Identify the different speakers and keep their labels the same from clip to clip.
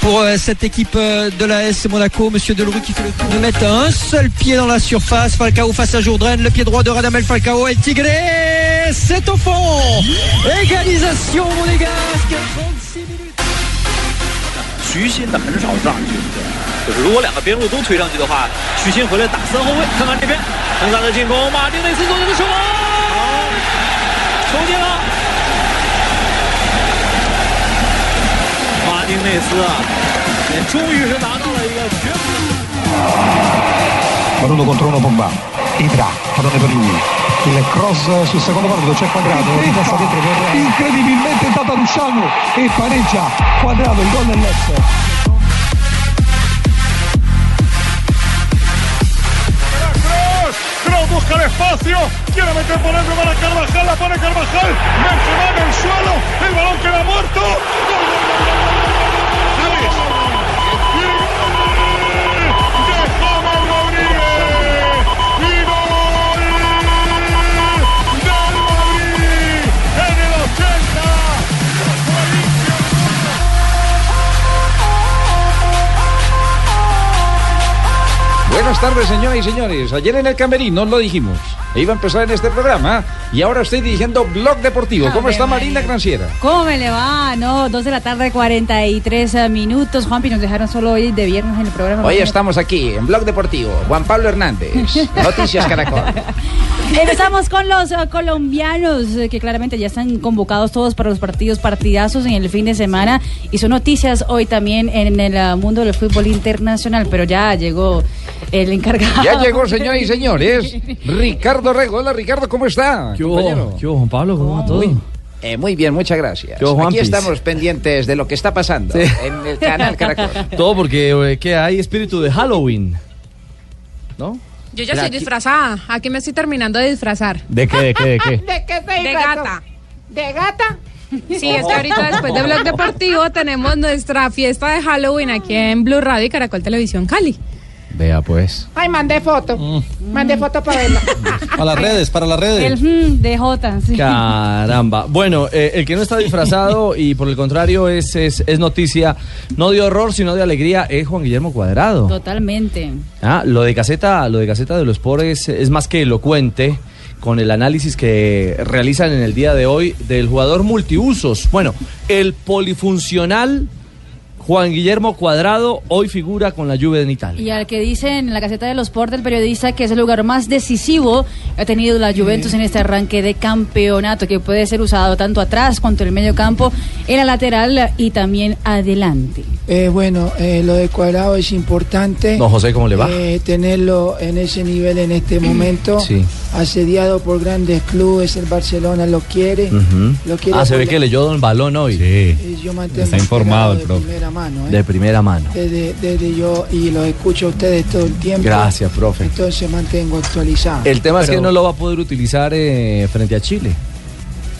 Speaker 1: Pour euh, cette équipe euh, de la S Monaco, Monsieur Delroux qui fait le tour de mettre un seul pied dans la surface. Falcao face à Jourdain, le pied droit de Radamel Falcao et le Tigré, c'est au fond. Égalisation monégasque. 36 minutes.
Speaker 2: 徐新的很少上去，就是如果两个边路都推上去的话，徐新回来打三后卫。看看这边，恒大的进攻，马丁内斯做这个手球，球进了。马丁内斯啊，也终于是拿到了一个绝佳
Speaker 3: Maruno contro uno Pogba Ibra, padrone per lui il cross sul secondo palo c'è Quadrado rimasta dentro per incredibilmente data Luciano e pareggia Quadrado il gol dell'Est
Speaker 4: Kroos busca el espacio, quiere meter por dentro para Carvajal, la pone Carvajal, Benzema en el suelo, el balón queda muerto. ¡Gol, gol, gol, gol, gol, gol, gol, gol, gol! ¡James! ¡Y gol de James Rodríguez! ¡Y gol del Madrid en el 80!
Speaker 5: Buenas tardes, señoras y señores. Ayer en el Camerino lo dijimos. E iba a empezar en este programa. Y ahora estoy dirigiendo Blog Deportivo. ¿Cómo
Speaker 6: Ave
Speaker 5: está
Speaker 6: María.
Speaker 5: Marina Granciera?
Speaker 6: ¿Cómo me le va? No, 2 de la tarde, 43 eh, minutos. Juanpi, nos dejaron solo hoy de viernes en el programa.
Speaker 5: Hoy estamos aquí en Blog Deportivo. Juan Pablo Hernández, Noticias Caracol.
Speaker 6: Empezamos con los eh, colombianos eh, que claramente ya están convocados todos para los partidos partidazos en el fin de semana y son noticias hoy también en el eh, mundo del fútbol internacional, pero ya llegó el encargado.
Speaker 5: Ya llegó, señoras y señores, Ricardo Rego. Hola, Ricardo, ¿cómo está?
Speaker 7: ¿Qué
Speaker 5: compañero?
Speaker 7: hubo, ¿Qué hubo, Juan Pablo? ¿Cómo va todo?
Speaker 5: Eh, muy bien, muchas gracias.
Speaker 7: ¿Qué hubo,
Speaker 5: Aquí
Speaker 7: Juanpis?
Speaker 5: estamos pendientes de lo que está pasando
Speaker 7: Sí.
Speaker 5: en el canal Caracol.
Speaker 7: Todo porque eh, que hay espíritu de Halloween. ¿No?
Speaker 8: Yo ya estoy disfrazada. Aquí me estoy terminando de disfrazar.
Speaker 7: ¿De qué? ¿De qué? ¿De qué?
Speaker 8: De gata. ¿De gata? Sí,
Speaker 9: Oh.
Speaker 8: es que ahorita después de Blog Deportivo tenemos nuestra fiesta de Halloween aquí en Blue Radio y Caracol Televisión Cali.
Speaker 7: Vea pues.
Speaker 9: Ay, mandé foto. Mandé foto para verla.
Speaker 1: Para las redes, para las redes.
Speaker 6: El mm, de Jota, sí.
Speaker 7: Caramba. Bueno, eh, el que no está disfrazado y por el contrario es, es, es noticia, no de horror, sino de alegría, es Juan Guillermo Cuadrado.
Speaker 6: Totalmente.
Speaker 7: Ah, lo de Gaceta, lo de Gaceta de los Pobres es más que elocuente con el análisis que realizan en el día de hoy del jugador multiusos. Bueno, el polifuncional Juan Guillermo Cuadrado hoy figura con la lluvia en
Speaker 6: Y
Speaker 7: Italia.
Speaker 6: al que dice en la Gaceta de los Sport del periodista que es el lugar más decisivo que ha tenido la Juventus en este arranque de campeonato, que puede ser usado tanto atrás cuanto en el medio campo, en la lateral y también adelante.
Speaker 9: bueno, eh, lo de Cuadrado es importante.
Speaker 7: Don José, ¿cómo le va?
Speaker 9: Eh, tenerlo en ese nivel en este momento.
Speaker 7: Sí.
Speaker 9: Asediado por grandes clubes, el Barcelona lo quiere. Lo quiere
Speaker 7: Ah, se ve
Speaker 9: por-
Speaker 7: que leyó Don Balón hoy.
Speaker 9: Eh, yo mantengo
Speaker 7: Está informado el
Speaker 9: de
Speaker 7: profe.
Speaker 9: primera mano, eh.
Speaker 7: De primera mano.
Speaker 9: Desde, desde yo y lo escucho a ustedes todo el tiempo.
Speaker 7: Gracias, profe.
Speaker 9: Entonces mantengo actualizado.
Speaker 7: El tema es
Speaker 9: Pero
Speaker 7: que no lo va a poder utilizar eh, frente a Chile.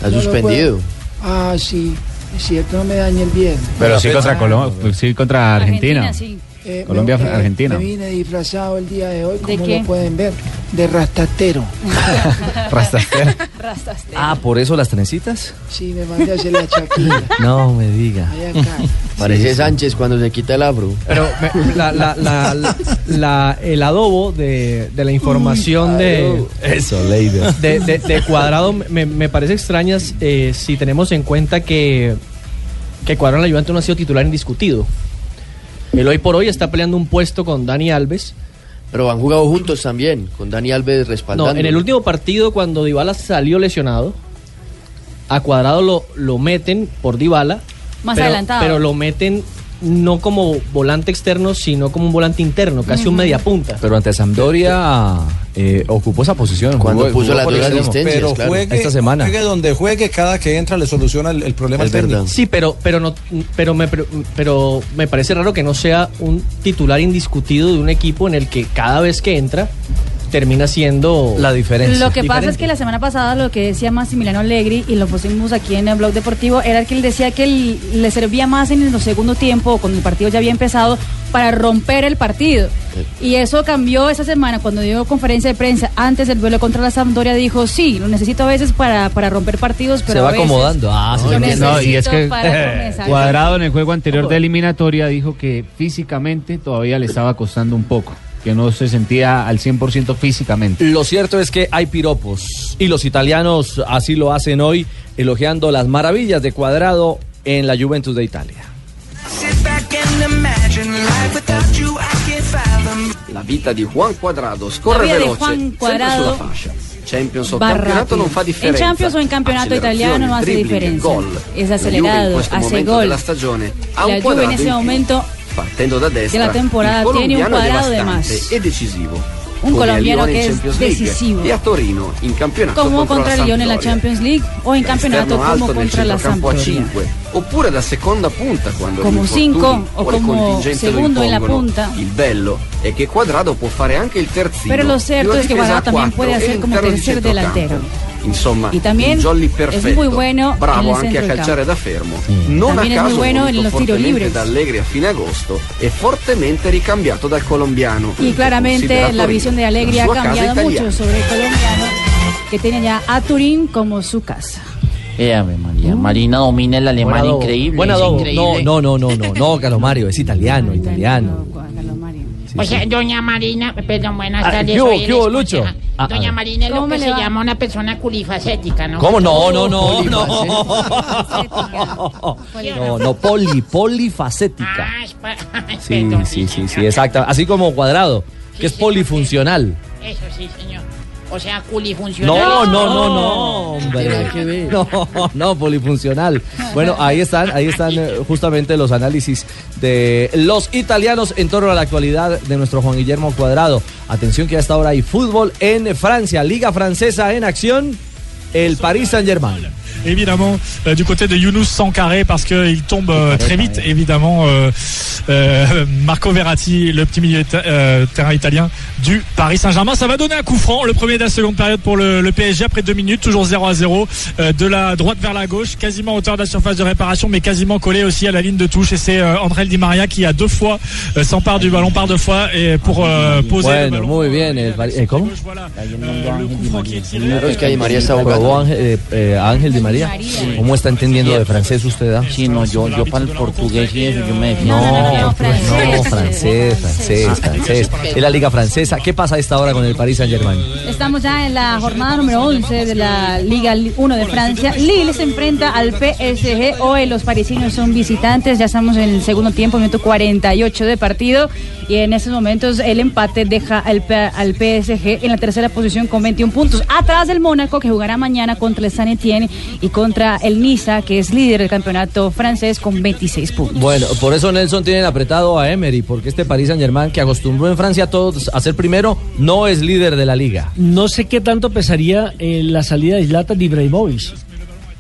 Speaker 9: no lo puedo- Ah, sí. Es cierto, no me dañe el viernes.
Speaker 7: Pero ah. sí contra Colombia.
Speaker 2: sí contra
Speaker 6: pues, ah, Argentina. sí.
Speaker 9: Eh, me-
Speaker 2: Colombia,
Speaker 9: eh,
Speaker 2: Argentina.
Speaker 9: Me vine disfrazado el día de hoy,
Speaker 6: ¿De
Speaker 9: como
Speaker 6: qué?
Speaker 9: lo pueden ver, de rastatero.
Speaker 7: Ah, por eso las trencitas.
Speaker 9: Sí, me mandé a hacer la chaquilla.
Speaker 7: No me diga.
Speaker 9: Allá acá.
Speaker 3: parece Sánchez cuando se quita el afro
Speaker 1: Pero me- la, la- la- la- la- el adobo de, de la información de,
Speaker 7: Eso, Leider.
Speaker 1: de, de- de Cuadrado me, me parece extraña eh, si tenemos en cuenta que, que Cuadrado en la Juventus no ha sido titular indiscutido. El hoy por hoy está peleando un puesto con Dani Alves.
Speaker 3: pero han jugado juntos también con Dani Alves respaldando
Speaker 1: No, en el último partido cuando Dybala salió lesionado, a Cuadrado lo, lo meten por Dybala.
Speaker 6: Más
Speaker 1: pero,
Speaker 6: adelantado.
Speaker 1: Pero lo meten
Speaker 10: no como volante externo, sino como un volante interno, casi un
Speaker 7: Ujú.
Speaker 10: mediapunta.
Speaker 7: Pero ante Sampdoria eh, ocupó esa posición.
Speaker 10: Cuando
Speaker 7: jugó-
Speaker 10: puso
Speaker 7: jugó
Speaker 10: las
Speaker 7: por
Speaker 10: dos
Speaker 7: extremo.
Speaker 10: asistencias,
Speaker 3: Pero juegue,
Speaker 7: esta semana.
Speaker 3: juegue donde juegue, cada que entra le soluciona el, el problema al técnico.
Speaker 10: Sí, pero, pero, no, pero, me, pero- pero me parece raro que no sea un titular indiscutido de un equipo en el que cada vez que entra termina siendo la diferencia.
Speaker 6: Lo que pasa es que la semana pasada lo que decía Massimiliano Allegri y lo pusimos aquí en el blog deportivo era que él decía que él- le servía más en el segundo tiempo o cuando el partido ya había empezado para romper el partido. Y eso cambió esa semana cuando dio conferencia de prensa antes del duelo contra la Sampdoria dijo, "Sí, lo necesito a veces para, para romper partidos, pero
Speaker 7: Se
Speaker 6: a
Speaker 7: va
Speaker 6: veces
Speaker 7: acomodando. Ah,
Speaker 6: lo
Speaker 7: se le-
Speaker 6: necesito
Speaker 11: No, y es que
Speaker 6: para comenzar".
Speaker 11: Cuadrado en el juego anterior de eliminatoria dijo que físicamente todavía le estaba costando un poco, que no se sentía al 100% físicamente.
Speaker 7: Lo cierto es que hay piropos y los italianos así lo hacen hoy, elogiando las maravillas de Cuadrado en la Juventus de Italia.
Speaker 12: La vita di Juan Cuadrado
Speaker 6: La
Speaker 12: scorre
Speaker 6: via di
Speaker 12: veloce,
Speaker 6: Juan
Speaker 12: sempre
Speaker 6: Cuadrado
Speaker 12: sulla fascia. Champions o
Speaker 6: va
Speaker 12: campionato
Speaker 6: rápido.
Speaker 12: non fa
Speaker 6: En
Speaker 12: differenza.
Speaker 6: Champions o en campeonato
Speaker 12: Accelerazioni,
Speaker 6: italiano no hace
Speaker 12: dribbling,
Speaker 6: diferencia.
Speaker 12: Gol.
Speaker 6: Es
Speaker 12: La Juve in
Speaker 6: acelerado,
Speaker 12: questo
Speaker 6: hace
Speaker 12: momento
Speaker 6: gol.
Speaker 12: della stagione ha
Speaker 6: La
Speaker 12: un
Speaker 6: Juve en
Speaker 12: quadrado
Speaker 6: ese
Speaker 12: in più.
Speaker 6: momento
Speaker 12: partendo da destra.
Speaker 6: della temporada
Speaker 12: il
Speaker 6: tiene un
Speaker 12: colombiano è
Speaker 6: quadrado de
Speaker 12: devastante
Speaker 6: más.
Speaker 12: e decisivo.
Speaker 6: Un
Speaker 12: come a
Speaker 6: colombiano
Speaker 12: Lione in
Speaker 6: che è
Speaker 12: Champions League
Speaker 6: decisivo.
Speaker 12: E a Torino in campionato
Speaker 6: como
Speaker 12: contro
Speaker 6: contra el
Speaker 12: la
Speaker 6: Lyon en la
Speaker 12: Sampdoria.
Speaker 6: Champions League o en campeonato
Speaker 12: Esterno
Speaker 6: como
Speaker 12: alto nel
Speaker 6: contra la
Speaker 12: centrocampo a
Speaker 6: Sampdoria.
Speaker 12: 5 oppure da seconda punta quando
Speaker 6: Como
Speaker 12: gli
Speaker 6: cinco,
Speaker 12: infortuni
Speaker 6: o
Speaker 12: le
Speaker 6: como
Speaker 12: contingenze lo
Speaker 6: secondo in la
Speaker 12: impongono.
Speaker 6: punta.
Speaker 12: il bello è che Quadrado può fare anche il terzino
Speaker 6: Pero lo
Speaker 12: di
Speaker 6: cierto
Speaker 12: una
Speaker 6: es que
Speaker 12: difesa
Speaker 6: Guardado
Speaker 12: a
Speaker 6: también
Speaker 12: quattro
Speaker 6: puede
Speaker 12: e
Speaker 6: hacer como
Speaker 12: all'interno di
Speaker 6: tercer
Speaker 12: centrocampo.
Speaker 6: delantero.
Speaker 12: insomma
Speaker 6: Y también
Speaker 12: un jolly
Speaker 6: es
Speaker 12: perfetto
Speaker 6: muy bueno en
Speaker 12: bravo
Speaker 6: el
Speaker 12: anche a
Speaker 6: centrocampo.
Speaker 12: calciare da fermo non
Speaker 6: También
Speaker 12: a
Speaker 6: es muy
Speaker 12: caso
Speaker 6: bueno
Speaker 12: voluto
Speaker 6: en los tiro
Speaker 12: fortemente
Speaker 6: libres.
Speaker 12: da Allegri a fine agosto e fortemente ricambiato dal colombiano
Speaker 6: Y claramente la visión de Alegría ha cambiado mucho sobre el colombiano que tiene ya a Turín como su casa.
Speaker 13: Eh, Ave María.
Speaker 7: Mm.
Speaker 13: Marina domina el alemán
Speaker 7: Buen adobo.
Speaker 13: increíble.
Speaker 7: Buen
Speaker 13: es
Speaker 7: adobo.
Speaker 13: increíble.
Speaker 7: No, no, no, no, no, no, Galomario, es italiano, italiano.
Speaker 14: O
Speaker 15: Pues,
Speaker 14: sea,
Speaker 15: eh,
Speaker 14: doña Marina, perdón, buenas
Speaker 7: Ah,
Speaker 14: tardes.
Speaker 7: ¿qué hubo,
Speaker 14: soy el
Speaker 7: qué hubo,
Speaker 14: esposa.
Speaker 7: Lucho? Ah,
Speaker 14: Doña
Speaker 7: ah.
Speaker 14: Marina es lo
Speaker 6: ¿Cómo
Speaker 14: que
Speaker 6: le
Speaker 14: se
Speaker 6: va?
Speaker 14: llama una persona culifacética, ¿no?
Speaker 7: ¿Cómo? No, no, no, no. No, no, poli, polifacética.
Speaker 14: Ah, es pa-
Speaker 7: Sí, sí, sí, sí, exacta. Así como cuadrado, que es polifuncional.
Speaker 14: Eso sí, señor. O sea, culifuncional.
Speaker 7: No, no, no, no, hombre. No, no, polifuncional. Bueno, ahí están, ahí están eh, justamente los análisis de los italianos en torno a la actualidad de nuestro Juan Guillermo Cuadrado. Atención que hasta ahora hay fútbol en Francia, Liga Francesa en acción, el Paris Saint-Germain.
Speaker 16: évidemment euh, du côté de Younous Sankaré parce qu'il tombe euh, très vite évidemment euh, euh, Marco Verratti le petit milieu ita- euh, terrain italien du Paris Saint-Germain ça va donner un coup franc le premier de la seconde période pour le, le PSG après deux minutes toujours 0 à 0 euh, de la droite vers la gauche quasiment à hauteur de la surface de réparation mais quasiment collé aussi à la ligne de touche et c'est euh, André Di Maria qui a deux fois euh, s'empare du ballon par deux fois et pour euh, poser le
Speaker 7: Bueno,
Speaker 16: ballon
Speaker 7: muy bien. El, Pari- eh, ¿Cómo?
Speaker 13: Claro, es que Di María está
Speaker 7: Probó
Speaker 13: abogado.
Speaker 7: Ángel, eh, eh, Ángel Di María. ¿Cómo está entendiendo de francés usted? ah?
Speaker 13: Sí, no, yo, yo para el portugués y eso, yo me defiendo.
Speaker 7: No, no, francés, Ah, francés, francés. Es la liga francesa. ¿Qué pasa a esta hora con el Paris Saint-Germain?
Speaker 6: Estamos ya en la jornada número 11 de la Liga 1 de Francia. Lille se enfrenta al PSG. Hoy los parisinos son visitantes. Ya estamos en el segundo tiempo, minuto 48 de partido. Y en estos momentos el empate deja al, P- al PSG en la tercera posición con 21 puntos. Atrás del Mónaco que jugará mañana contra el San Etienne y contra el Niza que es líder del campeonato francés con 26 puntos.
Speaker 7: Bueno, por eso Nelson tiene apretado a Emery, porque este Paris Saint-Germain que acostumbró en Francia a todos a ser primero, no es líder de la liga.
Speaker 17: No sé qué tanto pesaría eh, la salida de Zlatan de Ibrahimovic,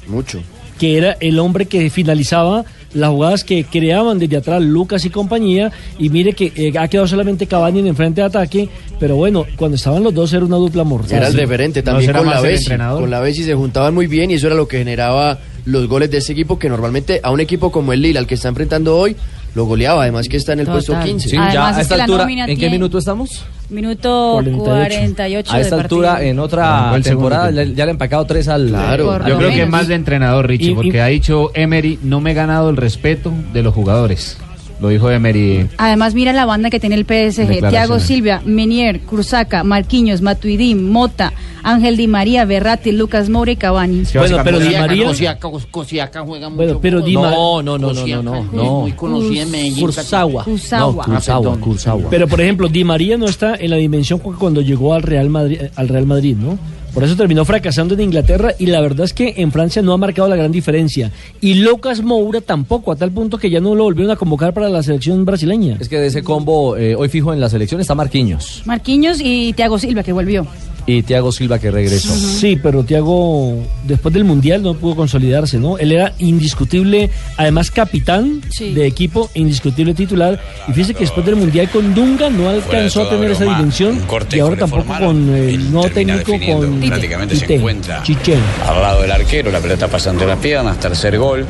Speaker 7: Mucho.
Speaker 17: que era el hombre que finalizaba las jugadas que creaban desde atrás Lucas y compañía. Y mire que eh, ha quedado solamente Cavani en el frente de ataque, pero bueno, cuando estaban los dos era una dupla mortal.
Speaker 13: Era el
Speaker 17: diferente
Speaker 13: referente también con la Bessi. Con la Bessi se juntaban muy bien y eso era lo que generaba los goles de ese equipo que normalmente a un equipo como el Lille, al que está enfrentando hoy, lo goleaba. Además que está en el puesto 15.
Speaker 7: Sí, ya a esta altura, ¿en qué
Speaker 6: tiene-
Speaker 7: minuto estamos?
Speaker 6: Minuto 48,
Speaker 7: 48 A
Speaker 6: de
Speaker 7: esta
Speaker 6: partido.
Speaker 7: altura, en
Speaker 13: Ah,
Speaker 7: otra
Speaker 13: fue el segundo
Speaker 7: temporada, le- ya le han empacado tres al.
Speaker 13: Claro, yo creo que es más de entrenador, Richie, porque ha dicho Emery, no me he ganado el respeto de los jugadores. Lo dijo Emery.
Speaker 6: Además, mira la banda que tiene el PSG.
Speaker 13: Declaraciones.
Speaker 6: Thiago Silva, Menier, Cruzaca, Marquinhos, Matuidi, Mota, Ángel Di María, Berratti, Lucas Moura y Cavani.
Speaker 17: Bueno, pero Di
Speaker 13: Cosiaca,
Speaker 17: María-
Speaker 13: Cosiaca, Cos- Cosiaca juega mucho.
Speaker 17: Bueno, pero Di
Speaker 13: fútbol.
Speaker 17: Ma-
Speaker 7: No, no, no, no, no, no, no.
Speaker 13: Muy conocido en Medellín.
Speaker 17: Kurzawa.
Speaker 13: Kurzawa.
Speaker 7: No, Kurzawa,
Speaker 13: Ah, perdón.
Speaker 7: Kurzawa.
Speaker 17: Pero por ejemplo, Di María no está en la dimensión cu- cuando llegó al Real Madrid, al Real Madrid, ¿no? Por eso terminó fracasando en Inglaterra y la verdad es que en Francia no ha marcado la gran diferencia. Y Lucas Moura tampoco, a tal punto que ya no lo volvieron a convocar para la selección brasileña.
Speaker 7: Es que de ese combo, eh, hoy fijo en la selección está Marquinhos
Speaker 6: Marquinhos y Thiago Silva, que volvió.
Speaker 7: y Thiago Silva que regresó.
Speaker 17: Sí, pero Thiago después del Mundial no pudo consolidarse, ¿no? Él era indiscutible, además capitán de equipo, indiscutible titular. Y fíjese que después del Mundial con Dunga no alcanzó a
Speaker 18: toda
Speaker 17: tener esa
Speaker 18: broma,
Speaker 17: dimensión.
Speaker 18: un cortejo
Speaker 17: Y ahora
Speaker 18: le
Speaker 17: tampoco
Speaker 18: formaron.
Speaker 17: con el nuevo
Speaker 18: termina
Speaker 17: técnico,
Speaker 18: definiendo.
Speaker 17: con
Speaker 18: Prácticamente se
Speaker 17: Tite,
Speaker 18: encuentra.
Speaker 17: Chichen.
Speaker 18: al lado del arquero, la pelota pasando las piernas, tercer gol,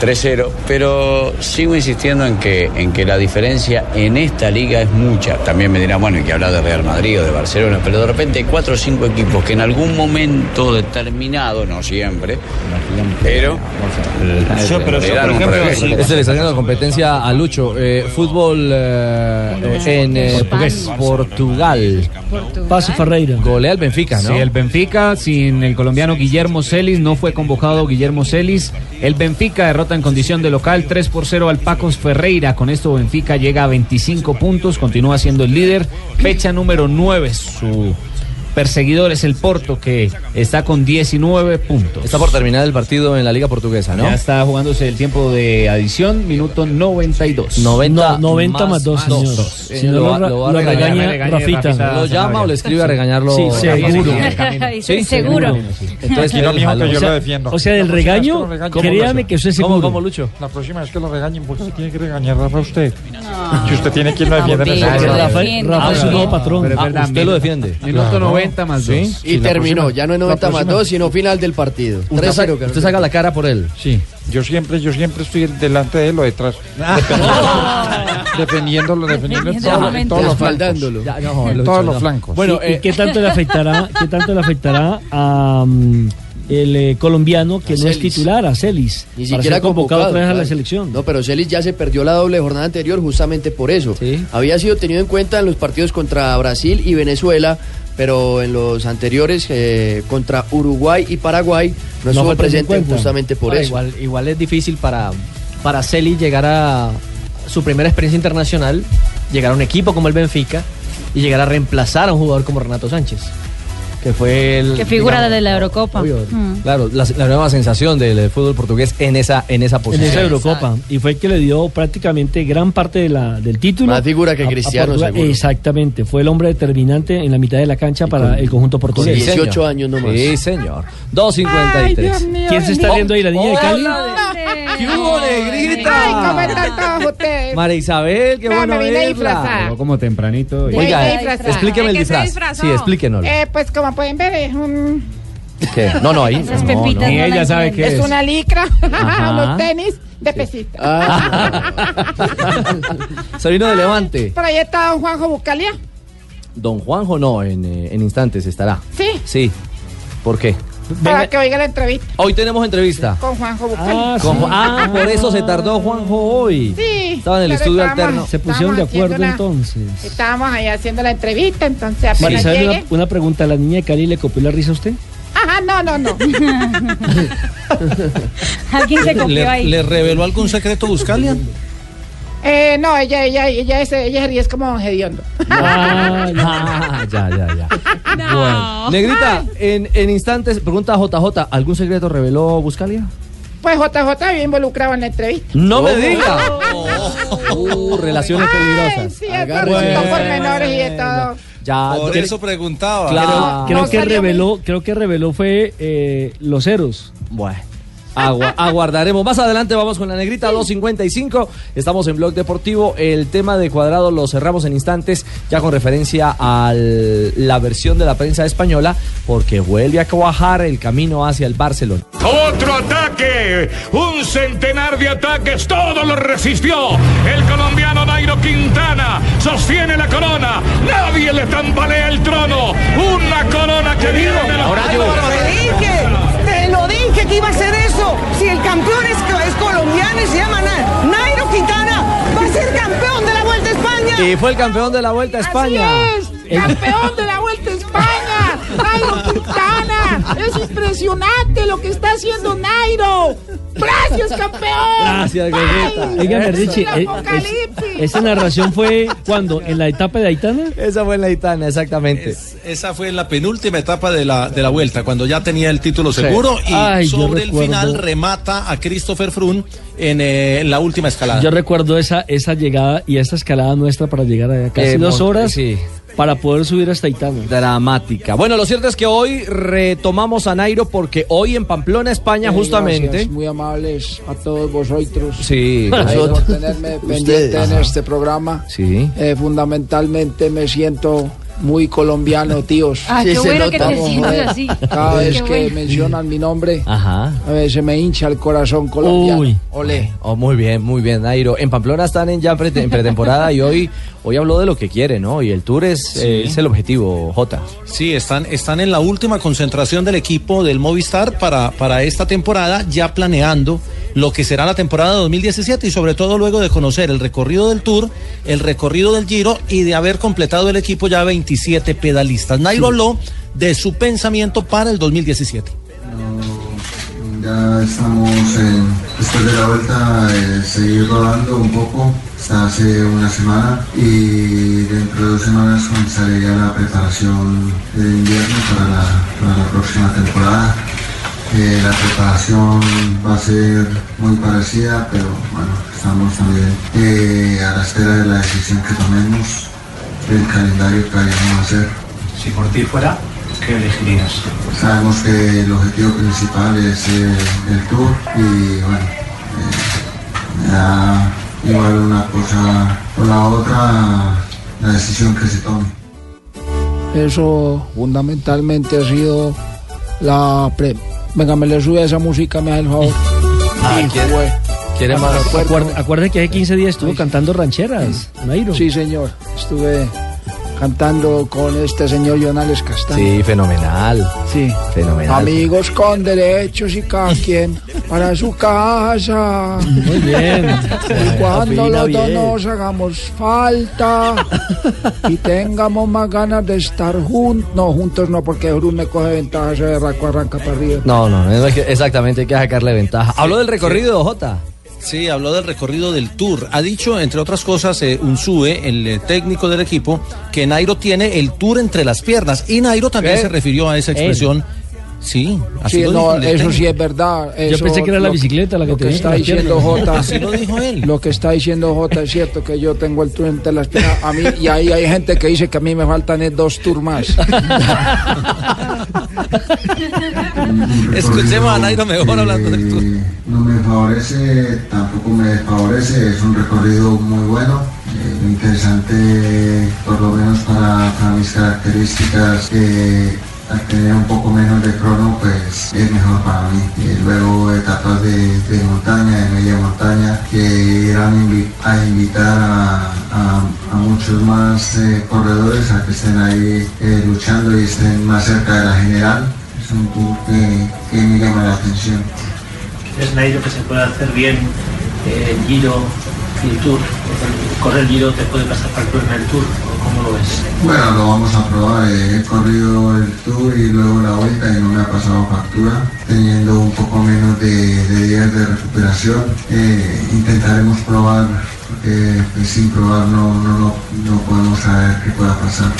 Speaker 18: 3-0. Pero sigo insistiendo en que, en que la diferencia en esta liga es mucha. También me dirán, bueno, hay que hablar de Real Madrid o de Barcelona, pero de repente hay cuatro o cinco equipos que en algún momento determinado, no siempre, pero
Speaker 7: Yo, pero
Speaker 18: le
Speaker 7: yo,
Speaker 18: dan
Speaker 7: por
Speaker 18: un
Speaker 7: ejemplo,
Speaker 18: revés.
Speaker 7: Este le está haciendo competencia a Lucho. eh, fútbol eh, eh, en eh,
Speaker 11: Portugués.
Speaker 7: Portugal.
Speaker 17: Pase Ferreira.
Speaker 7: Golea el Benfica, ¿no?
Speaker 11: Sí, el Benfica sin el colombiano Guillermo Celis, no fue convocado Guillermo Celis. El Benfica derrota en condición de local 3 por 0 al Pacos Ferreira. Con esto Benfica llega a 25 puntos, continúa siendo el líder. Fecha número 9, su perseguidor es el Porto que está con 19 puntos.
Speaker 7: Está por terminar el partido en la Liga Portuguesa, ¿no?
Speaker 11: Ya está jugándose el tiempo de adición, minuto 92.
Speaker 7: 90,
Speaker 11: No, 90 más
Speaker 7: dos,
Speaker 11: dos.
Speaker 7: señor.
Speaker 11: Sí,
Speaker 7: Si no
Speaker 11: lo-
Speaker 7: lo,
Speaker 11: lo
Speaker 7: va a
Speaker 11: lo
Speaker 7: regañar,
Speaker 11: regaña
Speaker 7: Rafita.
Speaker 11: Rafita
Speaker 7: ¿Lo llama o le escribe a regañarlo?
Speaker 17: Sí,
Speaker 7: Rafita?
Speaker 17: seguro.
Speaker 6: Sí, seguro.
Speaker 7: Entonces,
Speaker 17: Quiero
Speaker 7: ¿quién
Speaker 17: mijo
Speaker 3: Ah,
Speaker 7: jaló?
Speaker 17: que yo
Speaker 7: O sea,
Speaker 17: lo defiendo. O sea, del regaño, créame que eso es seguro.
Speaker 7: Lucho?
Speaker 3: La próxima vez que lo regañen, porque se tiene que regañar a usted. Que usted tiene quien lo
Speaker 17: Papi,
Speaker 3: defienda en ese
Speaker 17: yo
Speaker 3: momento.
Speaker 17: lo defiendo. Rafa es su nuevo patrón.
Speaker 3: Pero es
Speaker 17: Ah,
Speaker 3: verdad,
Speaker 17: usted
Speaker 3: mira.
Speaker 17: lo defiende.
Speaker 11: Minuto
Speaker 3: Claro.
Speaker 11: 90 más
Speaker 3: Sí.
Speaker 11: 2.
Speaker 13: Y terminó, ya no es 90 más 2, sino final del partido. 3-0.
Speaker 3: Usted
Speaker 7: saca la cara por él.
Speaker 3: Sí. Yo siempre, yo siempre estoy delante de él o detrás.
Speaker 13: Ah.
Speaker 3: Defendiéndolo, defendiéndolo en todo- en todos los flancos.
Speaker 13: Respaldándolo.
Speaker 3: Ya, no, En todos los flancos.
Speaker 17: Bueno, ¿Y, y qué tanto le afectará, qué tanto le afectará a mm, el eh, colombiano que
Speaker 13: A
Speaker 17: no es
Speaker 13: Celis.
Speaker 17: titular, a Celis?
Speaker 13: Ni
Speaker 17: para
Speaker 13: siquiera
Speaker 17: ser convocado otra vez a la
Speaker 13: claro.
Speaker 17: selección.
Speaker 13: No, pero Celis ya se perdió la doble jornada anterior justamente por eso. Había sido tenido en cuenta en los partidos contra Brasil y Venezuela, pero en los anteriores eh, contra Uruguay y Paraguay no, estuvo estuvo fue tenido en presente cuenta. justamente por Ah, eso. igual- igual
Speaker 1: es difícil para, para Celi llegar a su primera experiencia internacional, llegar a un equipo como el Benfica y llegar a reemplazar a un jugador como Renato Sánchez, que fue el...
Speaker 6: Que figura
Speaker 1: digamos,
Speaker 6: de la Eurocopa. Mm.
Speaker 7: Claro, la, la nueva sensación del, eh, fútbol portugués en esa, en esa
Speaker 17: En
Speaker 7: posición.
Speaker 17: esa Eurocopa. Y fue el que le dio prácticamente gran parte de la, del título.
Speaker 13: Más figura que Cristiano,
Speaker 17: Portugal.
Speaker 13: seguro.
Speaker 17: Exactamente. Fue el hombre determinante en la mitad de la cancha para el conjunto
Speaker 13: Con
Speaker 17: portugués.
Speaker 13: 18 años nomás.
Speaker 7: Sí, señor. 2.53.
Speaker 17: ¿Quién se está viendo ahí? ¿La niña de Cali?
Speaker 7: ¡Qué hubo, negrita!
Speaker 15: Ay, ¿cómo están todos ustedes?
Speaker 7: María Isabel, qué
Speaker 15: No,
Speaker 7: bueno
Speaker 15: me vine
Speaker 7: verla.
Speaker 15: disfrazada.
Speaker 11: Llegó como tempranito. y-
Speaker 15: Yo
Speaker 7: Oiga,
Speaker 15: vine disfrazada.
Speaker 7: explíqueme el
Speaker 15: ¿De qué se
Speaker 7: disfraz.
Speaker 15: disfrazó?
Speaker 7: Sí, explíquenos.
Speaker 15: Eh, pues como pueden ver, es un...
Speaker 7: ¿Qué? No, no, ahí.
Speaker 15: Esas
Speaker 7: no,
Speaker 15: pepitas
Speaker 7: no.
Speaker 15: no las entiendo. es. una licra,
Speaker 7: Ajá.
Speaker 15: unos tenis de pesita.
Speaker 13: Ah.
Speaker 7: Se vino de Levante.
Speaker 15: Por ahí está don Juanjo Bucalia.
Speaker 7: Don Juanjo no, en, eh, en instantes estará.
Speaker 15: Sí,
Speaker 7: Sí. ¿Por qué?
Speaker 15: para que oiga la entrevista
Speaker 7: Hoy tenemos entrevista.
Speaker 15: con Juanjo Bucalia.
Speaker 7: Con Ju- Ah, por eso se tardó Juanjo hoy.
Speaker 15: Sí,
Speaker 7: Estaba en el
Speaker 15: pero
Speaker 7: estudio
Speaker 15: estábamos-
Speaker 7: alterno.
Speaker 17: Se pusieron de
Speaker 15: Estamos haciendo
Speaker 17: acuerdo
Speaker 15: una-
Speaker 17: entonces.
Speaker 15: Estábamos ahí haciendo la entrevista, entonces
Speaker 17: María
Speaker 15: apenas
Speaker 17: Isabel, una,
Speaker 15: llegue.
Speaker 17: una pregunta. ¿La niña de Cali le copió la risa a usted?
Speaker 15: Ajá, no, no, no.
Speaker 6: Alguien se
Speaker 3: ¿Le,
Speaker 6: copió ahí.
Speaker 3: le reveló algún secreto Buscalia?
Speaker 15: Eh, no, ella, ella, ella, es, ella es como don Hediondo.
Speaker 7: Ah, ya, ya, ya. Bueno. Negrita, en, en instantes, pregunta a JJ, ¿algún secreto reveló Buscalia?
Speaker 15: Pues JJ bien involucrado en la entrevista.
Speaker 7: ¡No me diga! Uh, relaciones
Speaker 15: Ay,
Speaker 7: peligrosas.
Speaker 15: sí, esto
Speaker 7: Agárrese.
Speaker 15: resultó por menores y de todo.
Speaker 7: Ya,
Speaker 3: Por
Speaker 7: yo-
Speaker 3: eso preguntaba.
Speaker 7: Claro.
Speaker 17: Creo
Speaker 7: No
Speaker 17: que
Speaker 7: salió
Speaker 17: reveló, creo que reveló fue eh, los ceros.
Speaker 7: Bueno. agua- aguardaremos. Más adelante vamos con la negrita 255. Estamos en Blog Deportivo. El tema de cuadrado lo cerramos en instantes, ya con referencia a la versión de la prensa española, porque vuelve a cuajar el camino hacia el Barcelona.
Speaker 19: Otro ataque, un centenar de ataques, todo lo resistió. El colombiano Nairo Quintana sostiene la corona, nadie le tambalea el trono. Una corona que viene de la
Speaker 2: Te dije, te lo dije que iba a ser eso. Si el campeón es, es colombiano y se llama Na- Nairo Quintana, va a ser campeón de la Vuelta a España.
Speaker 7: Y fue el campeón de la Vuelta a España.
Speaker 15: ¡Campeón de la Vuelta a España! ¡Nairo Quintana! Mira, es impresionante lo que está haciendo Nairo. Gracias, campeón.
Speaker 1: Gracias,
Speaker 15: Bye.
Speaker 9: Dígame,
Speaker 15: Eso es
Speaker 9: Richie,
Speaker 15: el
Speaker 9: eh,
Speaker 15: apocalipsis.
Speaker 9: ¿Esa narración fue cuando? ¿En la etapa de Aitana?
Speaker 7: Esa fue en la Aitana, exactamente.
Speaker 20: Esa fue la penúltima etapa de la, de la vuelta, cuando ya tenía el título seguro
Speaker 9: Sí.
Speaker 20: y
Speaker 9: Ay, yo
Speaker 20: sobre el
Speaker 9: recuerdo.
Speaker 20: final remata a Christopher Froome en, eh, en la última escalada.
Speaker 9: Yo recuerdo esa, esa llegada y esa escalada nuestra para llegar a casi
Speaker 7: Eh,
Speaker 9: dos
Speaker 7: mon-
Speaker 9: horas
Speaker 7: sí.
Speaker 9: para poder subir hasta Itana.
Speaker 7: Dramática. Bueno, lo cierto es que hoy retomamos a Nairo porque hoy en Pamplona, España,
Speaker 9: Eh,
Speaker 7: justamente.
Speaker 9: gracias,
Speaker 7: muy amables a todos vosotros. Sí,
Speaker 9: Por tenerme pendiente en
Speaker 7: Ajá.
Speaker 9: este programa.
Speaker 7: Sí.
Speaker 9: Eh, fundamentalmente me siento muy colombiano, tíos.
Speaker 6: Ah, Sí, qué se bueno que nota. te sientas
Speaker 9: Joder,
Speaker 6: así.
Speaker 9: Cada
Speaker 6: Qué
Speaker 9: vez que
Speaker 6: bueno.
Speaker 9: mencionan mi nombre,
Speaker 7: Ajá.
Speaker 9: a veces me hincha el corazón colombiano.
Speaker 7: Uy.
Speaker 9: Ole.
Speaker 7: Oh, muy bien, muy bien, Nairo. En Pamplona están en ya prete- en pretemporada y hoy, hoy habló de lo que quiere, ¿no? Y el tour es, eh, es el objetivo, Jota.
Speaker 20: Sí, están, están en la última concentración del equipo del Movistar para, para esta temporada, ya planeando lo que será la temporada 2017 y sobre todo luego de conocer el recorrido del Tour, el recorrido del Giro y de haber completado el equipo ya 27 pedalistas. Nairo habló de su pensamiento para el 2017.
Speaker 21: Ya estamos en, después de la vuelta, eh, seguir rodando un poco, hasta hace una semana y dentro de dos semanas comenzaré ya la preparación de invierno para la, para la próxima temporada. Eh, la preparación va a ser muy parecida, pero bueno, estamos también eh, a la espera de la decisión que tomemos, el calendario que vayamos a hacer. Si por ti fuera, ¿qué elegirías? Sabemos que el objetivo principal es eh, el tour y bueno, eh, me da igual una cosa o la otra, la decisión que se tome.
Speaker 9: Eso fundamentalmente ha sido la pre... Venga, me le sube a esa música, me hace el favor.
Speaker 7: Ah, ¿Quiere más?
Speaker 9: Acuérdate que hace 15 días estuvo cantando rancheras, Nairo. Mm. Sí, señor. Estuve cantando con este señor Jonales Castaño.
Speaker 7: Sí, fenomenal.
Speaker 9: Sí.
Speaker 7: Fenomenal.
Speaker 9: Amigos con derechos y cada quien para su casa. Muy
Speaker 7: bien.
Speaker 9: Y cuando
Speaker 7: Opina
Speaker 9: los dos
Speaker 7: bien.
Speaker 9: nos hagamos falta y tengamos más ganas de estar juntos. No, juntos no, porque Bruno me coge ventaja, ese berraco arranca para arriba.
Speaker 7: No, no, no, es que- exactamente, hay que sacarle ventaja. Habló del recorrido, Jota.
Speaker 20: Sí, habló del recorrido del Tour. Ha dicho, entre otras cosas, eh, Unsue, el eh, técnico del equipo, que Nairo tiene el Tour entre las piernas. Y Nairo también
Speaker 9: ¿Qué?
Speaker 20: se refirió a esa
Speaker 9: Él.
Speaker 20: expresión. Sí,
Speaker 9: ¿Eh?
Speaker 20: así
Speaker 9: Sí,
Speaker 20: lo dijo
Speaker 9: no,
Speaker 20: el
Speaker 9: eso
Speaker 20: técnico.
Speaker 9: sí es verdad.
Speaker 20: Yo
Speaker 9: eso,
Speaker 20: pensé que era la
Speaker 9: lo
Speaker 20: bicicleta la que
Speaker 9: lo
Speaker 20: tenía
Speaker 9: está
Speaker 20: en la
Speaker 9: diciendo
Speaker 20: pierna.
Speaker 9: Jota.
Speaker 20: Así lo dijo él.
Speaker 9: Lo que está diciendo Jota es cierto que yo tengo el tour entre las piernas. A mí, y ahí hay gente que dice que a mí me faltan es dos tours más.
Speaker 20: Escuchemos a Nairo mejor hablando del Tour.
Speaker 21: No me favorece, tampoco me desfavorece, es un recorrido muy bueno, eh, interesante por lo menos para, para mis características. eh, al tener un poco menos de crono, pues es mejor para mí. Eh, luego etapas de, de montaña, de media montaña, que irán invi- a invitar a, a- a muchos más eh, corredores a que estén ahí eh, luchando y estén más cerca de la general. Es un tour que, que me llama la atención.
Speaker 22: es Nairo que se puede hacer bien eh, el Giro y el Tour. Correr el Giro te puede pasar factura en el Tour, ¿o ¿cómo lo ves?
Speaker 21: Bueno, lo vamos a probar. eh, He corrido el tour y luego la vuelta y no me ha pasado factura. Teniendo un poco menos de, de días de recuperación, eh, intentaremos probar, porque pues, sin probar no, no, no, no podemos saber qué pueda pasar.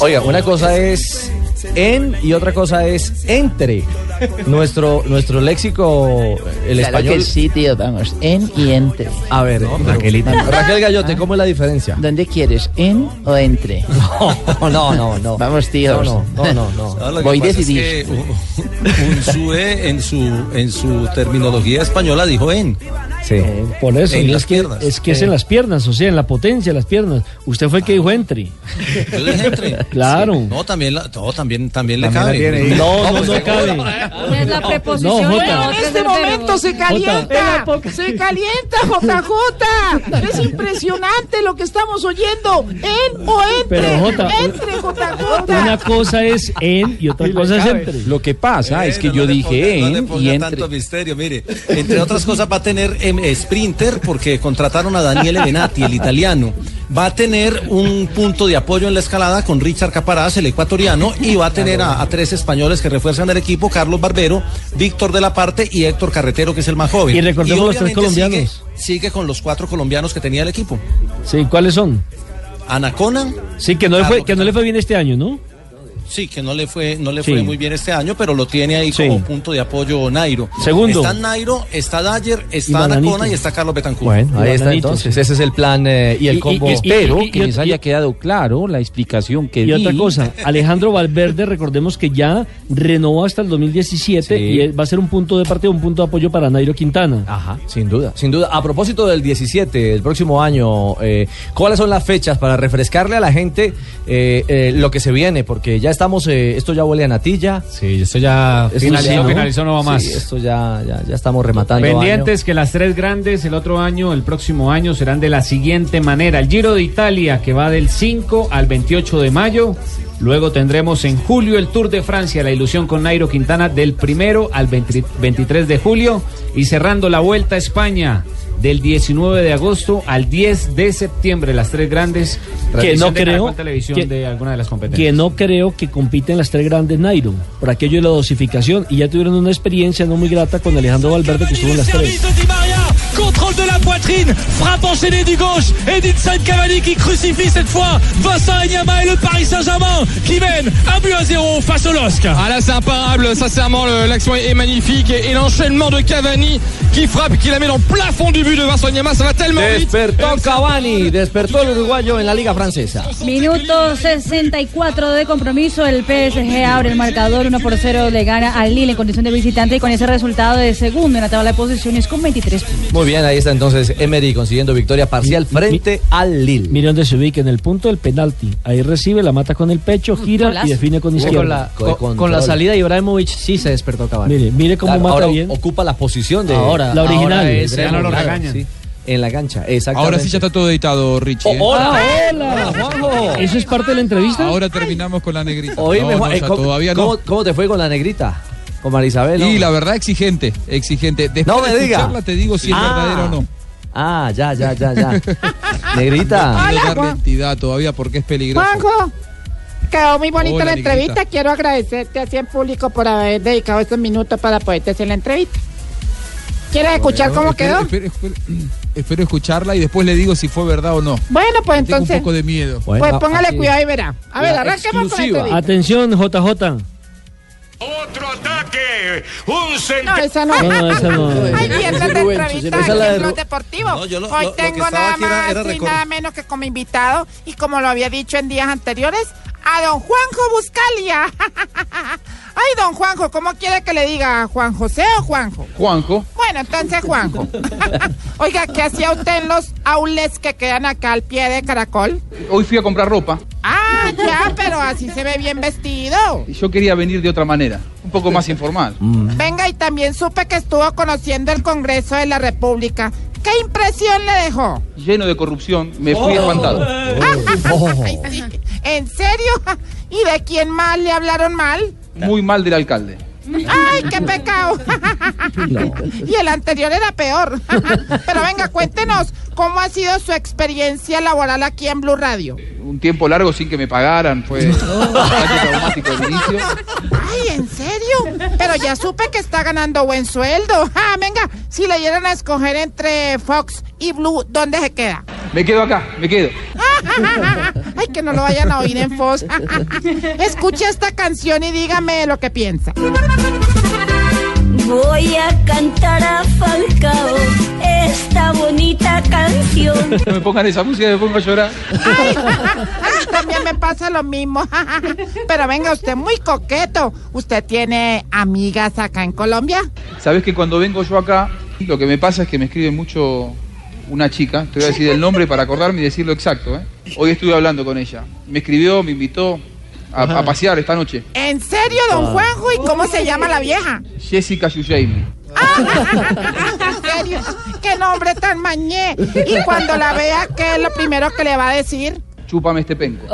Speaker 7: Oiga, una cosa es en y otra cosa es entre. Nuestro, nuestro léxico, el
Speaker 5: Claro
Speaker 7: español.
Speaker 5: que sí, tío, vamos. En y entre.
Speaker 7: A ver, Raquelita. Raquel Gallote, ¿cómo es la diferencia?
Speaker 5: ¿Dónde quieres? ¿En o entre?
Speaker 7: No, no, no, no.
Speaker 5: Vamos, tíos.
Speaker 7: No, no, no, no,
Speaker 20: Ahora, lo que
Speaker 5: Voy a
Speaker 20: pasa es
Speaker 5: decidir.
Speaker 20: que, uh, Unsue, en su, en su terminología española, dijo en.
Speaker 7: Sí.
Speaker 17: Eh,
Speaker 9: Por
Speaker 20: eso, En y es las que-
Speaker 9: piernas. es que es en las piernas, o sea, en la potencia de las piernas. Usted fue el que dijo entry.
Speaker 20: Yo dije entre.
Speaker 9: Claro.
Speaker 20: No, también, la- no, también, también
Speaker 9: También la
Speaker 20: le cabe.
Speaker 9: tiene. No, no,
Speaker 20: pues,
Speaker 9: no cabe.
Speaker 6: Una es la
Speaker 9: No,
Speaker 6: preposición y
Speaker 9: Jota.
Speaker 6: la otra
Speaker 5: En
Speaker 6: es
Speaker 5: este
Speaker 6: el verbo.
Speaker 5: momento se calienta, se calienta, JJ. Es impresionante lo que estamos oyendo. En o entre.
Speaker 9: Pero Jota,
Speaker 5: entre,
Speaker 15: Cota, Cota.
Speaker 17: Una cosa es en y otra cosa es entre.
Speaker 23: Lo que pasa es que yo dije
Speaker 20: No le
Speaker 23: en
Speaker 20: ponga
Speaker 23: y entre.
Speaker 20: tanto misterio, mire. Entre otras cosas va a tener em, Sprinter porque contrataron a Daniele Benatti, el italiano. Va a tener un punto de apoyo en la escalada con Richard Caparaz, el ecuatoriano, y va a tener a, a tres españoles que refuerzan el equipo, Carlos Barbero, Víctor de la Parte y Héctor Carretero, que es el más joven.
Speaker 17: Y recordemos los tres
Speaker 20: obviamente
Speaker 17: colombianos.
Speaker 20: Sigue, sigue con los cuatro colombianos que tenía el equipo.
Speaker 17: Sí, ¿cuáles son?
Speaker 20: Anacona.
Speaker 17: Sí, que no, le fue, que no le fue bien este año, ¿no?
Speaker 20: Sí, que no le fue, no le
Speaker 17: Sí.
Speaker 20: fue muy bien este año, pero lo tiene ahí
Speaker 17: Sí.
Speaker 20: como punto de apoyo Nairo.
Speaker 1: Segundo.
Speaker 20: Está Nairo, está Dyer,
Speaker 1: Y
Speaker 20: está
Speaker 1: Bananito.
Speaker 20: Anacona y está Carlos Betancourt.
Speaker 1: Bueno, ahí está entonces. Ese es el plan eh, y el combo.
Speaker 23: espero que les
Speaker 17: haya
Speaker 23: quedado claro la explicación que
Speaker 17: Y
Speaker 23: di.
Speaker 17: otra cosa, Alejandro Valverde, recordemos que ya renovó hasta el 2017
Speaker 7: Sí.
Speaker 17: y él va a ser un punto de partida, un punto de apoyo para Nairo Quintana.
Speaker 7: Ajá, sin duda, sin duda. A propósito del 17, el próximo año, eh, ¿cuáles son las fechas para refrescarle a la gente eh, eh, lo que se viene? Porque ya estamos, eh, esto ya huele a natilla.
Speaker 11: Sí, esto ya finalizó, finalizó, no va más.
Speaker 7: Sí, esto ya, ya, ya estamos rematando.
Speaker 11: Pendientes que las tres grandes el otro año, el próximo año, serán de la siguiente manera. El Giro de Italia, que va del 5 al 28 de mayo. Luego tendremos en julio el Tour de Francia, la ilusión con Nairo Quintana, del 1 al 20 23 de julio. Y cerrando la vuelta a España, del 19 de agosto al 10 de septiembre, las tres grandes.
Speaker 17: Que no
Speaker 11: Transmisión de
Speaker 17: creo
Speaker 11: Caracol Televisión
Speaker 17: que-
Speaker 11: de alguna de las competencias.
Speaker 17: Que no creo que compiten las tres grandes Nairo, por aquello de la dosificación, y ya tuvieron una experiencia no muy grata con Alejandro Valverde que estuvo en las tres.
Speaker 2: Contrôle de la poitrine, frappe enchaînée du gauche et d'Inside Cavani qui crucifie cette fois Vincent Enyama et le Paris Saint-Germain qui mène un but à zéro face au LOSC.
Speaker 24: Ah là c'est imparable, sincèrement le- l'action est est magnifique et, et l'enchaînement de Cavani qui frappe, qui la met dans le plafond du but de Vincent Nyama, ça va tellement
Speaker 7: Despertó
Speaker 24: vite.
Speaker 7: Cavani, despertó el uruguayo en la Liga Francesa.
Speaker 6: Minuto 64 de compromiso. El PSG abre el marcador 1 por 0. Le gana al Lille en condición de visitante y con ese resultado de segundo en la tabla de posiciones con 23 puntos.
Speaker 7: Muy bien, ahí está entonces Emery consiguiendo victoria parcial frente al Lille.
Speaker 17: Mire dónde se ubica, en el punto del penalti. Ahí recibe, la mata con el pecho, gira
Speaker 1: Golazo.
Speaker 17: y define con
Speaker 1: Uy,
Speaker 17: izquierda.
Speaker 1: con la- con- con la salida de Ibrahimovic sí se despertó Cavani.
Speaker 17: Mire, mire cómo mata
Speaker 1: ahora
Speaker 17: bien.
Speaker 7: Ocupa la posición de
Speaker 1: Ahora,
Speaker 7: la original.
Speaker 1: ahora es-
Speaker 7: Ya no lo regañan. en la cancha. Exactamente. Oh,
Speaker 24: Ahora sí ya está todo editado Richie. ¿eh?
Speaker 7: hola, Juanjo.
Speaker 17: Ah, ¿Eso es parte de la entrevista?
Speaker 24: Ahora terminamos con la negrita.
Speaker 7: Oíme,
Speaker 24: No,
Speaker 7: Juan,
Speaker 24: no,
Speaker 7: eh,
Speaker 24: ya
Speaker 7: ¿cómo,
Speaker 24: todavía
Speaker 7: cómo-
Speaker 24: no.
Speaker 7: cómo te fue con la negrita? Con Marisabel.
Speaker 24: Y
Speaker 7: hombre.
Speaker 24: la verdad exigente, exigente. Después
Speaker 7: No me
Speaker 24: de
Speaker 7: diga.
Speaker 24: escucharla te digo si es
Speaker 7: Ah.
Speaker 24: verdadera o no.
Speaker 7: Ah, ya, ya, ya, ya. Negrita.
Speaker 24: No quiero
Speaker 7: Hola,
Speaker 24: darle
Speaker 7: Juan.
Speaker 24: entidad todavía porque es peligroso.
Speaker 15: Juanjo, quedó muy bonita
Speaker 24: Hola,
Speaker 15: la
Speaker 24: negrita.
Speaker 15: entrevista. Quiero agradecerte así en público por haber dedicado estos minutos para poderte hacer la entrevista. ¿Quieres escuchar
Speaker 24: Bueno,
Speaker 15: cómo
Speaker 24: espero-
Speaker 15: quedó?
Speaker 24: Espero, espero- espero escucharla y después le digo si fue verdad o no.
Speaker 15: Bueno, pues
Speaker 24: Tengo
Speaker 15: entonces,
Speaker 24: un poco de miedo.
Speaker 15: pues póngale cuidado y verá. A ver, arranquemos
Speaker 7: este
Speaker 15: con la entrevista.
Speaker 17: Atención, JJ.
Speaker 25: Un cent-
Speaker 15: No, esa no.
Speaker 17: No, no, esa no.
Speaker 15: Ay, viernes de entrevista
Speaker 17: Esa es la
Speaker 15: aquí
Speaker 17: de
Speaker 15: en Blog
Speaker 17: Ru-
Speaker 15: Deportivo.
Speaker 20: No, yo lo-
Speaker 15: Hoy
Speaker 20: lo- lo que
Speaker 15: tengo
Speaker 20: estaba
Speaker 15: nada
Speaker 20: aquí era-
Speaker 15: más
Speaker 20: era
Speaker 15: y
Speaker 20: recor-
Speaker 15: nada menos que como invitado, y como lo había dicho en días anteriores, a don Juanjo Buscalia. Ay, don Juanjo, ¿cómo quiere que le diga? ¿Juan José o Juanjo?
Speaker 24: Juanjo.
Speaker 15: Bueno, entonces Juanjo. Oiga, ¿qué hacía usted en los aules que quedan acá al pie de Caracol?
Speaker 24: Hoy fui a comprar ropa
Speaker 15: Ah, ya, pero así se ve bien vestido.
Speaker 24: y yo quería venir de otra manera, un poco más informal.
Speaker 7: Mm.
Speaker 15: Venga, y también supe que estuvo conociendo el Congreso de la República. ¿Qué impresión le dejó?
Speaker 24: Lleno de corrupción, me fui espantado.
Speaker 15: Oh.
Speaker 24: Oh.
Speaker 7: Oh.
Speaker 15: Ay, sí. ¿En serio? ¿Y de quién más le hablaron mal?
Speaker 24: Muy mal del alcalde.
Speaker 15: ¡Ay, qué pecado! Y el anterior era peor. Pero venga, cuéntenos, ¿cómo ha sido su experiencia laboral aquí en Blue Radio?
Speaker 24: Un tiempo largo sin que me pagaran, fue bastante traumático el inicio.
Speaker 15: Ay, ¿en serio? Pero ya supe que está ganando buen sueldo. Ah, venga, si le dieran a escoger entre Fox y Blue, ¿dónde se queda?
Speaker 24: Me quedo acá, me quedo.
Speaker 15: Ay, que no lo vayan a oír en Fox. Escuche esta canción y dígame lo que piensa.
Speaker 26: Voy a cantar a Falcao esta bonita canción.
Speaker 24: No me pongan esa música, me pongo a llorar.
Speaker 15: Ay, ay, también me pasa lo mismo. Pero venga, usted muy coqueto. ¿Usted tiene amigas acá en Colombia?
Speaker 24: Sabes que cuando vengo yo acá, lo que me pasa es que me escribe mucho una chica. Te voy a decir el nombre para acordarme y decirlo exacto. ¿eh? Hoy estuve hablando con ella. Me escribió, me invitó a, a pasear esta noche.
Speaker 15: ¿En serio, don
Speaker 24: Ah.
Speaker 15: Juanjo? ¿Y cómo se llama la vieja?
Speaker 24: Jessica Yujame.
Speaker 15: ¿En serio? ¿Qué nombre tan mañé? Y cuando la vea, ¿qué es lo primero que le va a decir?
Speaker 24: Chúpame este penco.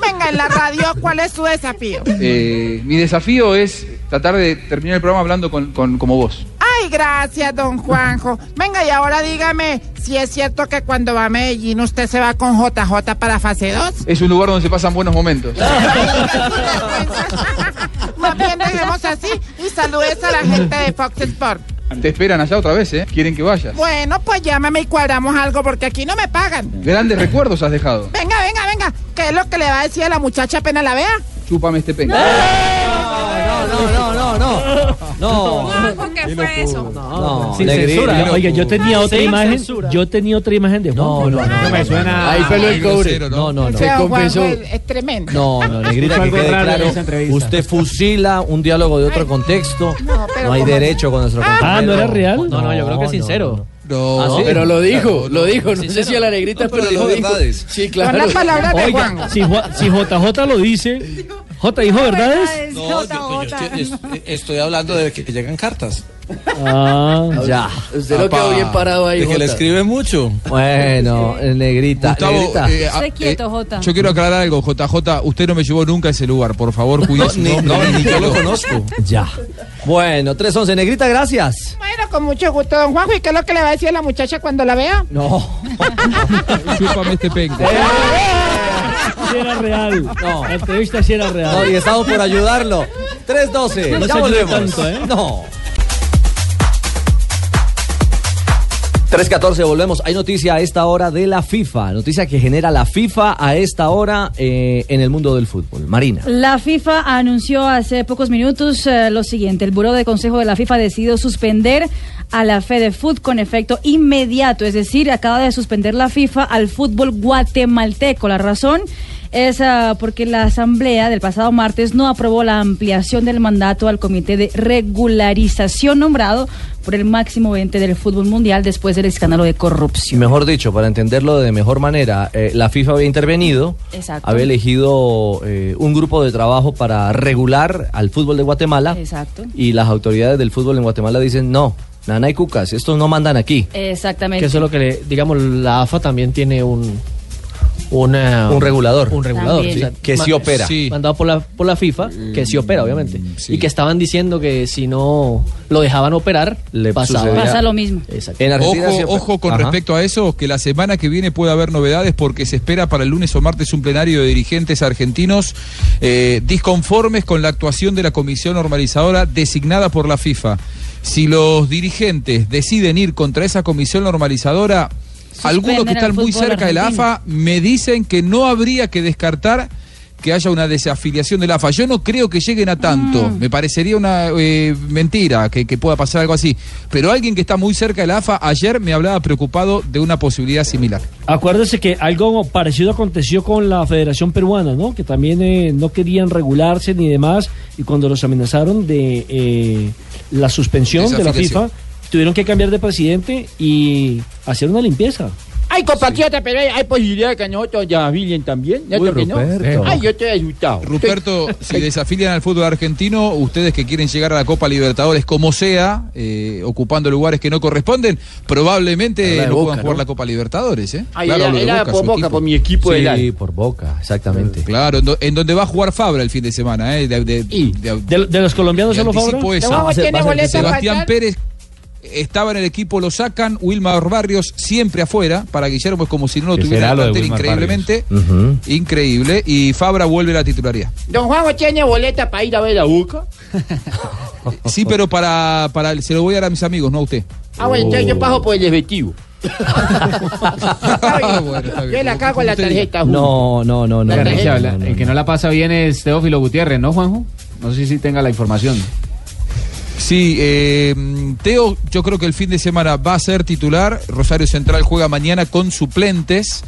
Speaker 15: Venga, en la radio, ¿cuál es su desafío?
Speaker 24: Eh, mi desafío es tratar de terminar el programa hablando con, con- como vos.
Speaker 15: Ay, gracias, don Juanjo. Venga, y ahora dígame si es cierto que cuando va a Medellín usted se va con JJ para fase 2.
Speaker 24: Es un lugar donde se pasan buenos momentos.
Speaker 15: Más bien dejemos así y saludes a la gente de Fox Sport.
Speaker 24: Te esperan allá otra vez, ¿eh? Quieren que vayas.
Speaker 15: Bueno, pues llámame y cuadramos algo porque aquí no me pagan.
Speaker 24: Grandes recuerdos has dejado.
Speaker 15: Venga, venga, venga. ¿Qué es lo que le va a decir a la muchacha apenas la vea?
Speaker 24: Chúpame este penca.
Speaker 7: No, no, no. No.
Speaker 8: ¿Qué fue eso?
Speaker 7: No,
Speaker 17: Sin
Speaker 7: Negrín,
Speaker 17: censura.
Speaker 7: no.
Speaker 17: Oiga, yo tenía otra
Speaker 7: Sin
Speaker 17: imagen.
Speaker 7: censura.
Speaker 17: Yo tenía otra imagen de Juan.
Speaker 7: No, no, no.
Speaker 13: Ahí peló el cobre.
Speaker 7: No, no, no.
Speaker 15: O sea, don Juanjo es, es tremendo.
Speaker 7: No, no,
Speaker 15: Escucho
Speaker 7: Negrita, que
Speaker 15: algo
Speaker 7: quede
Speaker 15: raro en
Speaker 7: claro.
Speaker 15: esa entrevista.
Speaker 7: Usted fusila un diálogo de otro contexto.
Speaker 15: No,
Speaker 7: No,
Speaker 15: pero
Speaker 7: hay
Speaker 15: ¿cómo?
Speaker 7: derecho con nuestro compañero.
Speaker 1: Ah, ¿no era
Speaker 7: real?
Speaker 1: No, no, yo creo que es sincero.
Speaker 7: No,
Speaker 13: Ah,
Speaker 7: ¿sí?
Speaker 13: pero lo dijo, lo dijo. No sé
Speaker 7: Sincero.
Speaker 13: si a la negrita,
Speaker 7: No,
Speaker 13: pero,
Speaker 7: pero
Speaker 13: lo
Speaker 7: dijo
Speaker 13: dijo.
Speaker 7: verdades.
Speaker 13: Sí, claro.
Speaker 17: Son las palabras de Oiga, Juan. si Ju- si JJ lo dice. J dijo verdades.
Speaker 20: No, yo- yo estoy, es- eh, estoy hablando de que llegan cartas.
Speaker 17: Ah,
Speaker 7: ya.
Speaker 13: Usted lo quedó bien parado ahí,
Speaker 20: De que le
Speaker 13: Jota.
Speaker 20: escribe mucho.
Speaker 7: Bueno, eh, negrita.
Speaker 24: Gustavo,
Speaker 7: negrita.
Speaker 24: eh,
Speaker 6: Estoy quieto, Jota.
Speaker 24: Yo quiero aclarar algo, JJ, usted no me llevó nunca a ese lugar, por favor, cuide su nombre.
Speaker 7: Ya. Bueno, 311, negrita, gracias.
Speaker 15: Bueno, con mucho gusto, don Juanjo. ¿Y qué es lo que le va a decir a la muchacha cuando la vea?
Speaker 7: No.
Speaker 24: Chúpame este penco.
Speaker 17: Si era real. La entrevista sí era real.
Speaker 7: No, y estamos por ayudarlo. 312.
Speaker 17: No
Speaker 7: ya
Speaker 17: se ayude
Speaker 7: volvemos.
Speaker 17: tanto, ¿eh?
Speaker 7: No. 314, volvemos. Hay noticia a esta hora de la FIFA. Noticia que genera la FIFA a esta hora eh, en el mundo del fútbol. Marina.
Speaker 6: La FIFA anunció hace pocos minutos eh, lo siguiente. El Buró de Consejo de la FIFA decidió suspender a la Food con efecto inmediato, es decir, acaba de suspender la FIFA al fútbol guatemalteco. La razón es ah, porque la Asamblea del pasado martes no aprobó la ampliación del mandato al Comité de Regularización nombrado por el máximo ente del fútbol mundial después del escándalo de
Speaker 7: Y
Speaker 6: corrupción.
Speaker 7: mejor dicho, para entenderlo de mejor manera, eh, la FIFA había intervenido,
Speaker 6: Exacto.
Speaker 7: había elegido eh, un grupo de trabajo para regular al fútbol de Guatemala
Speaker 6: Exacto.
Speaker 7: y las autoridades del fútbol en Guatemala dicen, no, nana y cucas, estos no mandan aquí.
Speaker 6: Exactamente.
Speaker 5: Pues
Speaker 1: Que eso es lo que, le, digamos, la AFA también tiene un... una-
Speaker 7: Un regulador.
Speaker 1: Un regulador.
Speaker 7: También.
Speaker 1: o sea,
Speaker 7: Que sí
Speaker 1: ma-
Speaker 7: opera. Sí.
Speaker 1: Mandado por la, por la FIFA, que
Speaker 24: Mm,
Speaker 1: sí opera, obviamente. Y que estaban diciendo que si no lo dejaban operar,
Speaker 7: le
Speaker 1: pasaba.
Speaker 24: sucedía. Pasa
Speaker 6: lo mismo.
Speaker 1: Exacto.
Speaker 7: En
Speaker 24: Ojo,
Speaker 7: Argentina siempre-
Speaker 24: ojo con
Speaker 7: Ajá.
Speaker 24: respecto a eso, que la semana que viene puede haber novedades porque se espera para el lunes o martes un plenario de dirigentes argentinos eh, disconformes con la actuación de la comisión normalizadora designada por la FIFA. Si los dirigentes deciden ir contra esa comisión normalizadora, algunos que
Speaker 10: al
Speaker 24: están muy
Speaker 10: fútbol
Speaker 24: cerca de la
Speaker 10: argentino.
Speaker 24: AFA me dicen que no habría que descartar que haya una desafiliación de la AFA. Yo no creo que lleguen a tanto.
Speaker 10: Mm.
Speaker 24: Me parecería una eh, mentira que, que pueda pasar algo así. Pero alguien que está muy cerca de la AFA ayer me hablaba preocupado de una posibilidad similar.
Speaker 17: Acuérdese que algo parecido aconteció con la Federación Peruana, ¿no? Que también eh, no querían regularse ni demás. Y cuando los amenazaron de eh, la suspensión de la
Speaker 24: Desafiliación.
Speaker 17: FIFA, tuvieron que cambiar de presidente y hacer una limpieza.
Speaker 5: Ay, compatriota, pero hay, hay posibilidad de que nosotros ya afilien también. ¿no?
Speaker 24: Uy,
Speaker 5: ¿Que no?
Speaker 24: Ruperto.
Speaker 5: Ay, yo estoy asustado.
Speaker 24: Ruperto, si desafilian al fútbol argentino, ustedes que quieren llegar a la Copa Libertadores como sea, eh, ocupando lugares que no corresponden, probablemente
Speaker 7: Habla de
Speaker 24: no
Speaker 7: Boca,
Speaker 24: puedan jugar
Speaker 7: ¿no?
Speaker 24: la Copa Libertadores. ¿eh?
Speaker 5: Ay,
Speaker 24: Claro,
Speaker 5: era-
Speaker 24: hablo de
Speaker 5: era por
Speaker 24: su
Speaker 5: Boca, por mi equipo
Speaker 24: Sí,
Speaker 5: del alma.
Speaker 7: por Boca, exactamente.
Speaker 24: Claro, en, do- en donde va a jugar Fabra el fin de semana. ¿eh? De, de- de-
Speaker 17: los colombianos
Speaker 24: de
Speaker 17: solo Fabra?
Speaker 24: anticipo esa.
Speaker 17: ¿De Guagua tiene
Speaker 24: Sebastián
Speaker 17: boleto para
Speaker 24: Sebastián
Speaker 17: entrar?
Speaker 24: Pérez estaba en el equipo, lo sacan. Wilmar Barrios siempre afuera. Para Guillermo es como si no lo
Speaker 23: ¿Qué
Speaker 24: tuviera
Speaker 23: será
Speaker 24: en
Speaker 23: lo
Speaker 24: el
Speaker 23: de
Speaker 24: plantel,
Speaker 23: Wilmar
Speaker 24: increíblemente. Increíble. Y Fabra vuelve a la titularidad.
Speaker 5: Don Juanjo tiene boleta para ir a ver a Uca.
Speaker 24: Sí, pero para, para el- se lo voy a dar a mis amigos, no a usted.
Speaker 5: Ah, bueno, entonces yo paso por el efectivo. yo la cago en la tarjeta. Ju.
Speaker 7: No, no, no, no.
Speaker 1: La
Speaker 7: no,
Speaker 1: tarjeta,
Speaker 7: no,
Speaker 1: la-
Speaker 7: no,
Speaker 1: el que no la pasa bien es Teófilo Gutiérrez, ¿no, Juanjo? No sé si tenga la información.
Speaker 17: Eh,
Speaker 24: Sí, eh, mm, Teo, yo creo que el fin de semana va a ser titular. Rosario Central juega mañana con suplentes.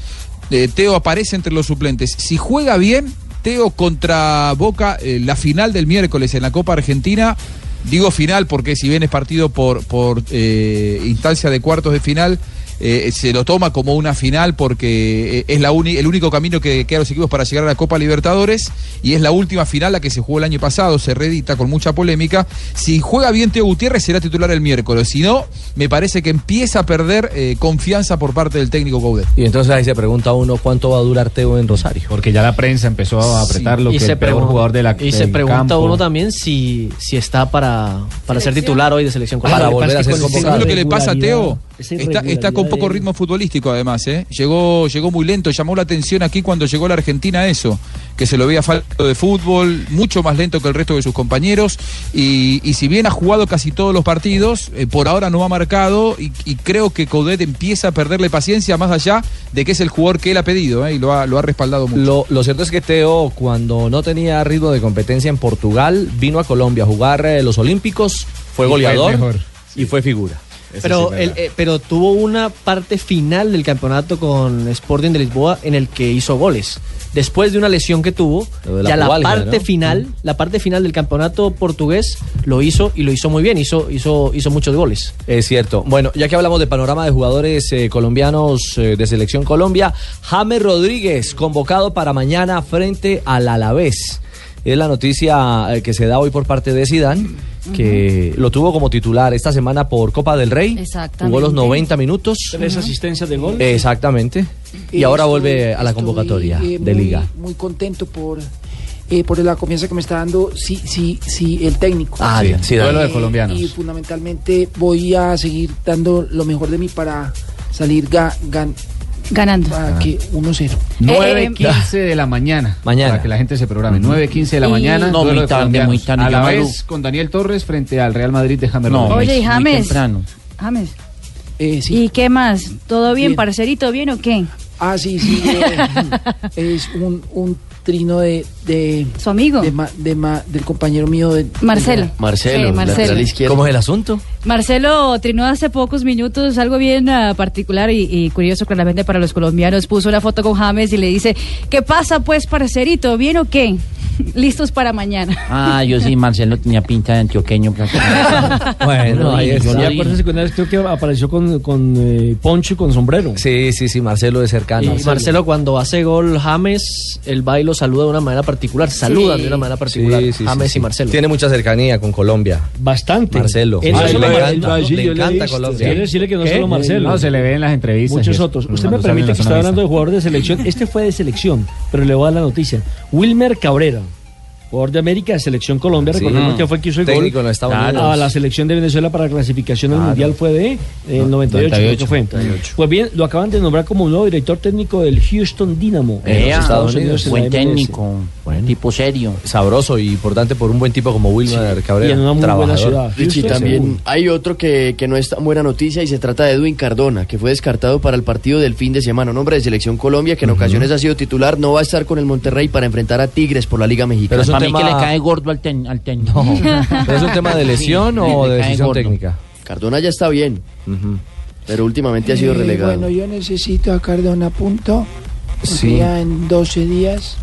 Speaker 24: Eh, Teo aparece entre los suplentes. Si juega bien, Teo contra Boca, eh, la final del miércoles en la Copa Argentina. Digo final porque si bien es partido por, por eh, instancia de cuartos de final, eh, se lo toma como una final porque eh, es la uni- el único camino que queda a los equipos para llegar a la Copa Libertadores y es la última final la que se jugó el año pasado, se reedita con mucha polémica. Si juega bien Teo Gutiérrez será titular el miércoles, si no, me parece que empieza a perder eh, confianza por parte del técnico Goudet.
Speaker 7: Y entonces ahí se pregunta uno cuánto va a durar Teo en Rosario. Porque ya la prensa empezó
Speaker 24: a
Speaker 7: apretarlo
Speaker 24: apretarlo,
Speaker 7: y
Speaker 24: que
Speaker 7: se
Speaker 24: el peor
Speaker 7: pregun-
Speaker 24: jugador de la-
Speaker 1: Y se
Speaker 7: del
Speaker 1: pregunta
Speaker 7: campo.
Speaker 1: uno también si, si está para, para ser titular hoy de selección
Speaker 24: Para
Speaker 1: Colombia.
Speaker 24: volver a
Speaker 1: Parece
Speaker 24: ser
Speaker 1: que con ese
Speaker 24: convocado. lo que le
Speaker 1: irregularidad-
Speaker 24: pasa a Teo?
Speaker 1: esa
Speaker 24: Está, está con
Speaker 1: irregularidad
Speaker 24: poco
Speaker 1: de-
Speaker 24: ritmo futbolístico además, ¿eh? Llegó, llegó muy lento, llamó la atención aquí cuando llegó a la Argentina eso, que se lo veía falto de fútbol, mucho más lento que el resto de sus compañeros, y, y si bien ha jugado casi todos los partidos, eh, por ahora no ha marcado, y, y creo que Coudet empieza a perderle paciencia más allá de que es el jugador que él ha pedido, ¿eh? y lo ha, lo ha respaldado mucho.
Speaker 7: Lo, lo cierto es que Teo, cuando no tenía ritmo de competencia en Portugal, vino a Colombia a jugar eh, los Olímpicos, fue
Speaker 1: Y fue el
Speaker 7: goleador
Speaker 1: mejor.
Speaker 7: y fue figura.
Speaker 1: Pero,
Speaker 7: Ese sí,
Speaker 1: el- eh, pero tuvo una parte final del campeonato con Sporting de Lisboa en el que hizo goles. Después de una lesión que tuvo,
Speaker 7: Lo de la
Speaker 1: ya la
Speaker 7: pubalgia,
Speaker 1: parte
Speaker 7: ¿no? Mm.
Speaker 1: final, la parte final del campeonato portugués pues, lo hizo y lo hizo muy bien, hizo, hizo, hizo muchos goles.
Speaker 7: Es cierto. Bueno, ya que hablamos de panorama de jugadores eh, colombianos eh, de Selección Colombia, James Rodríguez, convocado para mañana frente al Alavés. Es la noticia eh, que se da hoy por parte de Sidán, que lo tuvo como titular esta semana por Copa del Rey.
Speaker 1: Exactamente.
Speaker 7: Jugó los 90 minutos.
Speaker 17: Tres asistencias de gol.
Speaker 7: Exactamente. Y
Speaker 17: Y
Speaker 7: ahora
Speaker 17: estoy-
Speaker 7: vuelve a la
Speaker 17: estoy,
Speaker 7: convocatoria
Speaker 17: eh,
Speaker 7: de
Speaker 17: muy-
Speaker 7: Liga.
Speaker 17: muy contento por, eh, por la confianza que me está dando sí, sí, sí, el técnico.
Speaker 7: Ah,
Speaker 17: Sí.
Speaker 7: bien, sí, dale. Duelo de
Speaker 17: Eh,
Speaker 7: colombianos.
Speaker 17: Y fundamentalmente voy a seguir dando lo mejor de mí para salir ga- gan-
Speaker 6: ganando.
Speaker 17: Para que
Speaker 7: Ah.
Speaker 17: 1-0. eh,
Speaker 11: 9.15 de la mañana. Mañana. Para que la gente se programe.
Speaker 17: Mm.
Speaker 11: 9.15 de la
Speaker 6: Y-
Speaker 11: mañana.
Speaker 6: No,
Speaker 11: duelo
Speaker 6: muy
Speaker 11: de
Speaker 6: tarde,
Speaker 11: colombianos.
Speaker 6: muy tarde,
Speaker 11: A la
Speaker 6: ya,
Speaker 11: vez
Speaker 6: Maru.
Speaker 11: con Daniel Torres frente al Real Madrid de James Rodríguez.
Speaker 6: Oye, y James.
Speaker 11: temprano.
Speaker 6: James.
Speaker 17: Eh,
Speaker 6: ¿Y qué más? ¿Todo bien, parcerito? ¿Bien o qué?
Speaker 17: Ah, sí, sí. eh, es un, un trino de, de.
Speaker 6: ¿Su amigo?
Speaker 17: De, ma- de ma- del compañero mío. De,
Speaker 6: Marcelo.
Speaker 13: Marcelo,
Speaker 6: Sí, Marcelo.
Speaker 13: lateral izquierdo.
Speaker 7: ¿Cómo es el asunto?
Speaker 6: Marcelo trinó hace pocos minutos algo bien ah, particular y, y curioso claramente para los colombianos. Puso una foto con James y le dice, ¿qué pasa pues, parcerito? ¿Bien o qué? Listos para mañana.
Speaker 5: Ah, yo sí, Marcelo tenía pinta de antioqueño.
Speaker 7: Bueno, Ah, ahí
Speaker 5: Yo
Speaker 7: está.
Speaker 5: lo
Speaker 17: Y
Speaker 5: vi.
Speaker 17: acuérdense que una vez creo que apareció con, con eh, poncho y con sombrero.
Speaker 7: Sí, sí, sí, Marcelo es cercano.
Speaker 1: Y Marcelo cuando hace gol James, el baile lo saluda de una manera particular, saluda de una manera particular
Speaker 7: Sí, sí, sí,
Speaker 1: James
Speaker 7: sí.
Speaker 1: y Marcelo.
Speaker 7: Tiene mucha cercanía con Colombia.
Speaker 17: Bastante.
Speaker 7: Marcelo.
Speaker 1: Él no
Speaker 7: Sí,
Speaker 1: solo
Speaker 7: le
Speaker 1: Mar-
Speaker 7: encanta,
Speaker 1: él va
Speaker 17: allí,
Speaker 7: le
Speaker 17: yo le he
Speaker 7: encanta
Speaker 17: visto.
Speaker 7: Colombia.
Speaker 17: Quiere decirle que no
Speaker 11: ¿Qué?
Speaker 17: solo Marcelo.
Speaker 11: No, se le ve en las entrevistas.
Speaker 17: Muchos
Speaker 11: Eso,
Speaker 17: otros. Usted
Speaker 11: cuando sale
Speaker 17: me
Speaker 11: en
Speaker 17: permite
Speaker 11: la zona
Speaker 17: que está
Speaker 11: mixta.
Speaker 17: hablando de jugador de selección. Este fue de selección, pero le voy a dar la noticia. Wilmer Cabrera, jugador de América de Selección Colombia,
Speaker 7: Ah, Sí.
Speaker 17: recordemos que fue el que hizo el
Speaker 7: Técnico en
Speaker 17: gol
Speaker 7: los Estados
Speaker 17: a
Speaker 7: Unidos.
Speaker 17: la selección de Venezuela para clasificación al
Speaker 7: Claro.
Speaker 17: Mundial fue de eh, el 98, creo que fue.
Speaker 5: 98.
Speaker 17: Pues bien, lo acaban de nombrar como nuevo director técnico del Houston Dynamo en
Speaker 5: Ea,
Speaker 17: los Estados Unidos. en la
Speaker 5: Buen
Speaker 17: MLS.
Speaker 5: técnico, tipo serio.
Speaker 7: Sabroso y importante por un buen tipo como Wilmer Cabrera. trabajador.
Speaker 13: Richie, también hay otro que, que no es tan buena noticia y se trata de Edwin Cardona, que fue descartado para el partido del fin de semana. Un hombre de Selección Colombia que en ocasiones ha sido titular, no va a estar con el Monterrey para enfrentar a Tigres por la Liga Mexicana.
Speaker 5: Para mí que le cae gordo al, ten- al técnico.
Speaker 13: ¿Pero es un tema de lesión o de decisión
Speaker 7: técnica?
Speaker 13: Cardona ya está bien, pero últimamente ha sido
Speaker 9: Eh,
Speaker 13: relegado.
Speaker 9: Bueno, yo necesito a Cardona punto. porque
Speaker 7: Sí.
Speaker 9: Ya en 12 días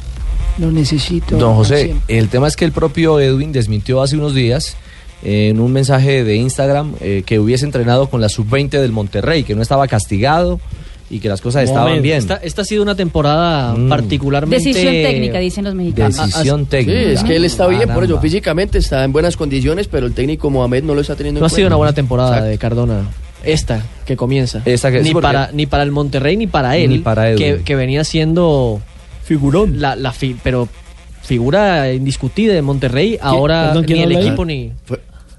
Speaker 9: lo necesito.
Speaker 7: Don
Speaker 9: al
Speaker 7: José,
Speaker 9: 100.
Speaker 7: el tema es que el propio Edwin desmintió hace unos días eh, en un mensaje de Instagram eh, que hubiese entrenado con la sub-20 del Monterrey, que no estaba castigado y que las cosas estaban
Speaker 1: Momento.
Speaker 7: bien. Mm.
Speaker 1: Esta, esta ha sido una temporada particularmente
Speaker 6: Decisión técnica, dicen los mexicanos.
Speaker 7: Decisión técnica.
Speaker 13: Sí, es que él está bien, por eso
Speaker 7: Caramba.
Speaker 13: físicamente está en buenas condiciones, pero el técnico Mohamed no lo está teniendo
Speaker 1: No
Speaker 13: en
Speaker 1: ha sido
Speaker 13: cuenta.
Speaker 1: una buena temporada de Cardona. Esta que comienza.
Speaker 7: Esta que- sí,
Speaker 1: ni,
Speaker 7: porque-
Speaker 1: para, ni para el Monterrey ni para él.
Speaker 7: Ni para Edwin.
Speaker 1: que, que venía siendo.
Speaker 17: Figurón.
Speaker 1: La, la fi- pero figura indiscutida de Monterrey. Ahora
Speaker 17: Perdón, ¿quién
Speaker 1: ni el
Speaker 17: habla ahí?
Speaker 1: equipo ni.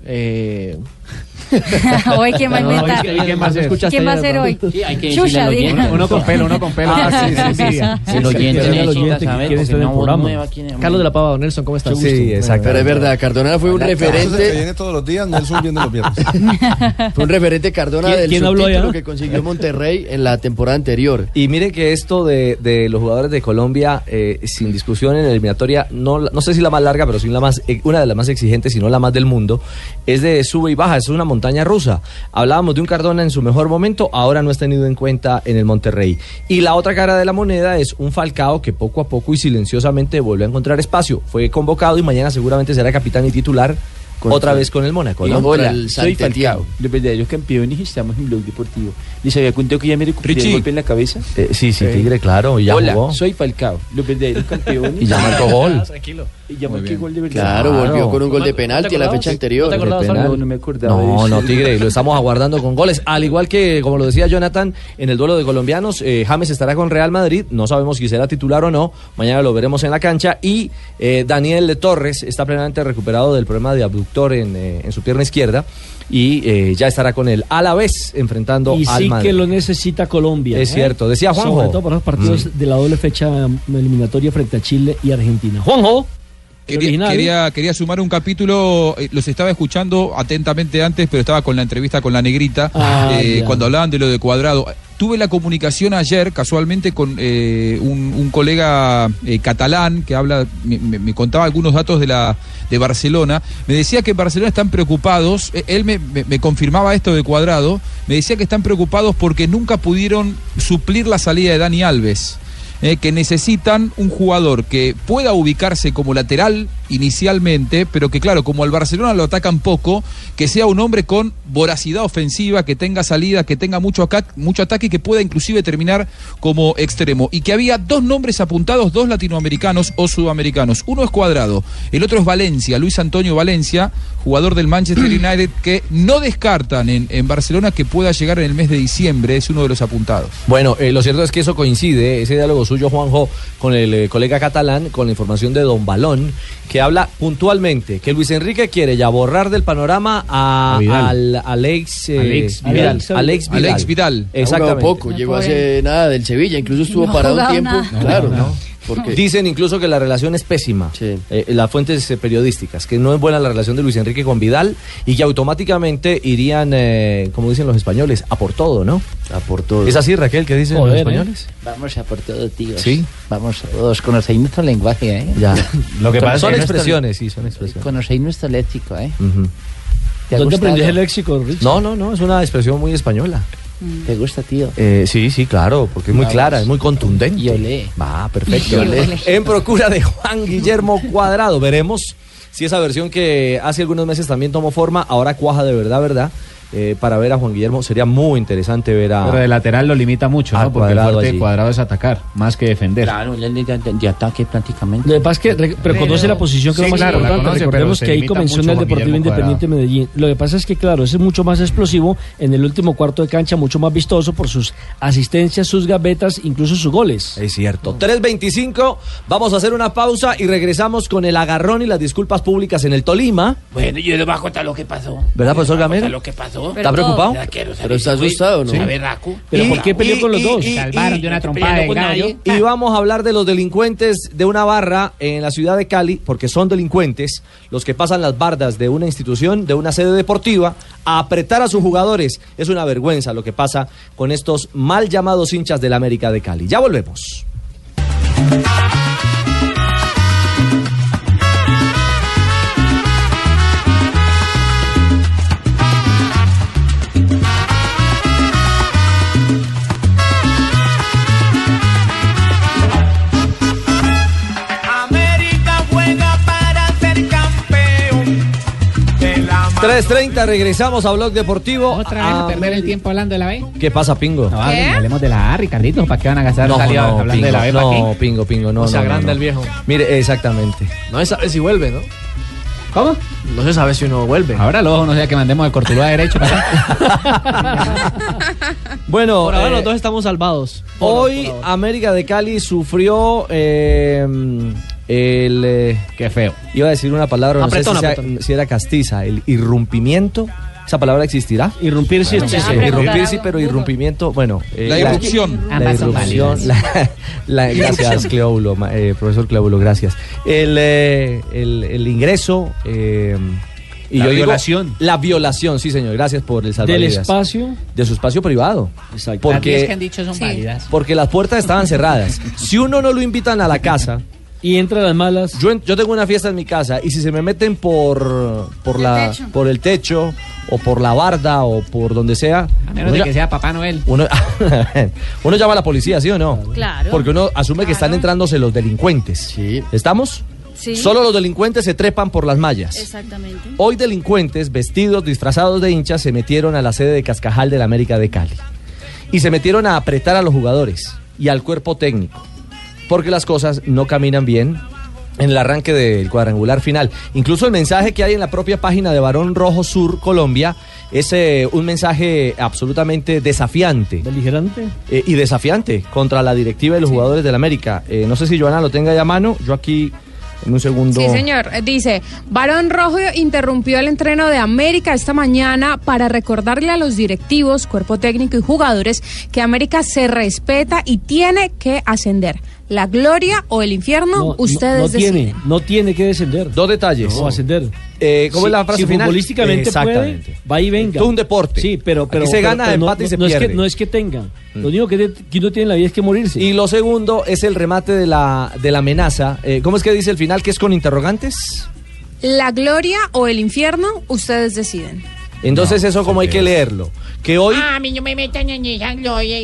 Speaker 1: Eh,
Speaker 6: hoy quién va a
Speaker 1: No, no,
Speaker 6: inventar.
Speaker 1: ¿y qué- y qué más escuchaste
Speaker 6: ¿Quién va a
Speaker 1: ayer,
Speaker 6: ser
Speaker 1: no?
Speaker 6: hoy?
Speaker 1: Sí, hay que decirle
Speaker 6: Chucha,
Speaker 1: al oyente.
Speaker 6: diga.
Speaker 1: Uno con pelo, uno con pelo. Ah, sí, sí, sí.
Speaker 5: El oyente
Speaker 13: Sí, sí, sí.
Speaker 5: necesita
Speaker 13: oyente que
Speaker 5: saber,
Speaker 13: quiere
Speaker 5: porque
Speaker 13: estar en el
Speaker 5: no voz
Speaker 13: programa.
Speaker 5: nueva tiene.
Speaker 1: Carlos de la Pava, don Nelson, ¿cómo estás?
Speaker 7: Sí, exacto.
Speaker 13: Pero es verdad, Cardona fue un
Speaker 20: Que
Speaker 13: referente,
Speaker 20: viene todos los días, Nelson viene los viernes.
Speaker 13: fue un referente Cardona
Speaker 7: ¿Quién-
Speaker 13: del
Speaker 7: quién habló
Speaker 13: subtítulo
Speaker 7: allá?
Speaker 13: que consiguió Monterrey en la temporada anterior.
Speaker 7: Y mire que esto de, de los jugadores de Colombia, eh, sin discusión en la eliminatoria, no, la- no sé si la más larga, pero sí la más, eh, una de las más exigentes, si no la más del mundo, es de sube y baja, es una montaña rusa. Hablábamos de un Cardona en su mejor momento, ahora no es tenido en cuenta en el Monterrey. Y la otra cara de la moneda es un Falcao que poco a poco y silenciosamente vuelve a encontrar espacio. Fue convocado y mañana seguramente será capitán y titular Otra vez con el Mónaco, ¿no?
Speaker 5: Hola,
Speaker 7: Contra el
Speaker 5: soy
Speaker 7: Santetiao.
Speaker 5: Falcao. Los verdaderos campeones estamos en Blog Deportivo. ¿Les había contado que ya me recuperé el
Speaker 7: Richie.
Speaker 5: golpe en la cabeza?
Speaker 7: Eh, sí, sí, Tigre, claro, y ya
Speaker 5: Hola,
Speaker 7: jugó.
Speaker 5: soy Falcao. Los verdaderos campeones.
Speaker 7: Y ya marcó gol.
Speaker 5: Ah, Tranquilo. Y ya marqué
Speaker 7: bien.
Speaker 5: gol de verdad.
Speaker 7: Claro, Claro. volvió con un
Speaker 5: gol de
Speaker 13: penalti
Speaker 5: a la fecha anterior.
Speaker 7: De penal.
Speaker 5: No, no me acordaba. de
Speaker 7: No,
Speaker 5: eso.
Speaker 7: no, Tigre, lo estamos aguardando con goles. Al igual que, como lo decía Jonathan, en el duelo de colombianos, eh, James estará con Real Madrid. No sabemos si será titular o no. Mañana lo veremos en la cancha. Y eh, Daniel Torres está plenamente recuperado del problema de abductor en, eh, en su pierna izquierda. Y eh, ya estará con él a la vez enfrentando
Speaker 17: Y
Speaker 7: al
Speaker 17: sí
Speaker 7: Madrid.
Speaker 17: que lo necesita Colombia. ¿eh?
Speaker 7: Es cierto. Decía Juanjo.
Speaker 17: Sobre todo para los partidos de la doble fecha mm, eliminatoria frente a Chile y Argentina. Juanjo.
Speaker 24: Quería, quería, quería sumar un capítulo, eh, los estaba escuchando atentamente antes, pero estaba con la entrevista con la negrita,
Speaker 27: Ah,
Speaker 24: eh,
Speaker 27: ya.
Speaker 24: cuando hablaban de lo de cuadrado. Tuve la comunicación ayer casualmente con eh, un, un colega eh, catalán que habla, me, me- me contaba algunos datos de la de Barcelona. Me decía que en Barcelona están preocupados, eh, él me, me- me confirmaba esto de cuadrado, me decía que están preocupados porque nunca pudieron suplir la salida de Dani Alves eh, que necesitan un jugador que pueda ubicarse como lateral inicialmente, pero que claro, como al Barcelona lo atacan poco, que sea un hombre con voracidad ofensiva, que tenga salida, que tenga mucho, aca- mucho ataque y que pueda inclusive terminar como extremo. Y que había dos nombres apuntados, dos latinoamericanos o sudamericanos. Uno es Cuadrado, el otro es Valencia, Luis Antonio Valencia, jugador del Manchester United, que no descartan en, en Barcelona que pueda llegar en el mes de diciembre, es uno de los apuntados.
Speaker 7: Bueno, eh, lo cierto es que eso coincide, ese diálogo suyo, Juanjo, con el eh, colega catalán, con la información de Don Balón, que habla puntualmente que Luis Enrique quiere ya borrar del panorama a,
Speaker 13: A Vidal.
Speaker 7: al, al ex, eh,
Speaker 13: Alex Vidal.
Speaker 7: Alex Vidal.
Speaker 13: Alex Vidal. Ha
Speaker 7: Exactamente.
Speaker 13: jugado poco, llegó hace nada del Sevilla, incluso estuvo
Speaker 7: No ha
Speaker 13: parado un
Speaker 7: jugado
Speaker 13: tiempo.
Speaker 7: nada.
Speaker 13: Claro,
Speaker 7: No, no, no. Dicen incluso que la relación es pésima. Eh, las fuentes eh, periodísticas, que no es buena la relación de Luis Enrique con Vidal y que automáticamente irían, eh, como dicen los españoles, a por todo, ¿no?
Speaker 27: A por todo.
Speaker 7: ¿Es así, Raquel, que dicen los españoles?
Speaker 27: Vamos a por todo, tíos.
Speaker 7: Sí.
Speaker 27: Vamos a todos. Conocéis nuestro lenguaje, ¿eh?
Speaker 7: Ya. Lo que pasa
Speaker 27: Son
Speaker 7: es que
Speaker 27: expresiones,
Speaker 7: sí, son expresiones.
Speaker 27: Conocéis nuestro léxico, ¿eh? ¿Te ha
Speaker 7: ¿Dónde
Speaker 27: gustado?
Speaker 7: aprendés el léxico, Rich? No, no, no, es una expresión muy española.
Speaker 5: Mm.
Speaker 27: ¿Te gusta, tío? Ah,
Speaker 7: Eh, sí, sí, claro, porque es muy
Speaker 27: Vamos.
Speaker 7: clara, es muy contundente. Y olé. Va, perfecto.
Speaker 27: Y olé.
Speaker 7: En procura de Juan Guillermo Cuadrado, veremos si esa versión que hace algunos meses también tomó forma, ahora cuaja de verdad, ¿verdad? Eh, para ver a Juan Guillermo sería muy interesante ver
Speaker 17: Ah.
Speaker 7: a...
Speaker 28: Pero de lateral lo limita mucho, ¿no?
Speaker 7: Ah,
Speaker 28: Porque el
Speaker 7: Cuadrado
Speaker 28: fuerte
Speaker 7: allí.
Speaker 28: de cuadrado es atacar, más que defender.
Speaker 27: Claro, de, de- de ataque prácticamente.
Speaker 17: Lo que pasa es que re- pero conoce la posición que es lo más importante. Recordemos que ahí comenzó en el Deportivo Independiente de Medellín. Lo que pasa es que, claro, ese es mucho más explosivo en el último cuarto de cancha, mucho más vistoso por sus asistencias, sus gavetas, incluso sus goles.
Speaker 7: Es cierto. 3.25, vamos a hacer una pausa y regresamos con el agarrón y las disculpas públicas en el Tolima.
Speaker 27: Bueno, yo les voy a contar lo que pasó.
Speaker 7: ¿Verdad, profesor Gamero?
Speaker 27: Lo que pasó.
Speaker 7: ¿Está preocupado?
Speaker 27: Ya quiero saber
Speaker 7: Pero está
Speaker 27: si fue
Speaker 7: asustado, ¿no?
Speaker 27: a berraco.
Speaker 7: ¿Pero por qué peleó con los dos?
Speaker 27: y-
Speaker 7: Salvaron
Speaker 27: y- no estoy peleando con nadie. Ah.
Speaker 7: Y vamos a hablar de los delincuentes de una barra en la ciudad de Cali, porque son delincuentes los que pasan las bardas de una institución, de una sede deportiva, a apretar a sus jugadores. Es una vergüenza lo que pasa con estos mal llamados hinchas del América de Cali. Ya volvemos.
Speaker 2: América juega para ser campeón.
Speaker 7: 3.30, regresamos a Blog Deportivo. Ah,
Speaker 11: Otra vez a perder
Speaker 17: Ah,
Speaker 11: el tiempo hablando de la B.
Speaker 7: ¿Qué pasa, Pingo?
Speaker 11: No, hable- Ah, hablemos de la A, Ricardito, ¿para qué van a gastar salida hablando
Speaker 7: pingo,
Speaker 11: de la B? ¿para
Speaker 7: no,
Speaker 11: qué?
Speaker 7: pingo, pingo, no.
Speaker 11: O sea,
Speaker 7: no, no,
Speaker 11: agranda
Speaker 7: no.
Speaker 11: el viejo.
Speaker 7: Mire, exactamente.
Speaker 1: No se sabe si vuelve, ¿no?
Speaker 11: ¿Cómo?
Speaker 1: No se sabe si uno vuelve.
Speaker 11: Ahora luego no sea que mandemos el Cortuluá derecho para acá.
Speaker 7: Bueno,
Speaker 1: Por ahora
Speaker 7: eh,
Speaker 1: los dos estamos salvados.
Speaker 7: Hoy América de Cali sufrió eh, el... eh,
Speaker 11: Qué feo.
Speaker 7: Iba a decir una palabra, no
Speaker 1: Apretón,
Speaker 7: sé si, sea-
Speaker 1: apretón.
Speaker 7: si era castiza, el irrumpimiento. ¿Esa palabra existirá?
Speaker 17: Irrumpir
Speaker 1: sí existe.
Speaker 7: Irrumpir sí, pero irrumpimiento, bueno. eh,
Speaker 1: La irrupción.
Speaker 7: La
Speaker 1: Ambas son
Speaker 7: irrupción.
Speaker 1: válidas.
Speaker 7: la- la- gracias,
Speaker 1: Irrupción.
Speaker 7: Cleóbulo, ma- eh, profesor Cleóbulo, gracias. El, eh, el, el ingreso... eh,
Speaker 1: La
Speaker 7: digo-
Speaker 1: violación.
Speaker 7: la violación, sí señor, gracias por el
Speaker 17: Del
Speaker 7: salvavidas.
Speaker 17: espacio.
Speaker 7: De su espacio privado.
Speaker 11: Las diez que
Speaker 7: Porque
Speaker 11: han dicho son válidas.
Speaker 7: porque las puertas estaban cerradas. Si uno no lo invitan a la casa.
Speaker 17: Y entra las malas.
Speaker 7: Yo, en- yo tengo una fiesta en mi casa y si se me meten por, por, la,
Speaker 11: techo.
Speaker 7: por el techo o por la barda o por donde sea.
Speaker 11: A menos de
Speaker 7: uno,
Speaker 11: que
Speaker 7: ya-
Speaker 11: sea Papá Noel.
Speaker 7: uno- uno llama a la policía, ¿sí o no?
Speaker 11: Claro.
Speaker 7: Porque uno asume que están entrándose los delincuentes. ¿Estamos?
Speaker 6: Sí.
Speaker 7: Solo los delincuentes se trepan por las mallas.
Speaker 6: Exactamente.
Speaker 7: Hoy delincuentes vestidos, disfrazados de hinchas, se metieron a la sede de Cascajal de la América de Cali. Y se metieron a apretar a los jugadores y al cuerpo técnico. Porque las cosas no caminan bien en el arranque del cuadrangular final. Incluso el mensaje que hay en la propia página de Barón Rojo Sur Colombia es eh, un mensaje absolutamente desafiante.
Speaker 17: ¿Beligerante?
Speaker 7: Eh, y desafiante contra la directiva y los jugadores del América. Eh, no sé si Joana lo tenga ya a mano. Yo aquí, en un segundo.
Speaker 8: Sí, señor. Eh, Dice, Barón Rojo interrumpió el entreno de América esta mañana para recordarle a los directivos, cuerpo técnico y jugadores que América se respeta y tiene que ascender. La gloria o el infierno, ustedes
Speaker 17: no, no
Speaker 8: deciden.
Speaker 17: tiene, no tiene que descender.
Speaker 7: Dos detalles.
Speaker 17: No, ascender.
Speaker 7: Eh, ¿cómo
Speaker 17: Si-
Speaker 7: es la frase
Speaker 17: si
Speaker 7: final?
Speaker 17: futbolísticamente
Speaker 7: Exactamente.
Speaker 17: puede, va y venga.
Speaker 7: Esto es un deporte.
Speaker 17: Sí, pero,
Speaker 7: Aquí
Speaker 17: pero
Speaker 7: se
Speaker 17: pero-
Speaker 7: gana,
Speaker 17: pero no-
Speaker 7: empate y
Speaker 17: no-
Speaker 7: se
Speaker 17: no Es
Speaker 7: pierde. Mm.
Speaker 17: que, no es que tengan. Lo único que, te- que uno tiene en la vida es que morirse.
Speaker 7: Y lo segundo es el remate de la, de la amenaza. Eh, ¿Cómo es que dice el final? ¿Que es con interrogantes?
Speaker 8: La gloria o el infierno, ustedes deciden.
Speaker 7: Entonces, eso como hay que leerlo. Que hoy.
Speaker 8: Ah, a mí no me metan en esa gloria.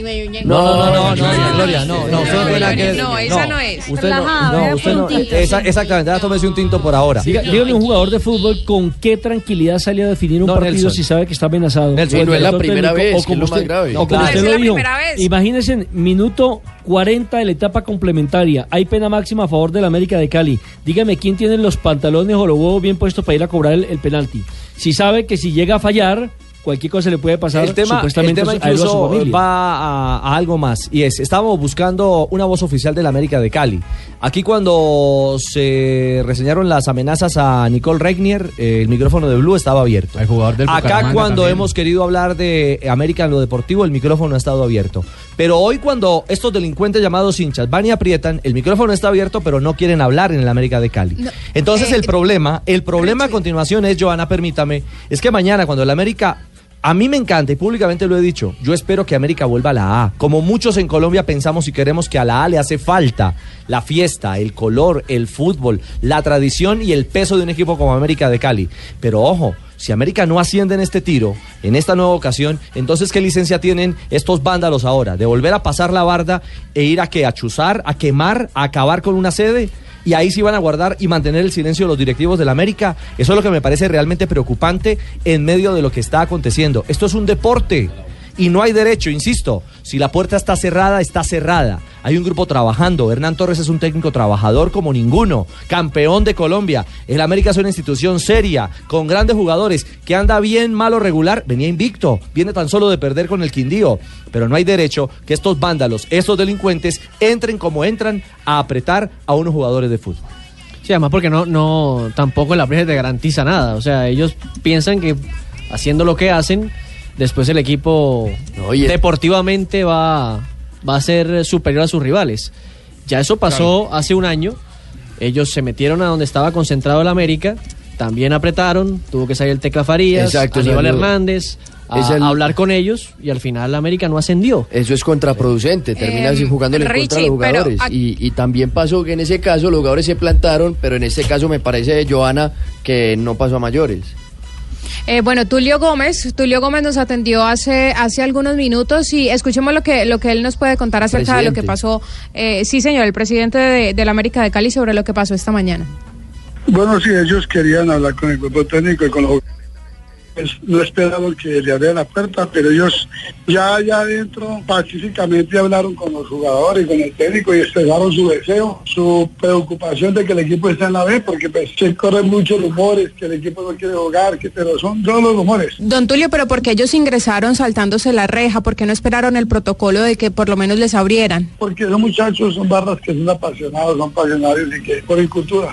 Speaker 7: No, no, no, no, no, Gloria, no, no, usted no tiene nada que ver.
Speaker 8: No, esa no es.
Speaker 7: Usted no,
Speaker 8: Relajada,
Speaker 7: no,
Speaker 8: vea,
Speaker 7: usted no-
Speaker 8: puntito.
Speaker 7: esa- exactamente, ahora tómese un tinto por ahora.
Speaker 17: Diga- dígame un jugador de fútbol con qué tranquilidad sale a definir un
Speaker 7: No,
Speaker 17: partido
Speaker 7: Nelson.
Speaker 17: si sabe que está amenazado.
Speaker 7: Nelson,
Speaker 17: O el
Speaker 7: no es la
Speaker 17: director
Speaker 7: primera vez,
Speaker 17: o
Speaker 7: que es
Speaker 17: como
Speaker 7: lo más
Speaker 17: usted,
Speaker 7: grave.
Speaker 17: o
Speaker 7: No,
Speaker 17: como
Speaker 7: claro.
Speaker 17: usted
Speaker 7: Es la
Speaker 17: lo dijo.
Speaker 7: primera vez.
Speaker 17: Imagínense, minuto 40 de la etapa complementaria. Hay pena máxima a favor del América de Cali. Dígame quién tiene los pantalones o los huevos bien puestos para ir a cobrar el, el penalti. Si sabe que si llega a fallar, cualquier cosa le puede pasar.
Speaker 7: El tema, el
Speaker 17: supuestamente
Speaker 7: tema
Speaker 17: a él o a su
Speaker 7: incluso
Speaker 17: familia.
Speaker 7: va a, a algo más y es, estábamos buscando una voz oficial de la América de Cali. Aquí cuando se reseñaron las amenazas a Nicole Regnier, eh, el micrófono de Blue estaba abierto. El jugador
Speaker 29: del
Speaker 7: Acá
Speaker 29: Bucaramanga
Speaker 7: cuando
Speaker 29: también.
Speaker 7: hemos querido hablar de eh, América en lo deportivo, el micrófono ha estado abierto. Pero hoy cuando estos delincuentes llamados hinchas van y aprietan, el micrófono está abierto pero no quieren hablar en la América de Cali.
Speaker 2: No,
Speaker 7: Entonces
Speaker 2: eh,
Speaker 7: el problema, el problema a continuación es, Joana, permítame, es que mañana cuando el América, a mí me encanta y públicamente lo he dicho, yo espero que América vuelva a la A, como muchos en Colombia pensamos y queremos que a la A le hace falta la fiesta, el color, el fútbol, la tradición y el peso de un equipo como América de Cali. Pero ojo, si América no asciende en este tiro, en esta nueva ocasión, entonces ¿qué licencia tienen estos vándalos ahora? ¿De volver a pasar la barda e ir a que a chuzar, a quemar, a acabar con una sede? y ahí sí van a guardar y mantener el silencio de los directivos del América. Eso es lo que me parece realmente preocupante en medio de lo que está aconteciendo. Esto es un deporte y no hay derecho, insisto. Si la puerta está cerrada, está cerrada. Hay un grupo trabajando. Hernán Torres es un técnico trabajador como ninguno, campeón de Colombia. El América es una institución seria, con grandes jugadores, que anda bien, malo, regular. Venía invicto, viene tan solo de perder con el Quindío. Pero no hay derecho que estos vándalos, estos delincuentes, entren como entran a apretar a unos jugadores de fútbol.
Speaker 1: Sí, además porque no, no, tampoco la prensa te garantiza nada. O sea, ellos piensan que haciendo lo que hacen, después el equipo
Speaker 13: y es-
Speaker 1: deportivamente va, va a ser superior a sus rivales. Ya eso pasó hace un año. Ellos se metieron a donde estaba concentrado el América, también apretaron, tuvo que salir el Tecla Farías,
Speaker 13: Exacto,
Speaker 1: Aníbal
Speaker 13: salió-
Speaker 1: Hernández, a,
Speaker 13: Es el-
Speaker 1: a hablar con ellos y al final la América no ascendió.
Speaker 13: Eso es contraproducente, termina
Speaker 1: Em,
Speaker 7: Eh,
Speaker 13: así jugándole en contra a los
Speaker 1: Richie, pero
Speaker 13: jugadores.
Speaker 1: ac-
Speaker 13: Y, y también pasó que en ese caso los jugadores se plantaron, pero en este caso me parece, Joana, que no pasó a mayores.
Speaker 8: Eh, bueno, Tulio Gómez, Tulio Gómez nos atendió hace, hace algunos minutos y escuchemos lo que, lo que él nos puede contar acerca de lo que
Speaker 13: Presidente.
Speaker 8: pasó. eh, sí, señor, el presidente de, de la América de Cali sobre lo que pasó esta mañana.
Speaker 21: Bueno, sí, ellos querían hablar con el cuerpo técnico y con los jugadores. Pues, no esperaban que le abrieran la puerta, pero ellos ya allá adentro pacíficamente hablaron con los jugadores, con el técnico y expresaron su deseo, su preocupación de que el equipo está en la B, porque pues, se corren muchos rumores, que el equipo no quiere jugar, que pero son todos los rumores.
Speaker 8: Don Tulio, pero ¿por qué ellos ingresaron saltándose la reja? ¿Por qué no esperaron el protocolo de que por lo menos les abrieran?
Speaker 21: Porque esos muchachos son barras que son apasionados, son pasionarios y que por cultura.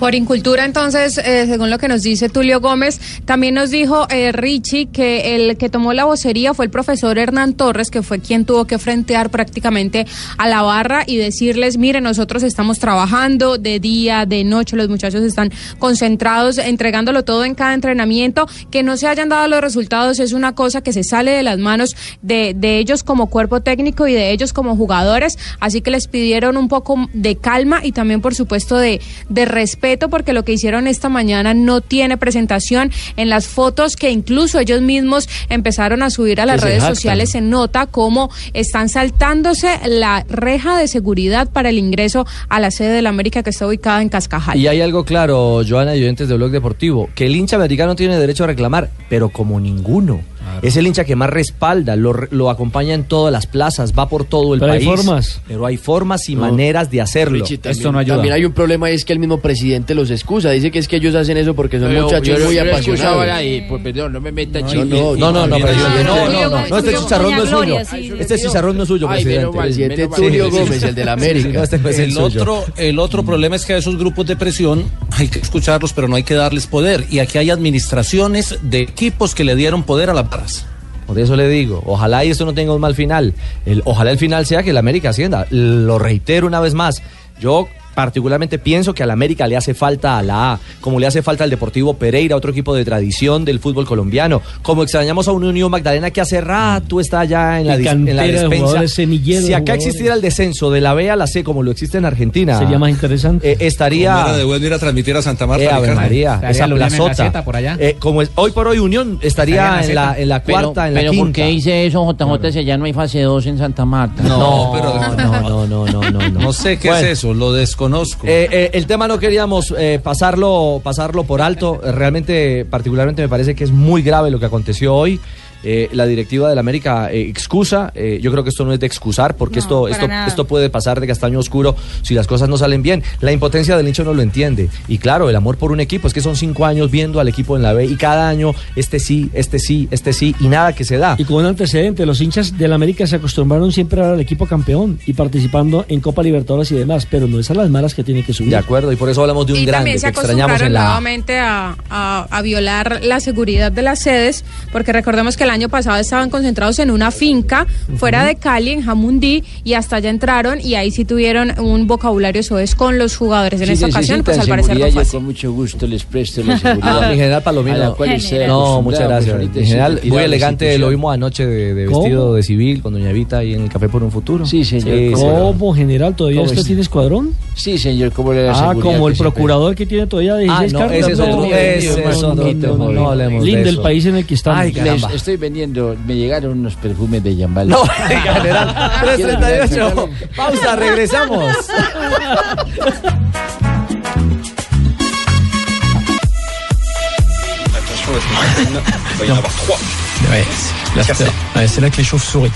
Speaker 8: Por incultura, entonces, eh, según lo que nos dice Tulio Gómez, también nos dijo eh, Richie que el que tomó la vocería fue el profesor Hernán Torres, que fue quien tuvo que frentear prácticamente a la barra y decirles, mire, nosotros estamos trabajando de día, de noche, los muchachos están concentrados, entregándolo todo en cada entrenamiento, que no se hayan dado los resultados es una cosa que se sale de las manos de, de ellos como cuerpo técnico y de ellos como jugadores, así que les pidieron un poco de calma y también, por supuesto, de, de respeto respeto porque lo que hicieron esta mañana no tiene presentación. En las fotos que incluso ellos mismos empezaron a subir a las
Speaker 2: Que se
Speaker 8: redes
Speaker 2: jactan.
Speaker 8: sociales se nota cómo están saltándose la reja de seguridad para el ingreso a la sede de la América que está ubicada en Cascajal.
Speaker 7: Y hay algo claro, Joana y oyentes de Blog Deportivo, que el hincha americano tiene derecho a reclamar, pero como ninguno. Es el hincha que más respalda, lo, re- lo acompaña en todas las plazas, va por todo el
Speaker 17: Pero hay
Speaker 7: país.
Speaker 17: formas.
Speaker 7: Pero hay formas y maneras de hacerlo.
Speaker 13: Richie, también, También hay un problema y es que el mismo presidente los excusa. Dice que es que ellos hacen eso porque son
Speaker 5: Yo-
Speaker 13: muchachos
Speaker 5: yo-
Speaker 13: muy
Speaker 5: yo lo he escuchado
Speaker 13: apasionados.
Speaker 5: ahora y, pues, perdón, no me meta
Speaker 13: no,
Speaker 5: chisme.
Speaker 13: no, no, no, no, presidente, no, no, no, no, este chicharrón no es suyo. Este chicharrón no es suyo,
Speaker 5: Ay,
Speaker 13: presidente.
Speaker 5: menos mal,
Speaker 13: Presidente
Speaker 5: menos mal.
Speaker 13: Tulio
Speaker 5: Sí, sí, sí.
Speaker 13: Gómez, el de la
Speaker 20: Sí, sí, no,
Speaker 13: América.
Speaker 20: este no es el, otro, el otro problema es que a esos grupos de presión hay que escucharlos, pero no hay que darles poder. Y aquí hay administraciones de equipos que le dieron poder a la Paras.
Speaker 7: Por eso le digo, ojalá y esto no tenga un mal final. El- ojalá el final sea que la América ascienda. Lo reitero una vez más. Yo particularmente pienso que a la América le hace falta a la A, como le hace falta al Deportivo Pereira, otro equipo de tradición del fútbol colombiano, como extrañamos a un Unión Magdalena que hace rato está allá en la,
Speaker 17: Y
Speaker 7: dis- en la
Speaker 17: cantera de
Speaker 7: despensa.
Speaker 17: jugadores, semillero de
Speaker 7: Si acá
Speaker 17: jugadores.
Speaker 7: existiera el descenso de la B a la C como lo existe en Argentina,
Speaker 17: Sería más interesante.
Speaker 7: eh, estaría...
Speaker 20: de bueno ir a transmitir a Santa
Speaker 7: Eh,
Speaker 20: Marta.
Speaker 7: Ave
Speaker 20: Ricardo.
Speaker 7: María, esa plazota.
Speaker 5: Zeta, por allá.
Speaker 7: Eh, como es, hoy por hoy Unión estaría en la, en la cuarta,
Speaker 5: pero,
Speaker 7: en la
Speaker 5: pero
Speaker 7: quinta.
Speaker 5: ¿por qué dice eso, JJ? Si ya no hay fase 2 en Santa Marta.
Speaker 7: No, no, no, no, no, no.
Speaker 20: No sé qué
Speaker 7: Bueno.
Speaker 20: es eso, lo desconozco.
Speaker 7: Eh, eh, el tema no queríamos eh, pasarlo, pasarlo por alto. Realmente, particularmente me parece que es muy grave lo que aconteció hoy. Eh, la directiva del América eh, excusa. eh, yo creo que esto no es de excusar, porque esto,
Speaker 3: para
Speaker 7: esto,
Speaker 3: nada.
Speaker 7: esto puede pasar de castaño oscuro si las cosas no salen bien. La impotencia del hincha no lo entiende. Y claro, el amor por un equipo. Es que son cinco años viendo al equipo en la B y cada año este sí, este sí, este sí y nada que se da.
Speaker 17: Y con un antecedente, los hinchas del América se acostumbraron siempre a ver al equipo campeón y participando en Copa Libertadores y demás, pero no es a las malas que tiene que subir.
Speaker 7: De acuerdo, y por eso hablamos de
Speaker 8: y también se acostumbraron nuevamente a, a- a violar la seguridad de las sedes, porque recordemos que el año pasado estaban concentrados en una finca fuera de Cali, en Jamundí, y hasta allá entraron y ahí sí tuvieron un vocabulario soez con los jugadores. En
Speaker 5: Si
Speaker 8: esta ocasión, pues
Speaker 5: necesitan
Speaker 8: al parecer no
Speaker 5: seguridad,
Speaker 8: fue
Speaker 5: yo
Speaker 8: así.
Speaker 5: con mucho gusto les presto la seguridad.
Speaker 7: Ah, mi general
Speaker 5: A la
Speaker 7: Palomino.
Speaker 5: cual ustedes
Speaker 7: No, muchas
Speaker 5: acostumbrados,
Speaker 7: gracias.
Speaker 5: ahorita
Speaker 7: Mi
Speaker 5: es
Speaker 7: general,
Speaker 5: inolvidable
Speaker 7: muy
Speaker 5: la
Speaker 7: elegante,
Speaker 5: situación.
Speaker 7: lo vimos anoche de, de
Speaker 17: ¿Cómo?
Speaker 7: vestido de civil con Doña Evita ahí en el Café por un Futuro. Sí,
Speaker 5: señor.
Speaker 17: ¿Cómo, general? ¿Todavía
Speaker 5: ¿Cómo
Speaker 17: usted
Speaker 5: está?
Speaker 17: tiene escuadrón?
Speaker 5: Sí, señor, ¿cómo le da
Speaker 17: Ah,
Speaker 5: seguridad
Speaker 17: como el
Speaker 5: que se Ah,
Speaker 17: procurador que tiene todavía 16
Speaker 5: no,
Speaker 17: cartas.
Speaker 5: ese es otro- ese
Speaker 17: no,
Speaker 5: es otro
Speaker 17: no, no, no,
Speaker 5: tema,
Speaker 17: no,
Speaker 5: no hablemos
Speaker 17: Lindo
Speaker 5: de
Speaker 17: el
Speaker 5: eso.
Speaker 17: país en el que estamos.
Speaker 5: Ay, caramba. Les estoy vendiendo, me llegaron unos perfumes de Yambal.
Speaker 7: No, general, 338. Pausa, regresamos.
Speaker 25: Ouais, c'est l'after. Ouais, c'est là que les chauves-souris.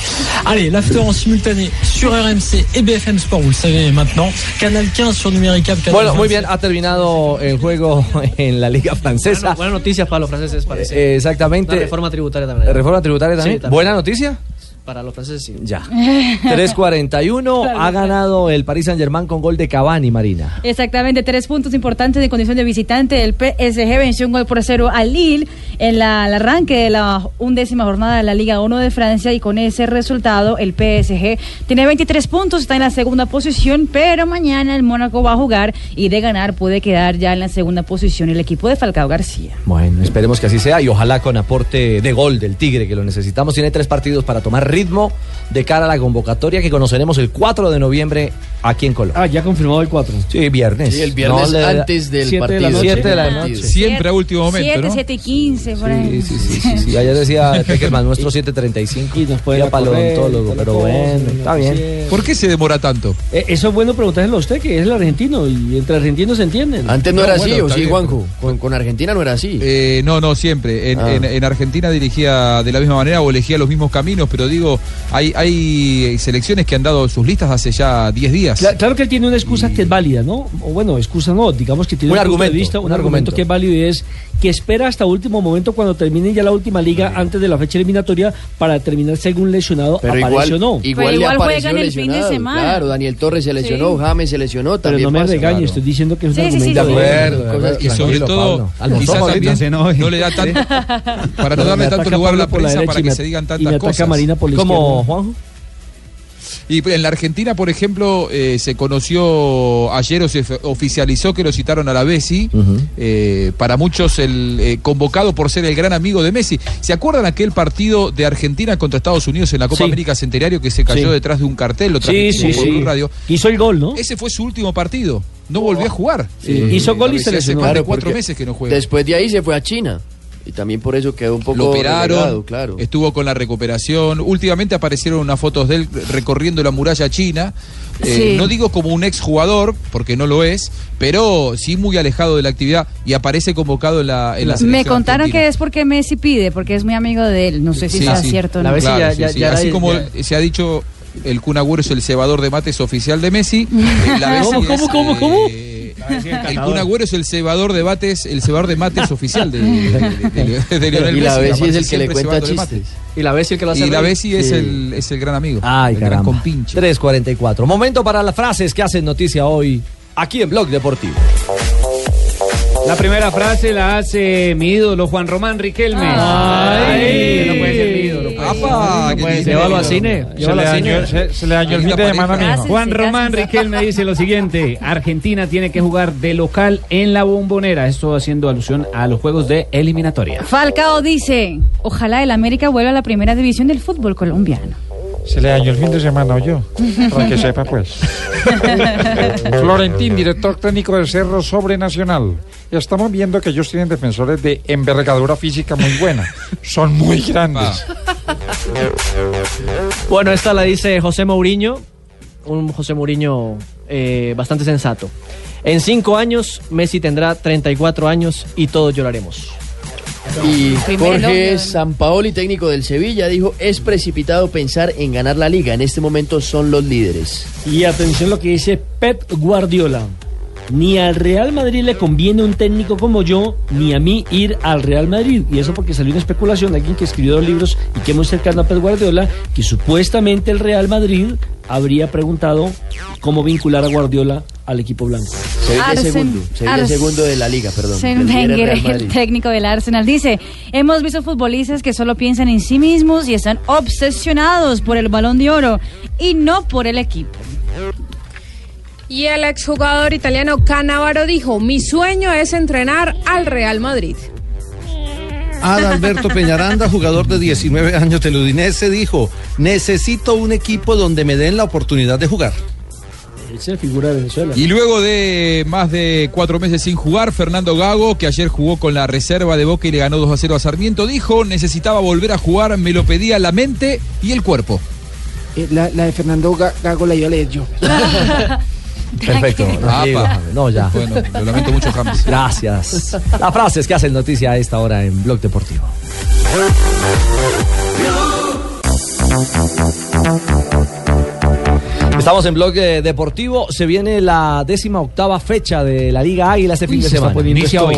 Speaker 25: Allez, l'after en simultané sur RMC et BFM Sport, vous le savez maintenant. Canal 15 sur Numérica. Canal
Speaker 7: Bueno, muy
Speaker 25: 27.
Speaker 7: bien, ha terminado el juego en la Liga Francesa.
Speaker 1: Buenas noticias para los franceses, parece.
Speaker 7: Eh, exactamente.
Speaker 1: Una reforma tributaria también.
Speaker 7: Reforma tributaria también.
Speaker 1: Sí, también.
Speaker 7: Buena noticia.
Speaker 1: Para los franceses, sí.
Speaker 7: Ya. 3.41 ha ganado el Paris Saint-Germain con gol de Cavani, Marina.
Speaker 6: Exactamente, tres puntos importantes en condición de visitante. El PSG venció un gol por cero al Lille en la- el arranque de la undécima jornada de la Liga 1 de Francia y con ese resultado el PSG tiene 23 puntos, está en la segunda posición, pero mañana el Mónaco va a jugar y de ganar puede quedar ya en la segunda posición el equipo de Falcao García.
Speaker 7: Bueno, esperemos que así sea y ojalá con aporte de gol del Tigre, que lo necesitamos. Tiene tres partidos para tomar ritmo de cara a la convocatoria que conoceremos el 4 de noviembre aquí en Colombia.
Speaker 17: Ah, ya confirmado el 4.
Speaker 7: Sí, viernes.
Speaker 13: Sí, el viernes
Speaker 7: le-
Speaker 13: antes del
Speaker 7: Siete de la
Speaker 13: partido.
Speaker 7: noche. Siete de la
Speaker 13: Partido.
Speaker 7: noche.
Speaker 10: Siempre a último momento,
Speaker 6: 7,
Speaker 10: ¿no?
Speaker 6: 7 y 15, por ahí.
Speaker 7: Sí, sí, sí, sí, sí. Ayer decía Peckerman, nuestro 7.35. Y nos
Speaker 17: pueden
Speaker 7: para el
Speaker 17: correr,
Speaker 7: odontólogo,
Speaker 17: toda la
Speaker 7: pero
Speaker 17: cosa,
Speaker 7: bueno,
Speaker 17: la
Speaker 7: está bien.
Speaker 17: paciencia.
Speaker 10: ¿Por qué se demora tanto?
Speaker 17: Eh, Eso es bueno preguntárselo a usted, que es el argentino, y entre argentinos se entienden.
Speaker 10: Antes no No, era así, bueno, ¿o está sí, bien.
Speaker 17: Juanjo?
Speaker 13: Con, Argentina no era así.
Speaker 10: Eh, no, no, siempre. En,
Speaker 13: Ah.
Speaker 10: en- en Argentina dirigía de la misma manera o elegía los mismos caminos, pero digo, hay, hay selecciones que han dado sus listas hace ya 10 días.
Speaker 17: Cla- Claro que él tiene una excusa que es válida, ¿no? O bueno, excusa no, digamos que tiene
Speaker 10: Un
Speaker 17: punto de
Speaker 10: argumento,
Speaker 17: vista, un,
Speaker 10: un
Speaker 17: argumento,
Speaker 10: argumento.
Speaker 17: que es válido y es que espera hasta último momento cuando termine ya la última liga antes de la fecha eliminatoria para determinar si algún lesionado
Speaker 13: Pero
Speaker 17: aparece
Speaker 13: igual,
Speaker 17: o no.
Speaker 13: igual, le apareció
Speaker 6: juegan el fin de
Speaker 13: lesionado,
Speaker 6: semana.
Speaker 13: Claro, Daniel Torres se lesionó,
Speaker 6: Sí.
Speaker 13: James se lesionó,
Speaker 17: Pero
Speaker 13: también
Speaker 17: no me
Speaker 13: pasa.
Speaker 17: regañe, estoy diciendo que es un
Speaker 13: Sí, sí, sí,
Speaker 17: argumento
Speaker 13: sí, sí.
Speaker 17: válido.
Speaker 13: De acuerdo, de
Speaker 10: Y sobre
Speaker 13: Tranquilo,
Speaker 10: todo,
Speaker 13: Pablo. Almorzó
Speaker 10: quizás
Speaker 13: ahorita.
Speaker 10: también no le da tan- para no
Speaker 17: Me
Speaker 10: darle
Speaker 17: este, ataca
Speaker 10: tanto lugar a la
Speaker 17: Pablo por la
Speaker 10: prensa
Speaker 17: derecha
Speaker 10: para
Speaker 17: y
Speaker 10: que
Speaker 17: me-
Speaker 10: se digan
Speaker 17: y me
Speaker 10: tantas
Speaker 17: ataca
Speaker 10: cosas.
Speaker 17: Marina por la ¿Cómo, izquierda.
Speaker 7: Juanjo?
Speaker 10: Y en la Argentina, por ejemplo, eh, se conoció ayer o se fe- oficializó que lo citaron a la Bessi, eh, para muchos el eh, convocado por ser el gran amigo de Messi. ¿Se acuerdan aquel partido de Argentina contra Estados Unidos en la Copa
Speaker 17: Sí.
Speaker 10: América Centenario que se cayó
Speaker 17: Sí.
Speaker 10: detrás de un cartel? Lo
Speaker 17: Sí,
Speaker 10: transmitimos
Speaker 17: sí,
Speaker 10: por
Speaker 17: sí.
Speaker 10: Blue radio.
Speaker 17: Hizo el gol, ¿no?
Speaker 10: Ese fue su último partido.
Speaker 24: No volvió a jugar.
Speaker 13: Sí. Hizo gol y se
Speaker 24: Hace
Speaker 13: lesionó.
Speaker 24: más de
Speaker 13: Claro,
Speaker 24: cuatro
Speaker 13: porque
Speaker 24: meses que no juega.
Speaker 13: Después de ahí se fue a China. Y también por eso quedó un poco
Speaker 24: Lo operaron,
Speaker 13: relegado, claro.
Speaker 24: estuvo con la recuperación. Últimamente aparecieron unas fotos de él recorriendo la muralla china. Eh,
Speaker 30: Sí.
Speaker 24: No digo como un ex jugador, porque no lo es, pero sí muy alejado de la actividad y aparece convocado en la, en la
Speaker 6: Me
Speaker 24: selección
Speaker 6: contaron
Speaker 24: argentina.
Speaker 6: que es porque Messi pide, porque es muy amigo de él. No sé si
Speaker 24: Sí,
Speaker 6: sea
Speaker 24: sí.
Speaker 6: cierto o no.
Speaker 24: Claro, sí, sí. Así como se ha dicho, el Kun Agüero es el cebador de mates oficial de Messi. eh, la Bessi es, eh, El Kun Agüero es el cebador de mates, el cebador de mates oficial de, de- de- de Lionel
Speaker 13: Y la
Speaker 24: Messi.
Speaker 13: Bessi es el
Speaker 24: Siempre
Speaker 13: que le cuenta
Speaker 24: cebando de mates.
Speaker 13: chistes.
Speaker 7: Y la Bessi el que lo hace
Speaker 24: Y la
Speaker 7: reír.
Speaker 24: Bessi es
Speaker 7: Sí.
Speaker 24: el, es el gran amigo.
Speaker 7: Ay,
Speaker 24: el gran
Speaker 7: caramba.
Speaker 24: compi-
Speaker 7: 3.44. Momento para las frases que hacen noticia hoy aquí en Blog Deportivo.
Speaker 11: La primera frase la hace mi ídolo Juan Román Riquelme.
Speaker 1: Ay.
Speaker 11: Ay, no puede ser mi ídolo. pues.
Speaker 1: Apa,
Speaker 11: No puede
Speaker 1: que
Speaker 11: ser
Speaker 1: llévalo
Speaker 11: mi
Speaker 1: al
Speaker 11: ídolo.
Speaker 1: cine, llévalo al cine. Ahí la pareja. Cásense,
Speaker 11: Juan
Speaker 1: cásense.
Speaker 11: Román Riquelme dice lo siguiente: Argentina tiene que jugar de local en la bombonera. Esto haciendo alusión a los juegos de eliminatoria.
Speaker 6: Falcao dice, ojalá el América vuelva a la primera división del fútbol colombiano.
Speaker 3: Se le dañó el fin de semana o yo, para que sepa pues. Florentín, director técnico de Cerro Sobrenacional. Estamos viendo que ellos tienen defensores de envergadura física muy buena. Son muy grandes.
Speaker 1: Bueno, esta la dice José Mourinho, un José Mourinho eh, bastante sensato. En cinco años, Messi tendrá 34 años y todos lloraremos.
Speaker 13: Y
Speaker 1: Primer
Speaker 13: Jorge
Speaker 1: elogio.
Speaker 13: Sampaoli, técnico del Sevilla, dijo, es precipitado pensar en ganar la liga. En este momento son los líderes.
Speaker 17: Y atención lo que dice Pep Guardiola. Ni al Real Madrid le conviene un técnico como yo, ni a mí ir al Real Madrid. Y eso porque salió una especulación de alguien que escribió dos libros y que es muy cercano a Pep Guardiola, que supuestamente el Real Madrid habría preguntado cómo vincular a Guardiola al equipo blanco.
Speaker 13: Sevilla es
Speaker 6: Arsen-
Speaker 13: segundo. Sevilla es
Speaker 6: Ars-
Speaker 13: segundo de la liga, perdón.
Speaker 6: Arsène
Speaker 13: El líder es
Speaker 6: Wenger,
Speaker 13: Real
Speaker 6: el
Speaker 13: Madrid.
Speaker 6: técnico del Arsenal, dice, hemos visto futbolistas que solo piensan en sí mismos y están obsesionados por el balón de oro y no por el equipo.
Speaker 8: Y el exjugador italiano Canavaro dijo, mi sueño es entrenar al Real Madrid.
Speaker 20: Adalberto Peñaranda, jugador de 19 años del Udinese, dijo, necesito un equipo donde me den la oportunidad de jugar.
Speaker 17: Esa es figura de Venezuela.
Speaker 24: Y luego de más de cuatro meses sin jugar, Fernando Gago, que ayer jugó con la reserva de Boca y le ganó 2 a 0 a Sarmiento, dijo, necesitaba volver a jugar, me lo pedía la mente y el cuerpo.
Speaker 9: Eh, La, la de Fernando Ga- Gago la iba a leer yo.
Speaker 7: Perfecto. tranquilo,
Speaker 24: Apa.
Speaker 7: James. No, ya.
Speaker 24: Bueno, lo lamento mucho, James.
Speaker 7: Gracias. Las frases que hacen noticia a esta hora en Blog Deportivo. Estamos en Blog eh, Deportivo. Se viene la décima octava fecha de la Liga Águila este fin de semana.
Speaker 11: Inicia hoy.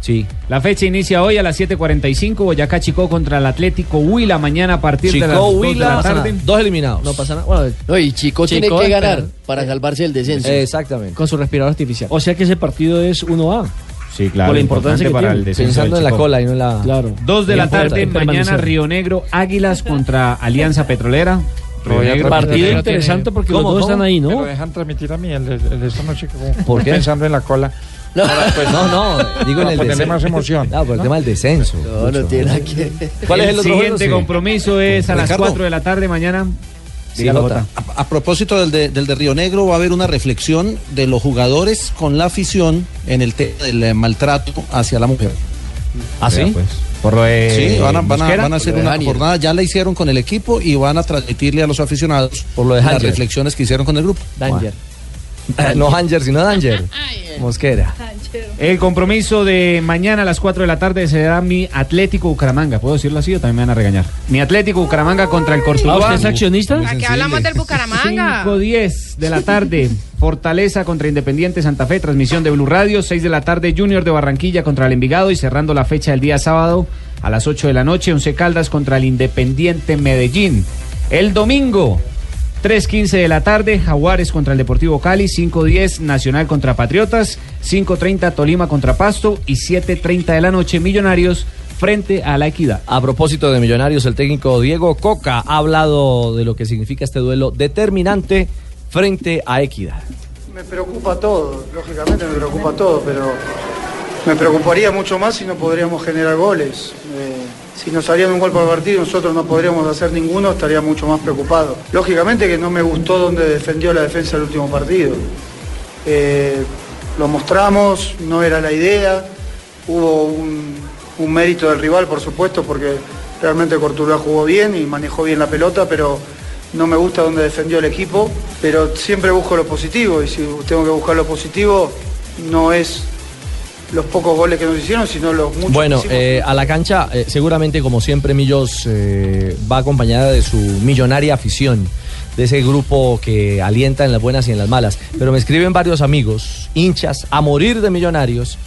Speaker 7: Sí.
Speaker 11: La fecha inicia hoy a las 7:45. Boyacá Chico contra el Atlético Huila. Mañana a partir de las
Speaker 13: Chico,
Speaker 11: 2 de
Speaker 13: Huila,
Speaker 11: la tarde.
Speaker 13: Sana.
Speaker 7: Dos eliminados.
Speaker 13: No
Speaker 7: pasa nada.
Speaker 13: No, y Chico, tiene
Speaker 1: Chico,
Speaker 13: que
Speaker 1: espera.
Speaker 13: ganar para salvarse del descenso.
Speaker 7: Exactamente.
Speaker 1: Con su respirador artificial.
Speaker 17: O sea que ese partido es 1A.
Speaker 31: Sí,
Speaker 7: claro,
Speaker 17: Por la
Speaker 7: importante
Speaker 17: importancia que
Speaker 7: para
Speaker 17: tiene.
Speaker 7: el descenso Pensando de en la Chicó. cola y no en la-
Speaker 17: Claro.
Speaker 11: 2 de la tarde, mañana
Speaker 17: Permanecer.
Speaker 11: Río Negro, Águilas contra Alianza Petrolera. Río Negro.
Speaker 17: Partido interesante porque los dos están ahí,
Speaker 3: Me lo
Speaker 17: ¿no?
Speaker 3: dejan transmitir a mí el, el, el esta noche como
Speaker 7: ¿Por qué?
Speaker 3: pensando en la cola. pues,
Speaker 7: No, no, no, digo en
Speaker 24: Ah,
Speaker 3: para
Speaker 7: el
Speaker 3: ponerle
Speaker 7: descenso.
Speaker 3: más emoción.
Speaker 7: No, por el tema del descenso.
Speaker 3: No, no tiene nada que ver.
Speaker 7: ¿Cuál es el otro
Speaker 11: siguiente
Speaker 7: juego? Sí.
Speaker 11: compromiso? Es a las
Speaker 20: Ricardo.
Speaker 11: 4 de la tarde mañana.
Speaker 20: Sí, Jota. a, a propósito del de, del de Río Negro, va a haber una reflexión de los jugadores con la afición en el tema del eh, maltrato hacia la mujer.
Speaker 7: ¿Ah, sí?
Speaker 31: pues. Por lo de
Speaker 20: pues. Sí, van a, van a-
Speaker 31: Mosquera.
Speaker 20: van a
Speaker 31: Por
Speaker 20: hacer
Speaker 31: lo de
Speaker 20: una
Speaker 31: Daniel.
Speaker 20: jornada, ya la hicieron con el equipo y van a transmitirle a los aficionados
Speaker 7: por lo de
Speaker 20: las
Speaker 7: Hanger.
Speaker 20: reflexiones que hicieron con el grupo.
Speaker 7: Danger. No Hanger, sino Danger. Mosquera.
Speaker 11: El compromiso de mañana a las 4 de la tarde será mi Atlético Bucaramanga. ¿Puedo decirlo así o también me van a regañar? Mi Atlético Bucaramanga contra el Cortuluá.
Speaker 17: ¿Ah, usted es accionista?
Speaker 11: Aquí hablamos del Bucaramanga. 5-10 de la tarde, Fortaleza contra Independiente Santa Fe, transmisión de Blue Radio. 6 de la tarde, Junior de Barranquilla contra el Envigado y cerrando la fecha del día sábado a las 8 de la noche, Once Caldas contra el Independiente Medellín. El domingo, 3.15 de la tarde, Jaguares contra el Deportivo Cali, 5.10 Nacional contra Patriotas, 5.30 Tolima contra Pasto y 7.30 de la noche Millonarios frente a la Equidad.
Speaker 7: A propósito de Millonarios, el técnico Diego Coca ha hablado de lo que significa este duelo determinante frente a Equidad.
Speaker 32: Me preocupa todo, lógicamente me preocupa todo, pero me preocuparía mucho más si no podríamos generar goles. Eh, si nos harían un gol por partido y nosotros no podríamos hacer ninguno, estaría mucho más preocupado. Lógicamente que no me gustó donde defendió la defensa el último partido. Eh, lo mostramos, no era la idea, hubo un, un mérito del rival, por supuesto, porque realmente Cortuluá jugó bien y manejó bien la pelota, pero no me gusta dónde defendió el equipo, pero siempre busco lo positivo y si tengo que buscar lo positivo, no es los pocos goles que nos hicieron, sino los muchos
Speaker 7: Bueno,
Speaker 32: que hicimos.
Speaker 7: eh, a la cancha, eh, seguramente, como siempre, Millos eh, va acompañada de su millonaria afición, de ese grupo que alienta en las buenas y en las malas. Pero me escriben varios amigos, hinchas, a morir de millonarios,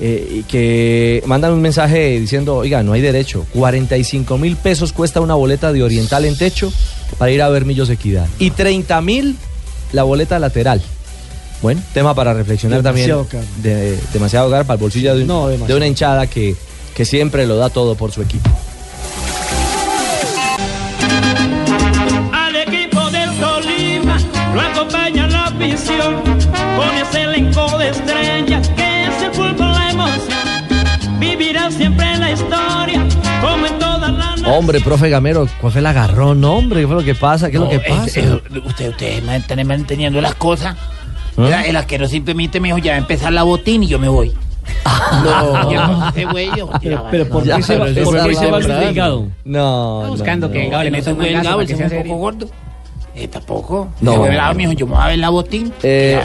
Speaker 7: eh, y que mandan un mensaje diciendo: Oiga, no hay derecho, 45 mil pesos cuesta una boleta de Oriental en techo para ir a ver Millos Equidad, y 30 mil la boleta lateral. Bueno, tema para reflexionar
Speaker 33: Demasiado
Speaker 7: también. De, demasiado caro para el bolsillo de, un-
Speaker 33: No, demasiado.
Speaker 7: de una hinchada que, que siempre lo da todo por su equipo.
Speaker 2: Al equipo del Tolima lo acompaña la afición con ese elenco de estrellas que es el fútbol la emoción. Vivirá siempre en la historia como en toda la
Speaker 7: Hombre, profe Gamero, ¿cuál fue el agarrón? No, Hombre, ¿qué fue lo que pasa? ¿Qué es
Speaker 5: No,
Speaker 7: lo que
Speaker 5: es-
Speaker 7: pasa?
Speaker 5: es- usted, ustedes me están entendiendo las cosas.
Speaker 7: ¿Ah?
Speaker 5: Era- El arquero simplemente me dijo, ya va a empezar la botín y yo me voy. No, yo no sé, güey, yo-
Speaker 17: Pero, pero ¿por qué se va,
Speaker 5: pero
Speaker 17: ¿por
Speaker 5: eso
Speaker 17: qué
Speaker 5: es
Speaker 17: se va
Speaker 5: temprano.
Speaker 17: el ligado?
Speaker 7: No.
Speaker 5: buscando que Gabo le meta un
Speaker 17: buen
Speaker 5: Gabo,
Speaker 17: gazo
Speaker 5: el que
Speaker 17: para
Speaker 5: sea
Speaker 17: que sea
Speaker 5: un poco gordo. Eh, tampoco.
Speaker 7: No.
Speaker 5: No. mijo, yo me voy a ver la botín.
Speaker 7: Eh,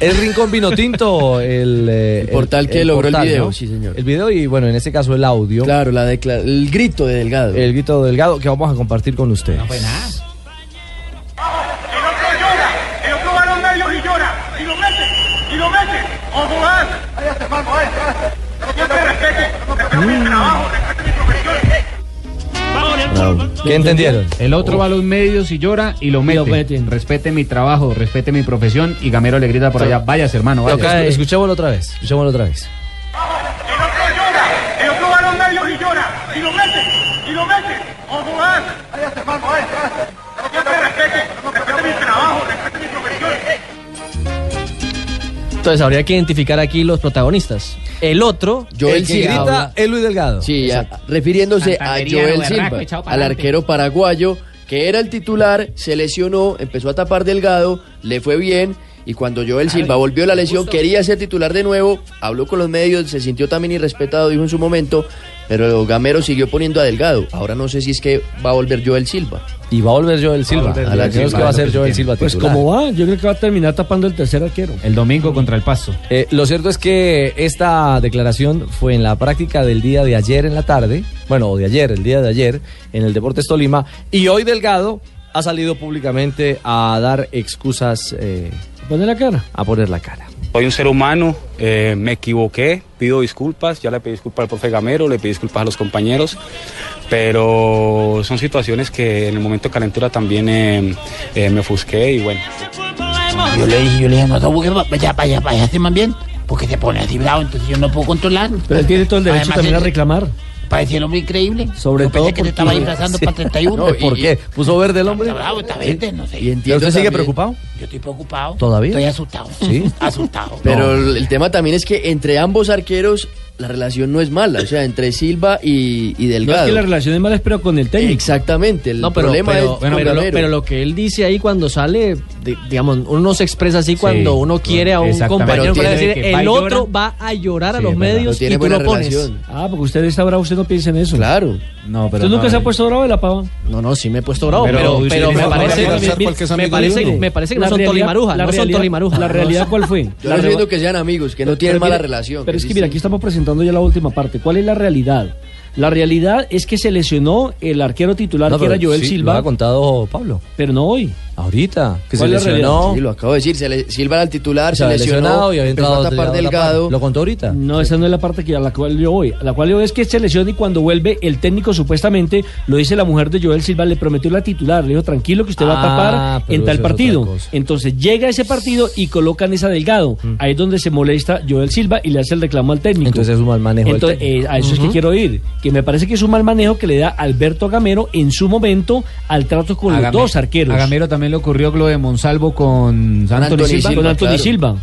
Speaker 7: el Rincón Vino Tinto, el, eh, el
Speaker 13: portal que logró el video,
Speaker 7: ¿no?
Speaker 13: sí, señor.
Speaker 7: El video y, bueno, en este caso el audio.
Speaker 13: Claro, la decla- el grito de Delgado.
Speaker 7: El grito de Delgado que vamos a compartir con ustedes.
Speaker 2: Y lo prueba a los medios y llora. Y lo mete. Y lo mete. ¡Ojo,
Speaker 7: este eh, ¿Qué entendieron?
Speaker 11: El otro va a los medios y llora y lo mete. Respete mi trabajo, respete mi profesión y Gamero le grita por allá, váyase hermano,
Speaker 7: Pero acá,
Speaker 11: váyase.
Speaker 7: escuchémoslo otra vez, escuchémoslo otra vez.
Speaker 2: Y lo prueba a los medios y llora. Y lo mete. Y lo mete. ¡Ojo,
Speaker 7: este eh,
Speaker 1: Entonces habría que identificar aquí los protagonistas. El otro,
Speaker 13: Joel
Speaker 1: el que
Speaker 13: Silva.
Speaker 1: grita,
Speaker 7: es Luis Delgado.
Speaker 13: Sí, a- refiriéndose a
Speaker 1: Santanderiano,
Speaker 13: Joel
Speaker 1: berraco,
Speaker 13: Silva,
Speaker 1: echado para
Speaker 13: al
Speaker 1: adelante.
Speaker 13: arquero paraguayo, que era el titular, se lesionó, empezó a tapar delgado, le fue bien. Y cuando Joel Silva volvió a la lesión, quería ser titular de nuevo, habló con los medios, se sintió también irrespetado, dijo en su momento, pero Gamero siguió poniendo a Delgado. Ahora no sé si es que va a volver Joel Silva.
Speaker 7: Y va a volver
Speaker 13: Ah,
Speaker 7: Joel Silva.
Speaker 13: a la
Speaker 7: Creo que va a ser Joel Silva
Speaker 17: Pues
Speaker 7: titular.
Speaker 17: como va, yo creo que va a terminar tapando el tercer arquero.
Speaker 11: El domingo contra el Paso.
Speaker 7: Eh, lo cierto es que esta declaración fue en la práctica del día de ayer en la tarde, bueno, o de ayer, el día de ayer, en el Deportes Tolima, y hoy Delgado ha salido públicamente a dar excusas. ¿A
Speaker 17: poner la cara?
Speaker 7: A poner la cara.
Speaker 34: Soy un ser humano, eh, me equivoqué, pido disculpas, ya le pedí disculpas al profe Gamero, le pedí disculpas a los compañeros, pero son situaciones que en el momento de calentura también eh, eh, me ofusqué y bueno.
Speaker 5: Yo le dije, yo le dije, no, no, porque vaya, vaya, vaya, se man bien. Porque se pone así bravo, entonces yo no puedo controlarlo.
Speaker 17: Pero él tiene todo el derecho también a reclamar.
Speaker 5: Parecía el hombre increíble.
Speaker 17: Sobre
Speaker 5: yo
Speaker 17: todo
Speaker 5: pensé que
Speaker 17: porque-
Speaker 5: se estaba disfrazando
Speaker 17: Sí.
Speaker 5: para 31.
Speaker 17: No, ¿y- ¿Por y- qué?
Speaker 7: ¿Puso verde el hombre?
Speaker 5: Está bravo, Ah, está verde, no sé.
Speaker 13: Y entiendo
Speaker 7: ¿Usted sigue
Speaker 13: también-
Speaker 7: preocupado?
Speaker 5: Yo estoy preocupado.
Speaker 13: ¿Todavía?
Speaker 5: Estoy asustado.
Speaker 13: Sí.
Speaker 5: Asustado.
Speaker 13: Pero el- el tema también es que entre ambos arqueros la relación no es mala, o sea, entre Silva y, y
Speaker 17: No es
Speaker 13: Delgado.
Speaker 17: que la relación es mala, es pero con el técnico.
Speaker 13: Exactamente, el
Speaker 1: No, pero,
Speaker 13: problema
Speaker 1: pero-
Speaker 13: es
Speaker 1: bueno,
Speaker 13: con
Speaker 1: pero lo,
Speaker 13: Gamero.
Speaker 1: pero lo que él dice ahí cuando sale, de- digamos, uno se expresa así cuando uno quiere a un
Speaker 17: exactamente. Pero
Speaker 1: compañero. quiere
Speaker 17: tiene
Speaker 1: decir,
Speaker 17: que va y
Speaker 1: el
Speaker 17: llora".
Speaker 1: otro va a llorar a
Speaker 17: Sí,
Speaker 1: los
Speaker 17: es verdad.
Speaker 1: medios
Speaker 17: No tiene
Speaker 1: y tú
Speaker 17: buena
Speaker 1: lo pones.
Speaker 17: relación. Ah, porque usted está bravo, usted no piensa en eso.
Speaker 13: Claro.
Speaker 1: No,
Speaker 17: ¿Tú nunca se
Speaker 7: eh.
Speaker 17: ha puesto bravo de la pava?
Speaker 1: No, no, sí me he puesto bravo, pero, pero, me, parece, me, parece, me parece que no
Speaker 17: La
Speaker 1: son
Speaker 17: realidad-
Speaker 1: tolimarujas,
Speaker 17: la
Speaker 1: no son
Speaker 17: realidad-
Speaker 1: tolimarujas.
Speaker 17: ¿La realidad cuál fue?
Speaker 13: Yo
Speaker 17: La
Speaker 13: no estoy
Speaker 17: reva-
Speaker 13: viendo que sean amigos, que no
Speaker 17: Pero-
Speaker 13: tienen
Speaker 17: pero
Speaker 13: mala
Speaker 17: mire,
Speaker 13: relación.
Speaker 17: Pero es que
Speaker 13: existen.
Speaker 17: mira, aquí estamos presentando ya la última parte. ¿Cuál es la realidad? La realidad es que se lesionó el arquero titular
Speaker 7: No,
Speaker 17: que era
Speaker 7: pero
Speaker 17: Joel
Speaker 7: sí, Lo
Speaker 17: Silva,
Speaker 7: ha contado Pablo.
Speaker 17: pero no hoy.
Speaker 7: Ahorita, que se
Speaker 17: ¿Cuál es la
Speaker 7: lesionó.
Speaker 17: realidad?
Speaker 13: Sí, lo acabo de decir, se le, Silva era el titular,
Speaker 7: Se
Speaker 13: se,
Speaker 7: había lesionado
Speaker 13: lesionó,
Speaker 7: y había
Speaker 13: empezó
Speaker 7: entrado
Speaker 13: a tapar
Speaker 7: Delgado a tapar.
Speaker 13: delgado.
Speaker 7: Lo contó ahorita.
Speaker 17: No, esa no es la parte que a la cual yo voy. A la cual yo voy es que se lesiona y cuando vuelve el técnico supuestamente, lo dice la mujer de Joel Silva, le prometió la titular, le dijo tranquilo que usted va a
Speaker 7: Ah,
Speaker 17: tapar
Speaker 7: pero
Speaker 17: en tal
Speaker 7: eso es otra
Speaker 17: partido.
Speaker 7: cosa. Mm.
Speaker 17: Entonces llega ese partido y colocan esa delgado. Ahí es donde se molesta Joel Silva y le hace el reclamo al técnico.
Speaker 7: Entonces es un mal manejo del
Speaker 17: Entonces,
Speaker 7: técnico.
Speaker 17: eh, a eso es que
Speaker 7: Ujú.
Speaker 17: quiero ir. Que me parece que es un mal manejo que le da Alberto Gamero en su momento al trato con
Speaker 11: A
Speaker 17: los
Speaker 11: Gamero-
Speaker 17: dos arqueros.
Speaker 11: A Gamero también le ocurrió lo de Monsalvo con Anthony Silva.
Speaker 17: Con Anthony Silva.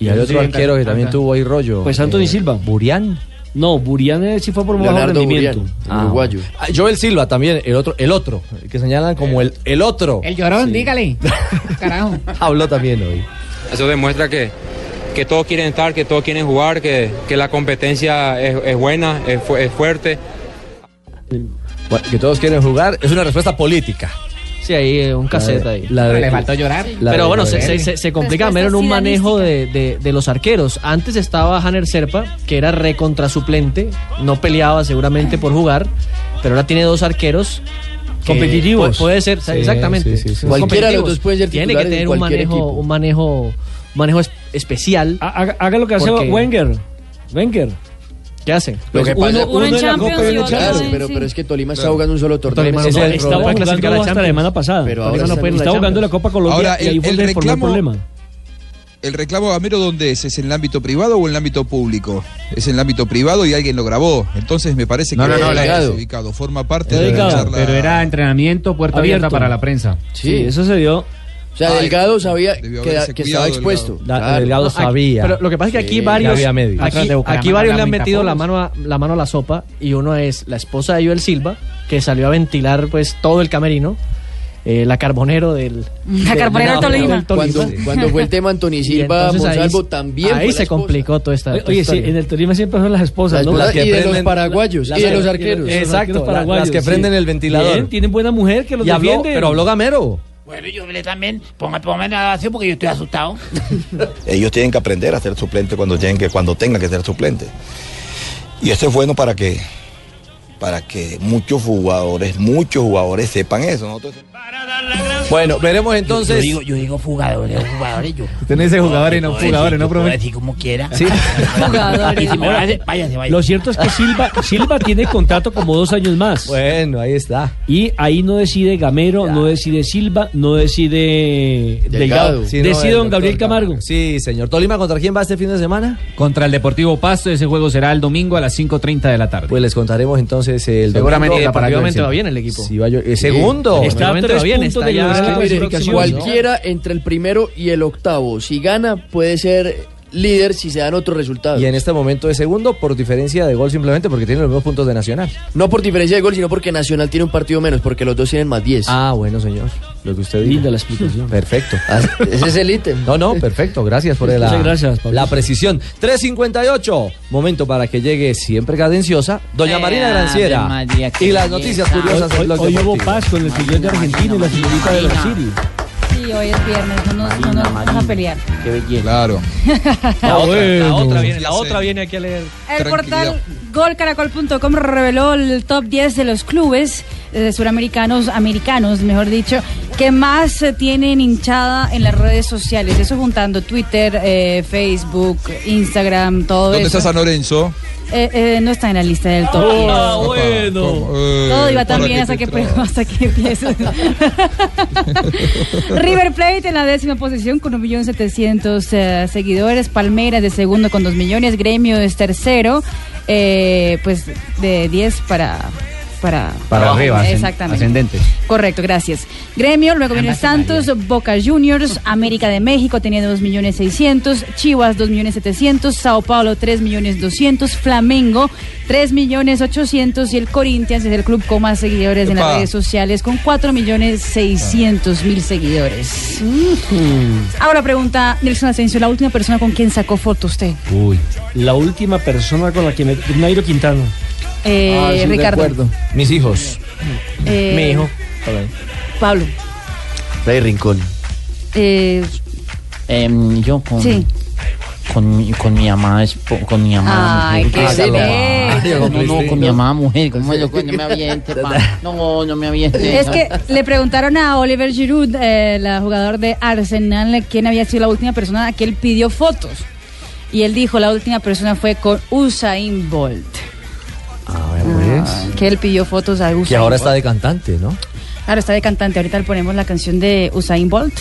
Speaker 7: Y hay otro
Speaker 11: Sí,
Speaker 7: arquero que
Speaker 11: acá.
Speaker 7: también tuvo ahí rollo. eh,
Speaker 17: Pues Anthony Silva.
Speaker 7: ¿Burián?
Speaker 17: No, Burián eh, sí fue por bajo
Speaker 7: Leonardo
Speaker 17: rendimiento.
Speaker 7: Burián, uruguayo. Ah, Joel Silva también, el otro, el otro, que señalan como el, el otro.
Speaker 15: El llorón, dígale. Carajo.
Speaker 7: Habló también hoy.
Speaker 24: Eso demuestra que,
Speaker 23: que todos quieren estar, que todos quieren jugar, que, que la competencia es, es buena, es, fu- es fuerte.
Speaker 7: Bueno, que todos quieren jugar, es una respuesta política.
Speaker 1: Sí, ahí eh, un cassette ahí.
Speaker 7: Le faltó llorar. Pues La
Speaker 1: Pero
Speaker 7: de-
Speaker 1: bueno,
Speaker 7: la
Speaker 1: se,
Speaker 7: de-
Speaker 1: se- se- se complica Respuesta Gamero en un sidanística. manejo de, de- de los arqueros. Antes estaba Hanner Serpa, que era recontra suplente, no peleaba seguramente por jugar, pero ahora tiene dos arqueros. que
Speaker 13: Competitivos.
Speaker 1: pu- Puede ser,
Speaker 13: Sí,
Speaker 1: exactamente.
Speaker 13: sí, sí, sí. Cualquiera de los dos pueden ser
Speaker 1: Tiene que
Speaker 13: titulares en
Speaker 1: tener un
Speaker 13: cualquier
Speaker 1: manejo,
Speaker 13: equipo.
Speaker 1: un manejo, un manejo es- especial.
Speaker 17: Haga lo que hace Wenger. Wenger.
Speaker 1: ¿Qué hacen?
Speaker 13: Lo que pasa-
Speaker 1: uno, uno en la Copa y uno en
Speaker 13: Claro,
Speaker 1: Champions,
Speaker 13: pero,
Speaker 1: sí.
Speaker 13: pero es que Tolima está jugando un solo torneo.
Speaker 1: Tolima no
Speaker 13: Ese
Speaker 1: puede-
Speaker 13: es el
Speaker 1: estaba
Speaker 13: problema.
Speaker 1: jugando hasta la
Speaker 13: Champions.
Speaker 1: semana pasada.
Speaker 13: Pero
Speaker 1: Tolima
Speaker 13: ahora
Speaker 1: no puede-
Speaker 13: en
Speaker 1: está jugando la Copa Colombia
Speaker 10: Ahora,
Speaker 1: y ahí
Speaker 10: el,
Speaker 1: fue
Speaker 10: el
Speaker 1: donde formó el
Speaker 10: reclamo,
Speaker 1: problema.
Speaker 10: ¿El reclamo Gamero dónde es? ¿Es en el ámbito privado o en el ámbito público? Es en el ámbito privado y alguien lo grabó. Entonces me parece
Speaker 14: No,
Speaker 10: que
Speaker 14: no, no,
Speaker 10: es
Speaker 14: la-
Speaker 10: ubicado. Forma parte de la
Speaker 14: Pero,
Speaker 10: charla.
Speaker 14: pero era entrenamiento puerta abierta
Speaker 10: Abierto.
Speaker 14: para la prensa.
Speaker 1: Sí, eso
Speaker 17: se dio.
Speaker 13: O sea, Delgado sabía que, que estaba expuesto. Claro.
Speaker 1: No, aquí- Pero lo que pasa es que aquí varios, aquí, aquí varios le han metido la
Speaker 13: mano.
Speaker 1: mano, a, la mano a la sopa y uno es la esposa de Joel Silva, que salió a ventilar pues todo el camerino, eh, la carbonero del... del- del- del Tolima.
Speaker 13: Cuando, cuando fue el tema Antoni
Speaker 1: Y
Speaker 13: Silva,
Speaker 1: entonces ahí-
Speaker 13: Monsalvo también. fue
Speaker 1: Ahí
Speaker 13: la
Speaker 1: se
Speaker 13: esposa.
Speaker 1: complicó toda esta.
Speaker 13: Oye,
Speaker 1: toda
Speaker 13: oye,
Speaker 1: historia.
Speaker 13: sí, en
Speaker 17: el Tolima siempre son las esposas,
Speaker 1: ¿no? Las que
Speaker 13: y de los
Speaker 1: prenden-
Speaker 13: paraguayos,
Speaker 1: las-
Speaker 13: y de los
Speaker 1: las-
Speaker 13: arqueros.
Speaker 1: Exacto, la-
Speaker 13: Los
Speaker 1: las
Speaker 13: paraguayos,
Speaker 1: que
Speaker 13: sí.
Speaker 1: prenden el ventilador.
Speaker 17: Bien, tienen buena mujer que los
Speaker 1: Y habló-
Speaker 17: defiende.
Speaker 1: pero habló Gamero.
Speaker 12: Bueno, yo hablé también, póngame póngame la grabación porque yo estoy asustado.
Speaker 2: Ellos tienen que aprender a ser suplente cuando tienen que, cuando tengan que ser suplente. Y esto es bueno para que, para que muchos jugadores, muchos jugadores sepan eso. Nosotros
Speaker 7: Bueno, veremos entonces.
Speaker 12: Yo digo, yo digo jugadores, jugadores, yo.
Speaker 7: Usted no dice jugadores, no,
Speaker 12: Yo puedo
Speaker 7: jugadores,
Speaker 12: decir,
Speaker 7: no,
Speaker 12: yo puedo
Speaker 7: profe.
Speaker 12: decir como quiera.
Speaker 7: Sí.
Speaker 12: Y si me lo hace, váyase, váyase.
Speaker 17: Lo cierto es que Silva, Silva tiene contrato como dos años más.
Speaker 1: Bueno, ahí está.
Speaker 17: Y ahí no decide Gamero, no decide Silva, no decide Delgado.
Speaker 1: Sí, no,
Speaker 17: decide
Speaker 1: el
Speaker 17: don Gabriel
Speaker 1: doctor
Speaker 17: Camargo.
Speaker 1: Sí, señor. Tolima, ¿contra quién va este fin de semana?
Speaker 14: Contra el Deportivo Pasto, ese juego será el domingo a las 5.30 de la tarde.
Speaker 1: Pues les contaremos entonces eh, el
Speaker 14: Seguramente
Speaker 1: domingo,
Speaker 14: irá para
Speaker 1: deportivamente
Speaker 14: Joel
Speaker 1: va bien
Speaker 14: Silva.
Speaker 1: el equipo. Sí, va yo- eh, segundo. Está a Seguramente tres va bien, puntos está de ya- llegar a la Es que mire, clasificación.
Speaker 13: Cualquiera entre el primero y el octavo. Si gana, puede ser líder si se dan otros resultados.
Speaker 1: Y en este momento es segundo por diferencia de gol simplemente porque tiene los mismos puntos de Nacional.
Speaker 13: No por diferencia de gol, sino porque Nacional tiene un partido menos, porque los dos tienen más 10.
Speaker 1: Ah, bueno, señor. Lo que usted dice.
Speaker 13: Linda
Speaker 1: la explicación. Perfecto. Ah,
Speaker 13: Ese es el ítem.
Speaker 1: No, no, perfecto. Gracias por la, Muchas gracias, Pablo. la precisión. 3.58. Momento para que llegue siempre cadenciosa Doña
Speaker 17: Eh,
Speaker 1: Marina Granciera.
Speaker 17: Ave María, qué
Speaker 1: y las
Speaker 17: belleza.
Speaker 1: noticias curiosas del
Speaker 17: Hoy,
Speaker 1: blog
Speaker 17: hoy hubo
Speaker 1: deportivo.
Speaker 17: paz con el señor de Argentina y la señorita de Brasil.
Speaker 6: Sí, hoy es viernes, no nos, no nos vamos a pelear.
Speaker 10: Claro.
Speaker 1: La otra, la otra
Speaker 10: bueno.
Speaker 1: viene, la
Speaker 10: Ya sé.
Speaker 1: otra viene aquí a leer.
Speaker 6: El portal golcaracol.com reveló el top 10 de los clubes eh, suramericanos, americanos, mejor dicho, que más eh, tienen hinchada en las redes sociales. Eso juntando Twitter, eh, Facebook, Instagram, todo
Speaker 10: ¿Dónde
Speaker 6: eso.
Speaker 10: está San Lorenzo?
Speaker 6: Eh, eh, no está en la lista del
Speaker 24: Ah,
Speaker 6: top 10.
Speaker 10: bueno.
Speaker 6: Todo iba tan bien hasta que, hasta que empiezo. River Plate en la décima posición con 1.700.000 eh, seguidores. Palmeiras de segundo con 2 millones. Gremio es tercero. eh, pues de 10 para. Para,
Speaker 14: Para arriba, ascen-
Speaker 6: Exactamente.
Speaker 14: ascendente.
Speaker 6: Correcto, gracias. Gremio, luego viene Santos, Boca Juniors, América de México tenía 2 millones 600, Chivas 2 millones 700, Sao Paulo 3 millones 200, Flamengo 3 millones 800 y el Corinthians es el club con más seguidores en las
Speaker 24: Epa.
Speaker 6: redes sociales con 4 millones 600 mil seguidores. Ahora pregunta Nelson Asensio, la última persona con quien sacó foto usted.
Speaker 17: Uy. La última persona con la que me. Nairo Quintana.
Speaker 6: Eh,
Speaker 17: Ah,
Speaker 1: Ah,
Speaker 6: Ricardo.
Speaker 1: Mis hijos.
Speaker 6: Eh,
Speaker 1: Mi hijo.
Speaker 6: Pablo.
Speaker 13: Play Rincón.
Speaker 6: eh,
Speaker 5: Em, yo con,
Speaker 6: Sí.
Speaker 5: con, mi- con mi mamá, espo- con mi mamá.
Speaker 6: Ay, qué
Speaker 5: no,
Speaker 6: bello.
Speaker 5: no, no, con mi mamá, mujer. ¿cómo es lo que- no me aviente, pa. No, no me aviente.
Speaker 6: Es que le preguntaron a Oliver Giroud, eh, la jugador de Arsenal, quién había sido la última persona a que él pidió fotos. Y él dijo, la última persona fue con Usain Bolt. Que él pidió fotos a Usain
Speaker 1: Pues, Que ahora está
Speaker 6: Bolt.
Speaker 1: de cantante, ¿no?
Speaker 6: Claro, está de cantante. Ahorita le ponemos la canción de Usain Bolt.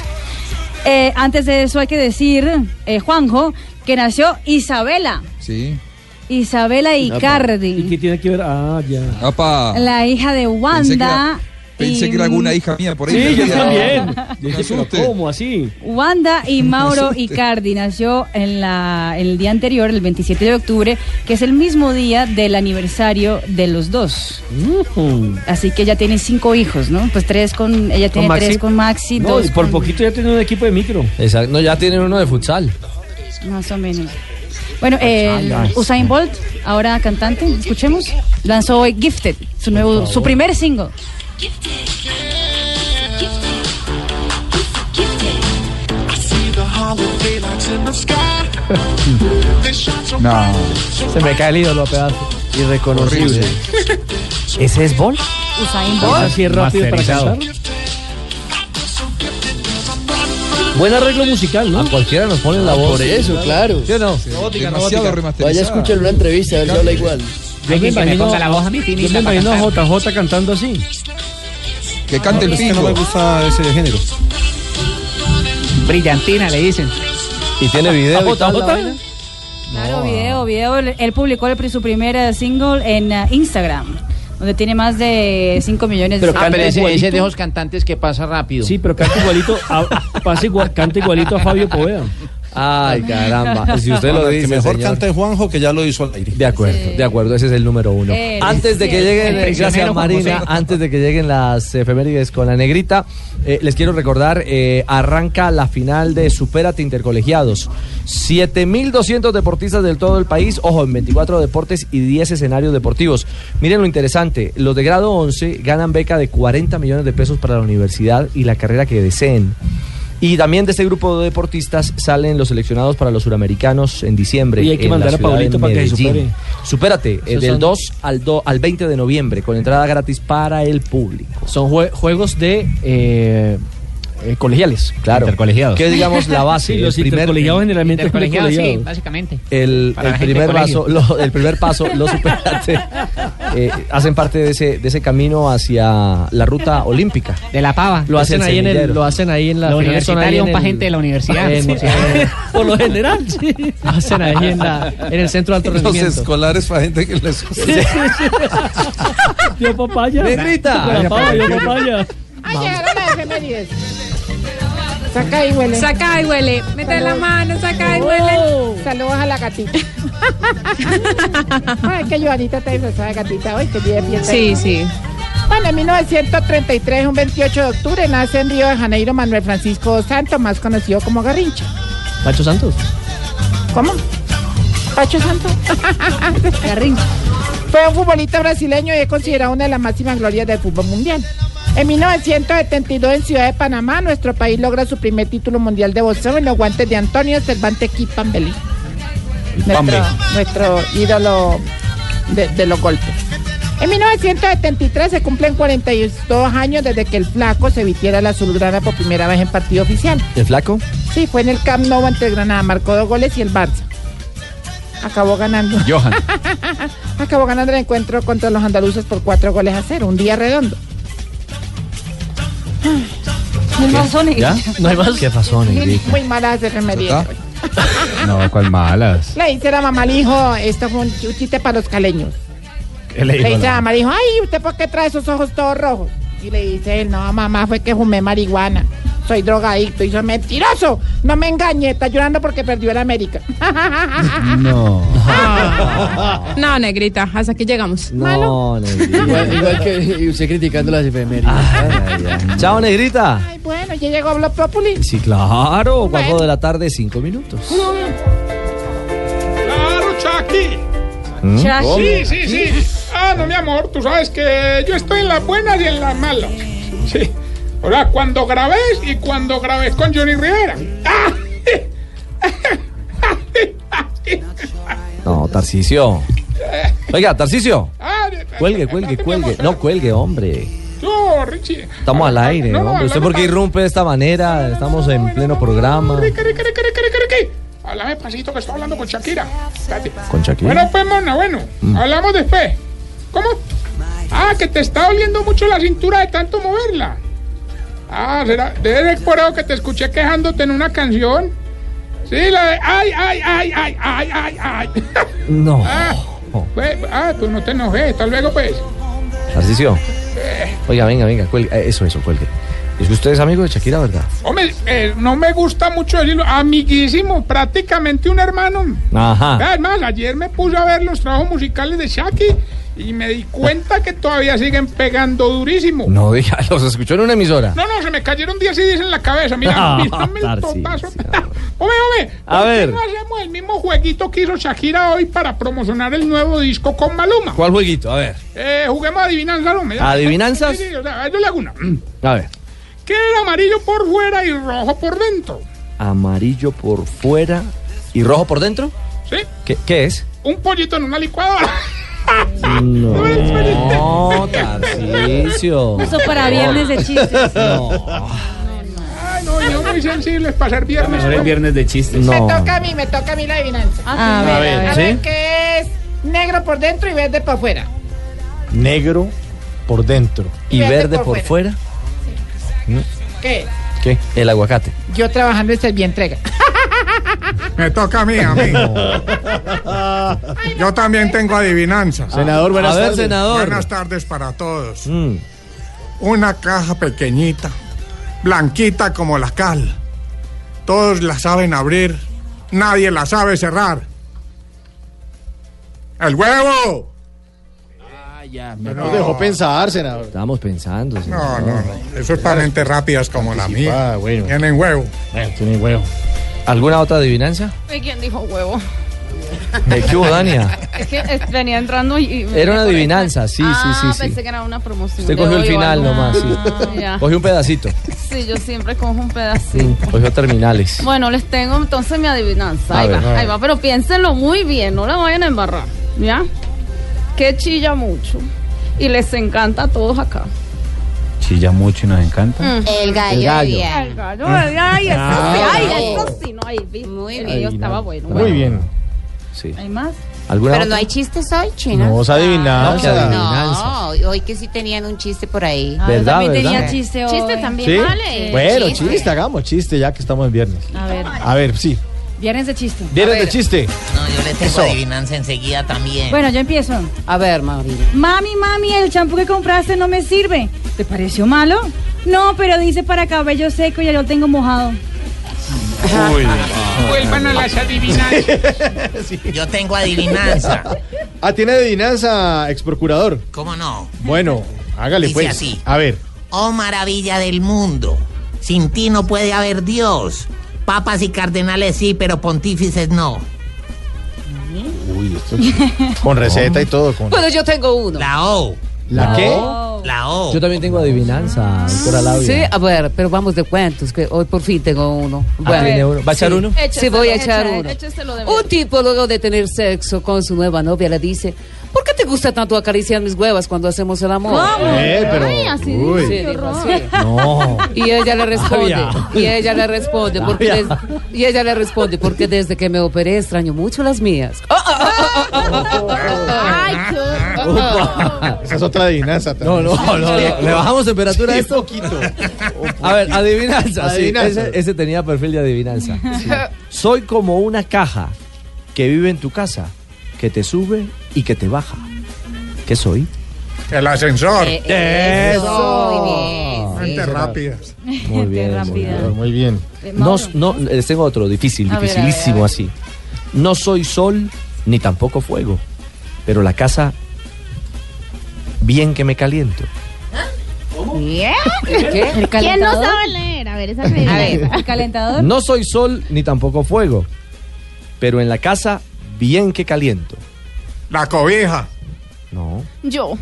Speaker 6: Eh, antes de eso hay que decir, eh, Juanjo, que nació Isabela.
Speaker 10: Sí.
Speaker 6: Isabela
Speaker 17: ¿Y
Speaker 6: Icardi,
Speaker 17: qué tiene que ver? Ah, ya.
Speaker 10: Apa.
Speaker 6: la hija de
Speaker 10: Pensé que
Speaker 6: Wanda.
Speaker 10: era- Pensé
Speaker 6: y-
Speaker 10: que era alguna hija mía por ahí.
Speaker 17: Sí, yo
Speaker 10: perdida.
Speaker 17: también.
Speaker 10: Me asusté.
Speaker 17: ¿Cómo así?
Speaker 6: Wanda y Mauro
Speaker 17: asuste.
Speaker 6: Icardi nació en la, el día anterior, el 27 de octubre, que es el mismo día del aniversario de los dos. Así que ella tiene cinco hijos, ¿no? Pues tres con ella tiene
Speaker 1: Maxi?
Speaker 6: tres con Maxi,
Speaker 1: No,
Speaker 6: dos
Speaker 1: y por
Speaker 6: con-
Speaker 1: poquito
Speaker 17: ya tiene un equipo de micro.
Speaker 1: Exacto. No, ya tienen uno de futsal.
Speaker 6: Más o menos. Bueno, el Usain Bolt, ahora cantante, escuchemos, lanzó hoy Gifted, su nuevo, su primer single.
Speaker 2: No.
Speaker 7: Se me cae el ídolo a pedazos. Irreconocible.
Speaker 17: ¿Ese es Bol?
Speaker 6: Usain
Speaker 7: Bolt.
Speaker 6: Bolt.
Speaker 17: Así es rápido para
Speaker 7: Masterizado.
Speaker 17: cantar. Buen arreglo musical, ¿no? A
Speaker 7: cualquiera nos pone la
Speaker 17: Ah,
Speaker 7: voz.
Speaker 17: por eso, claro.
Speaker 7: ¿Sí o no?
Speaker 17: Robótica, Demasiado robótica.
Speaker 13: Vaya,
Speaker 7: remasterizada.
Speaker 13: escúchale una entrevista, a ver si habla igual.
Speaker 17: Yo me imagino, yo me imagino a JJ cantando así.
Speaker 2: Que cante el
Speaker 17: Es que
Speaker 2: pingo.
Speaker 17: no me
Speaker 2: gusta ese género.
Speaker 17: Brillantina, le dicen.
Speaker 7: Y tiene video. y tal, la vaina.
Speaker 6: Claro, video, video. Él él publicó el pri- su primer eh, single en eh, Instagram, donde tiene más de 5 millones de
Speaker 1: Pero, ah, pero ese, ese
Speaker 6: seguidores.
Speaker 1: es de esos cantantes que pasa rápido.
Speaker 17: Sí, pero canta igualito a, pasa igual- canta igualito a Fabio Poveda.
Speaker 7: Ay, caramba. Si usted lo
Speaker 20: Que
Speaker 7: dice.
Speaker 20: mejor
Speaker 7: señor.
Speaker 20: cante Juanjo que ya lo hizo al aire.
Speaker 7: De acuerdo, de acuerdo, ese es el número uno.
Speaker 20: Eres
Speaker 7: antes de que
Speaker 20: Eh, el
Speaker 7: lleguen, eh,
Speaker 20: prisionero
Speaker 7: gracias
Speaker 20: Juan
Speaker 7: Marina,
Speaker 20: José.
Speaker 7: antes de que lleguen las efemérides con la negrita, eh, les quiero recordar, eh, arranca la final de Superate Intercolegiados. 7.200 deportistas del todo el país, ojo, en 24 deportes y 10 escenarios deportivos. Miren lo interesante, los de grado 11 ganan beca de 40 millones de pesos para la universidad y la carrera que deseen. Y también de este grupo de deportistas salen los seleccionados para los suramericanos en diciembre.
Speaker 17: Y hay que
Speaker 7: en la
Speaker 17: mandar a
Speaker 7: ciudad de
Speaker 17: Paulito para que se
Speaker 7: Medellín. Supérate, eh, Esos del son- 2 al, 2 al 20 de noviembre, con entrada gratis para el público. Son jue- juegos de eh, eh, colegiales. Claro. Intercolegiados. Que es, digamos, la base.
Speaker 17: Sí, los
Speaker 7: el primer-
Speaker 17: intercolegiados generalmente son
Speaker 1: Intercolegiado, sí,
Speaker 17: colegiados.
Speaker 1: básicamente.
Speaker 7: El,
Speaker 1: Para
Speaker 7: el
Speaker 1: la gente
Speaker 7: primer
Speaker 1: de
Speaker 7: paso,
Speaker 1: colegio.
Speaker 7: lo- el primer paso, los superate, eh, hacen parte de ese, de ese camino hacia la ruta olímpica.
Speaker 1: De la pava.
Speaker 7: Lo hacen ahí en el- lo hacen ahí en
Speaker 1: la
Speaker 7: Lo
Speaker 1: final, son
Speaker 7: universitario,
Speaker 1: ahí en
Speaker 7: un
Speaker 1: el-
Speaker 7: pa' gente de la universidad.
Speaker 1: en-
Speaker 7: Sí. Por lo general, sí. Hacen ahí en, la- en el centro de alto
Speaker 20: Los
Speaker 7: rendimiento.
Speaker 20: escolares para gente que les
Speaker 17: Yo papaya.
Speaker 7: Negrita.
Speaker 17: Yo papaya, yo papaya.
Speaker 15: Ay, llegaron las efemérides. Saca y huele.
Speaker 8: Saca
Speaker 15: y huele. Mete
Speaker 8: la mano, saca y huele.
Speaker 15: Saludos a la gatita. Ay, que Joanita está disfrazada de gatita hoy, que día de fiesta.
Speaker 8: Sí, sí.
Speaker 15: Bueno, en 1933, un 28 de octubre, nace en Río de Janeiro Manuel Francisco dos Santos, más conocido como Garrincha.
Speaker 7: Pacho Santos.
Speaker 15: ¿Cómo? Pacho Santo. Garrincha. Fue un futbolista brasileño y es considerado una de las máximas glorias del fútbol mundial. En 1972 en Ciudad de Panamá, nuestro país logra su primer título mundial de boxeo en los guantes de Antonio Cervantes Kipambeli, nuestro, nuestro ídolo de, de los golpes. En 1973 se cumplen 42 años desde que el flaco se vistiera la azulgrana por primera vez en partido oficial.
Speaker 7: ¿El flaco?
Speaker 15: Sí, fue en el Camp Nou ante el Granada, marcó dos goles y el Barça. Acabó ganando.
Speaker 2: Johan.
Speaker 15: Acabó ganando el encuentro contra los andaluces por cuatro goles a cero, un día redondo.
Speaker 11: Ah,
Speaker 6: No hay más sones.
Speaker 7: ¿Ya? No hay más. ¿Qué pasó,
Speaker 15: Muy, muy malas de remedio.
Speaker 11: No, cuál malas.
Speaker 15: Le dice la mamá al hijo, esto fue un ch- chiste para los caleños.
Speaker 11: ¿Qué
Speaker 15: Le
Speaker 11: le dijo?
Speaker 15: dice la
Speaker 11: la-
Speaker 15: mamá al hijo, ay, ¿usted por qué trae esos ojos todos rojos? Y le dice él, no, mamá, fue que fumé marihuana. Soy drogadicto y soy mentiroso. No me engañe, está llorando porque perdió el América.
Speaker 11: No.
Speaker 8: No, negrita, hasta aquí llegamos.
Speaker 7: No, negrita.
Speaker 13: Igual, igual que y usted criticando las efemérides.
Speaker 7: Chao, negrita.
Speaker 15: Ay, bueno, ya llegó Blog Populi.
Speaker 7: Sí, claro. Cuatro de la tarde, cinco minutos.
Speaker 29: Claro, Chucky.
Speaker 7: ¿Mm?
Speaker 29: Sí, sí, sí. Ah, no, mi amor, tú sabes que yo estoy en las buenas y en las malas. Sí. O sea, cuando grabes y cuando grabes con Johnny Rivera. ¡Ah!
Speaker 7: No, Tarcicio. Oiga, Tarcicio.
Speaker 29: ¡Ah!
Speaker 7: Cuelgue, cuelgue, cuelgue. No, cuelgue, hombre.
Speaker 29: Yo, Richie. Ah,
Speaker 7: Estamos al aire, hombre. ¿Usted por qué irrumpe de esta manera? Estamos en pleno programa.
Speaker 29: Riqui, riqui, riqui, riqui, riqui, riqui. Háblame pasito que estoy hablando con Shakira. Espérate.
Speaker 7: Con
Speaker 29: Bueno,
Speaker 7: Shakira. Mm.
Speaker 29: pues, mona, bueno. Hablamos después. ¿Cómo? Ah, que te está doliendo mucho la cintura de tanto moverla. Ah, será. Debe ser por eso que te escuché quejándote en una canción. Sí, la de. ¡Ay, ay, ay, ay, ay, ay, ay!
Speaker 7: No.
Speaker 29: Ah, pues, ah, pues no te enojes. Hasta luego, pues. Eh,
Speaker 7: Tarcicio. Oiga, venga, venga, cuelgue. Eh, Eso, eso, cuelgue. Es que usted es amigo de Shakira, ¿verdad?
Speaker 29: Hombre, eh, no me gusta mucho decirlo. Amiguísimo, prácticamente un hermano.
Speaker 7: Ajá.
Speaker 29: Vea, Es más, ayer me puse a ver los trabajos musicales de Shaki y me di cuenta que todavía siguen pegando durísimo.
Speaker 7: No, diga, los escuchó en una emisora.
Speaker 29: No, no, se me cayeron 10 CDs en la cabeza, mira,
Speaker 7: Ah,
Speaker 29: mírame el
Speaker 7: Tarcisio.
Speaker 29: topazo. Hombre, hombre,
Speaker 7: A
Speaker 29: ¿por qué
Speaker 7: ver.
Speaker 29: no hacemos el mismo jueguito que hizo Shakira hoy para promocionar el nuevo disco con Maluma?
Speaker 7: ¿Cuál jueguito? A ver.
Speaker 29: Eh, juguemos adivinanzas, hombre.
Speaker 7: ¿Adivinanzas?
Speaker 29: Sí, sí, o sea, yo le hago una.
Speaker 7: A ver.
Speaker 29: ¿Qué era amarillo por fuera y rojo por dentro?
Speaker 7: Amarillo por fuera y rojo por dentro.
Speaker 29: ¿Sí?
Speaker 7: ¿Qué, qué es?
Speaker 29: Un pollito en una licuadora.
Speaker 7: No, Tarcicio.
Speaker 6: Eso para viernes de chistes.
Speaker 29: Ay, no, yo muy sensible es pasar viernes.
Speaker 26: Mejor el viernes de chistes.
Speaker 11: Me toca a mí, me toca a mí la adivinanza.
Speaker 26: Ah, sí. A ver, a ver. ¿Sí?
Speaker 11: ¿qué es negro por dentro y verde por fuera?
Speaker 26: Negro por dentro.
Speaker 7: ¿Y verde por fuera?
Speaker 11: ¿Qué?
Speaker 7: ¿Qué? El aguacate.
Speaker 11: Yo trabajando en Servientrega.
Speaker 29: Me toca a mí, a mí. Yo también tengo adivinanza.
Speaker 26: Senador, buenas A ver, tardes. Mm. senador.
Speaker 29: Buenas tardes para todos. Una caja pequeñita, blanquita como la cal. Todos la saben abrir, nadie la sabe cerrar. ¡El huevo!
Speaker 26: Ah, No dejó pensar, senador.
Speaker 7: Estábamos pensando.
Speaker 29: No, no, no. Eso es para gente rápidas como la mía.
Speaker 26: bueno.
Speaker 29: Tienen huevo.
Speaker 7: tiene huevo. ¿Alguna otra adivinanza?
Speaker 25: Ay, ¿Quién dijo huevo?
Speaker 7: Eh, ¿Qué hubo, Dania?
Speaker 25: Es que es- venía entrando y... y-
Speaker 7: Era una adivinanza, sí, sí,
Speaker 25: Ah,
Speaker 7: sí, sí.
Speaker 25: pensé que era una promoción.
Speaker 7: Usted
Speaker 25: de
Speaker 7: cogió el
Speaker 25: hoy o
Speaker 7: final
Speaker 25: algo.
Speaker 7: nomás, sí.
Speaker 25: Ah, ya.
Speaker 7: Cogió un pedacito.
Speaker 25: Sí, yo siempre cojo un pedacito.
Speaker 7: Mm, Cogió terminales.
Speaker 25: Bueno, les tengo entonces mi adivinanza.
Speaker 7: A
Speaker 25: ahí
Speaker 7: ver, a
Speaker 25: va,
Speaker 7: ver.
Speaker 25: ahí va. Pero piénsenlo muy bien, no la vayan a embarrar. ¿Ya? Que chilla mucho y les encanta a todos acá.
Speaker 26: Chilla mucho y nos encanta.
Speaker 25: El
Speaker 26: gallo El gallo. de Diana.
Speaker 25: Mm. El gallo de Diana. Ay, eso sí,
Speaker 26: Ah.
Speaker 25: ay, eso sí, no, ay, vi- Muy bien. Yo estaba bueno.
Speaker 26: Muy bien.
Speaker 7: Sí.
Speaker 25: ¿Hay más?
Speaker 7: ¿Alguna
Speaker 32: Pero no
Speaker 7: otra?
Speaker 32: hay chistes hoy, China.
Speaker 26: No, esa adivinanza.
Speaker 7: No, que
Speaker 32: No, hoy que sí tenían un chiste por ahí.
Speaker 26: Ah, yo ¿Verdad, también verdad? tenía
Speaker 32: chiste Chiste también,
Speaker 26: ¿Sí?
Speaker 32: vale.
Speaker 26: Bueno, chiste. hagamos chiste ya que estamos en viernes.
Speaker 6: A ver,
Speaker 26: A ver, sí.
Speaker 6: viernes de chiste.
Speaker 26: Viernes de chiste.
Speaker 11: No, yo le tengo
Speaker 26: Eso.
Speaker 11: adivinanza enseguida también.
Speaker 6: Bueno, yo empiezo.
Speaker 11: A ver, Mauri.
Speaker 6: Mami, mami, el champú que compraste no me sirve. ¿Te pareció malo? No, pero dice para cabello seco y ya lo tengo mojado.
Speaker 29: Vuelvan a las adivinanzas.
Speaker 11: Yo tengo adivinanza.
Speaker 26: Ah, tiene adivinanza, ex procurador.
Speaker 11: ¿Cómo no?
Speaker 26: Bueno, hágale
Speaker 11: Dice
Speaker 26: pues.
Speaker 11: así.
Speaker 26: A ver.
Speaker 11: Oh maravilla del mundo, sin ti no puede haber Dios. Papas y cardenales sí, pero pontífices no.
Speaker 26: Uy, esto con receta y todo. Con...
Speaker 25: Bueno, yo tengo uno.
Speaker 11: La O.
Speaker 26: ¿La qué?
Speaker 11: La O.
Speaker 7: Yo también tengo adivinanza, doctora Labia.
Speaker 22: Sí, a ver, pero vamos de cuentos, que hoy por fin tengo uno.
Speaker 7: Ah, tiene uno. ¿Va a echar
Speaker 22: sí.
Speaker 7: uno?
Speaker 22: Sí, voy a echar
Speaker 25: Échese-
Speaker 22: uno.
Speaker 25: écheselo de
Speaker 22: Un tipo luego de tener sexo con su nueva novia le dice, ¿por qué te gusta tanto acariciar mis huevas cuando hacemos el amor?
Speaker 25: ¿Cómo? Eh, pero- Ay, así dice,
Speaker 22: Sí,
Speaker 25: qué
Speaker 22: dijo
Speaker 25: horror.
Speaker 22: así.
Speaker 26: No.
Speaker 22: Y ella le responde, Labia. y ella le responde, porque Labia. des- y ella le responde, porque desde que me operé extraño mucho las mías.
Speaker 25: Ay, qué
Speaker 26: Esa es otra adivinanza.
Speaker 7: No, no, no, no. ¿Le bajamos temperatura a esto?
Speaker 26: poquito.
Speaker 7: A ver, adivinanza. Ah, sí,
Speaker 26: Adivinanza.
Speaker 7: ese, ese tenía perfil de adivinanza. Sí. Soy como una caja que vive en tu casa, que te sube y que te baja. ¿Qué soy?
Speaker 29: El ascensor.
Speaker 26: Eh,
Speaker 32: Eso.
Speaker 29: Gente rápida.
Speaker 7: Muy bien.
Speaker 32: rápida.
Speaker 7: Muy bien.
Speaker 32: Eh,
Speaker 7: No,
Speaker 32: Mauro.
Speaker 7: no, les tengo otro difícil,
Speaker 32: A ver, a ver,
Speaker 7: dificilísimo así. No soy sol ni tampoco fuego, pero la casa bien que me caliento.
Speaker 6: ¿Qué? ¿El
Speaker 25: ¿Eh? ¿Quién no
Speaker 6: calentador?
Speaker 25: sabe leer? A ver, esa
Speaker 6: A
Speaker 25: es
Speaker 6: ver, el calentador.
Speaker 7: No soy sol ni tampoco fuego, pero en la casa bien que caliento.
Speaker 29: La cobija.
Speaker 7: No.
Speaker 25: Yo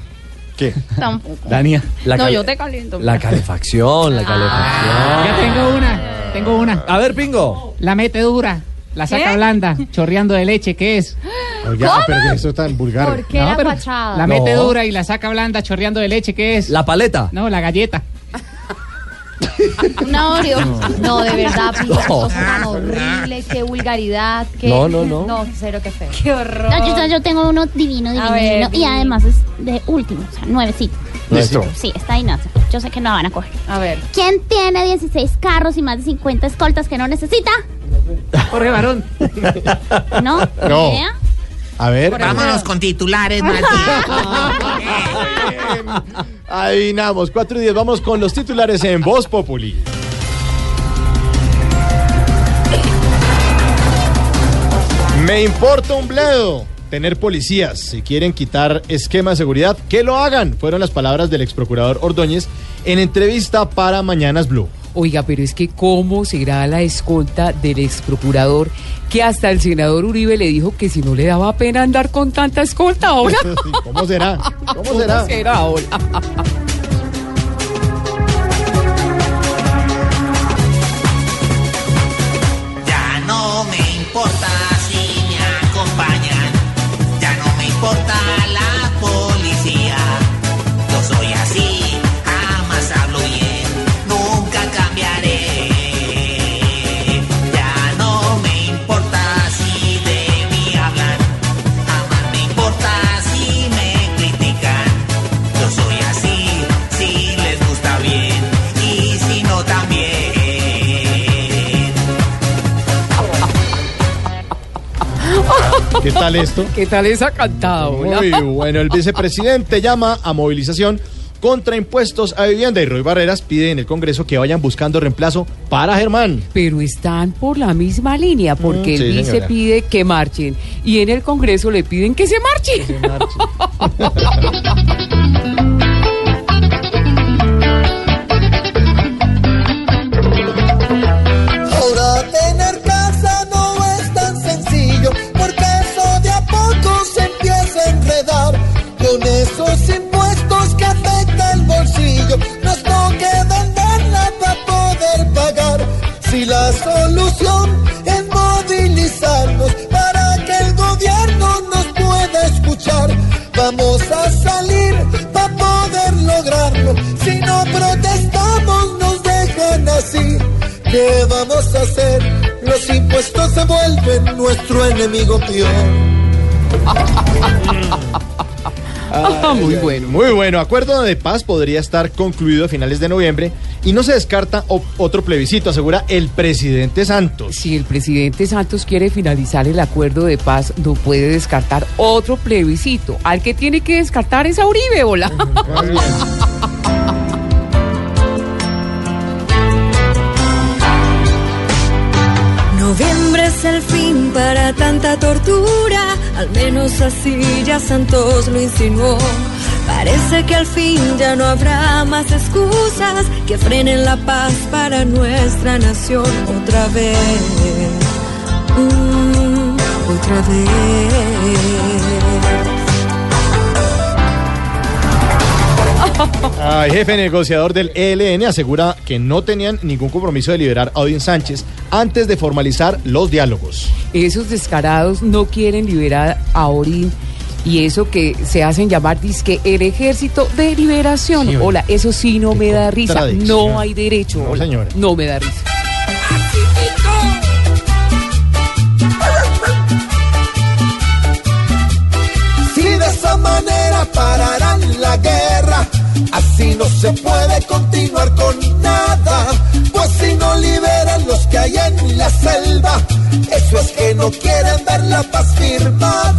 Speaker 7: ¿Qué?
Speaker 25: tampoco.
Speaker 7: Dania.
Speaker 25: no, yo te Ah. caliento.
Speaker 7: La calefacción, la calefacción.
Speaker 5: Ya tengo una, tengo una.
Speaker 7: A ver, pingo.
Speaker 5: La mete dura, la saca
Speaker 25: ¿Qué?
Speaker 5: blanda, chorreando de leche, ¿qué es?
Speaker 26: Oiga,
Speaker 5: ¿Cómo?
Speaker 26: pero que eso es tan vulgar.
Speaker 5: ¿Por qué No, la pero-
Speaker 25: fachada?
Speaker 5: La
Speaker 26: No.
Speaker 5: mete dura y la saca blanda, chorreando de leche, ¿qué es?
Speaker 7: La paleta.
Speaker 5: No, la galleta.
Speaker 25: Una Oreo. No, de verdad, pinche
Speaker 5: No.
Speaker 25: cosa tan horrible, qué vulgaridad, qué...
Speaker 35: Ah, No, no, no.
Speaker 25: No, cero, qué feo.
Speaker 6: Qué horror.
Speaker 35: No, yo, yo- yo tengo uno divino, divino,
Speaker 25: ver,
Speaker 35: divino, Y
Speaker 25: divino.
Speaker 35: además es de último, o sea, nuevecito.
Speaker 26: Listo.
Speaker 35: Sí, está adivinanza. Yo sé que no la van a coger.
Speaker 25: A ver.
Speaker 35: ¿Quién tiene 16 carros y más de 50 escoltas que no necesita?
Speaker 5: Jorge Barón.
Speaker 35: ¿No?
Speaker 11: No.
Speaker 35: ¿Ni idea?
Speaker 26: A ver.
Speaker 11: Vámonos con titulares, Martín.
Speaker 26: Adivinamos. 4 y 10. Vamos con los titulares en Voz Populi. Me importa un bledo tener policías. Si quieren quitar esquema de seguridad, que lo hagan. Fueron las palabras del exprocurador Ordóñez en entrevista para Mañanas Blue.
Speaker 14: Oiga, pero es que cómo será la escolta del ex procurador que hasta el senador Uribe le dijo que si no le daba pena andar con tanta escolta ahora.
Speaker 26: ¿Cómo será?
Speaker 14: ¿Cómo será? ¿Cómo será ahora?
Speaker 36: Ya no me importa si me acompañan, ya no me importa la policía. Yo soy así, jamás hablo bien, nunca cambiaré. Ya no me importa si de mí hablan, jamás me importa si me critican. Yo soy así, si les gusta bien y si no también.
Speaker 26: ¿Qué tal esto?
Speaker 14: ¿Qué tal esa cantada? hola?
Speaker 26: Muy bueno, el vicepresidente llama a movilización contra impuestos a vivienda y Roy Barreras pide en el Congreso que vayan buscando reemplazo para Germán.
Speaker 14: Pero están por la misma línea, porque
Speaker 26: Mm, sí,
Speaker 14: el vice
Speaker 26: señora.
Speaker 14: pide que marchen y en el Congreso le piden que se marchen. Ahora tener casa no es tan sencillo, porque eso de a poco se empieza a enredar. Con esos impuestos que afecta el bolsillo, nos toca venderla para poder pagar. Si la solución es movilizarnos para que el gobierno nos pueda escuchar, vamos a salir para poder lograrlo. Si no protestamos, nos dejan así. ¿Qué vamos a hacer? Los impuestos se vuelven nuestro enemigo peor. Ah,
Speaker 26: muy bueno. Muy bueno. Acuerdo de paz podría estar concluido a finales de noviembre y no se descarta o- otro plebiscito, asegura el presidente Santos.
Speaker 14: Si el presidente Santos quiere finalizar el acuerdo de paz, no puede descartar otro plebiscito. Al que tiene que descartar es a Uribe, hola.
Speaker 23: Noviembre es el fin para tanta tortura, al menos así ya Santos lo insinuó. Parece que al fin ya no habrá más excusas que frenen la paz para nuestra nación otra vez. Mm, otra vez.
Speaker 26: Ah, El jefe negociador del ELN asegura que no tenían ningún compromiso de liberar a Odín Sánchez antes de formalizar los diálogos.
Speaker 14: Esos descarados no quieren liberar a Orín y eso que se hacen llamar disque el ejército de liberación. hola, eso sí no me da risa.
Speaker 26: contradicción.
Speaker 14: No hay derecho.
Speaker 26: No,
Speaker 14: hola.
Speaker 26: señora.
Speaker 14: No me da risa.
Speaker 23: Si de esa manera pararán la guerra, así no se puede continuar con nada. Pues si no liberan los que hay en la selva, eso es que no quieren ver la paz firmada.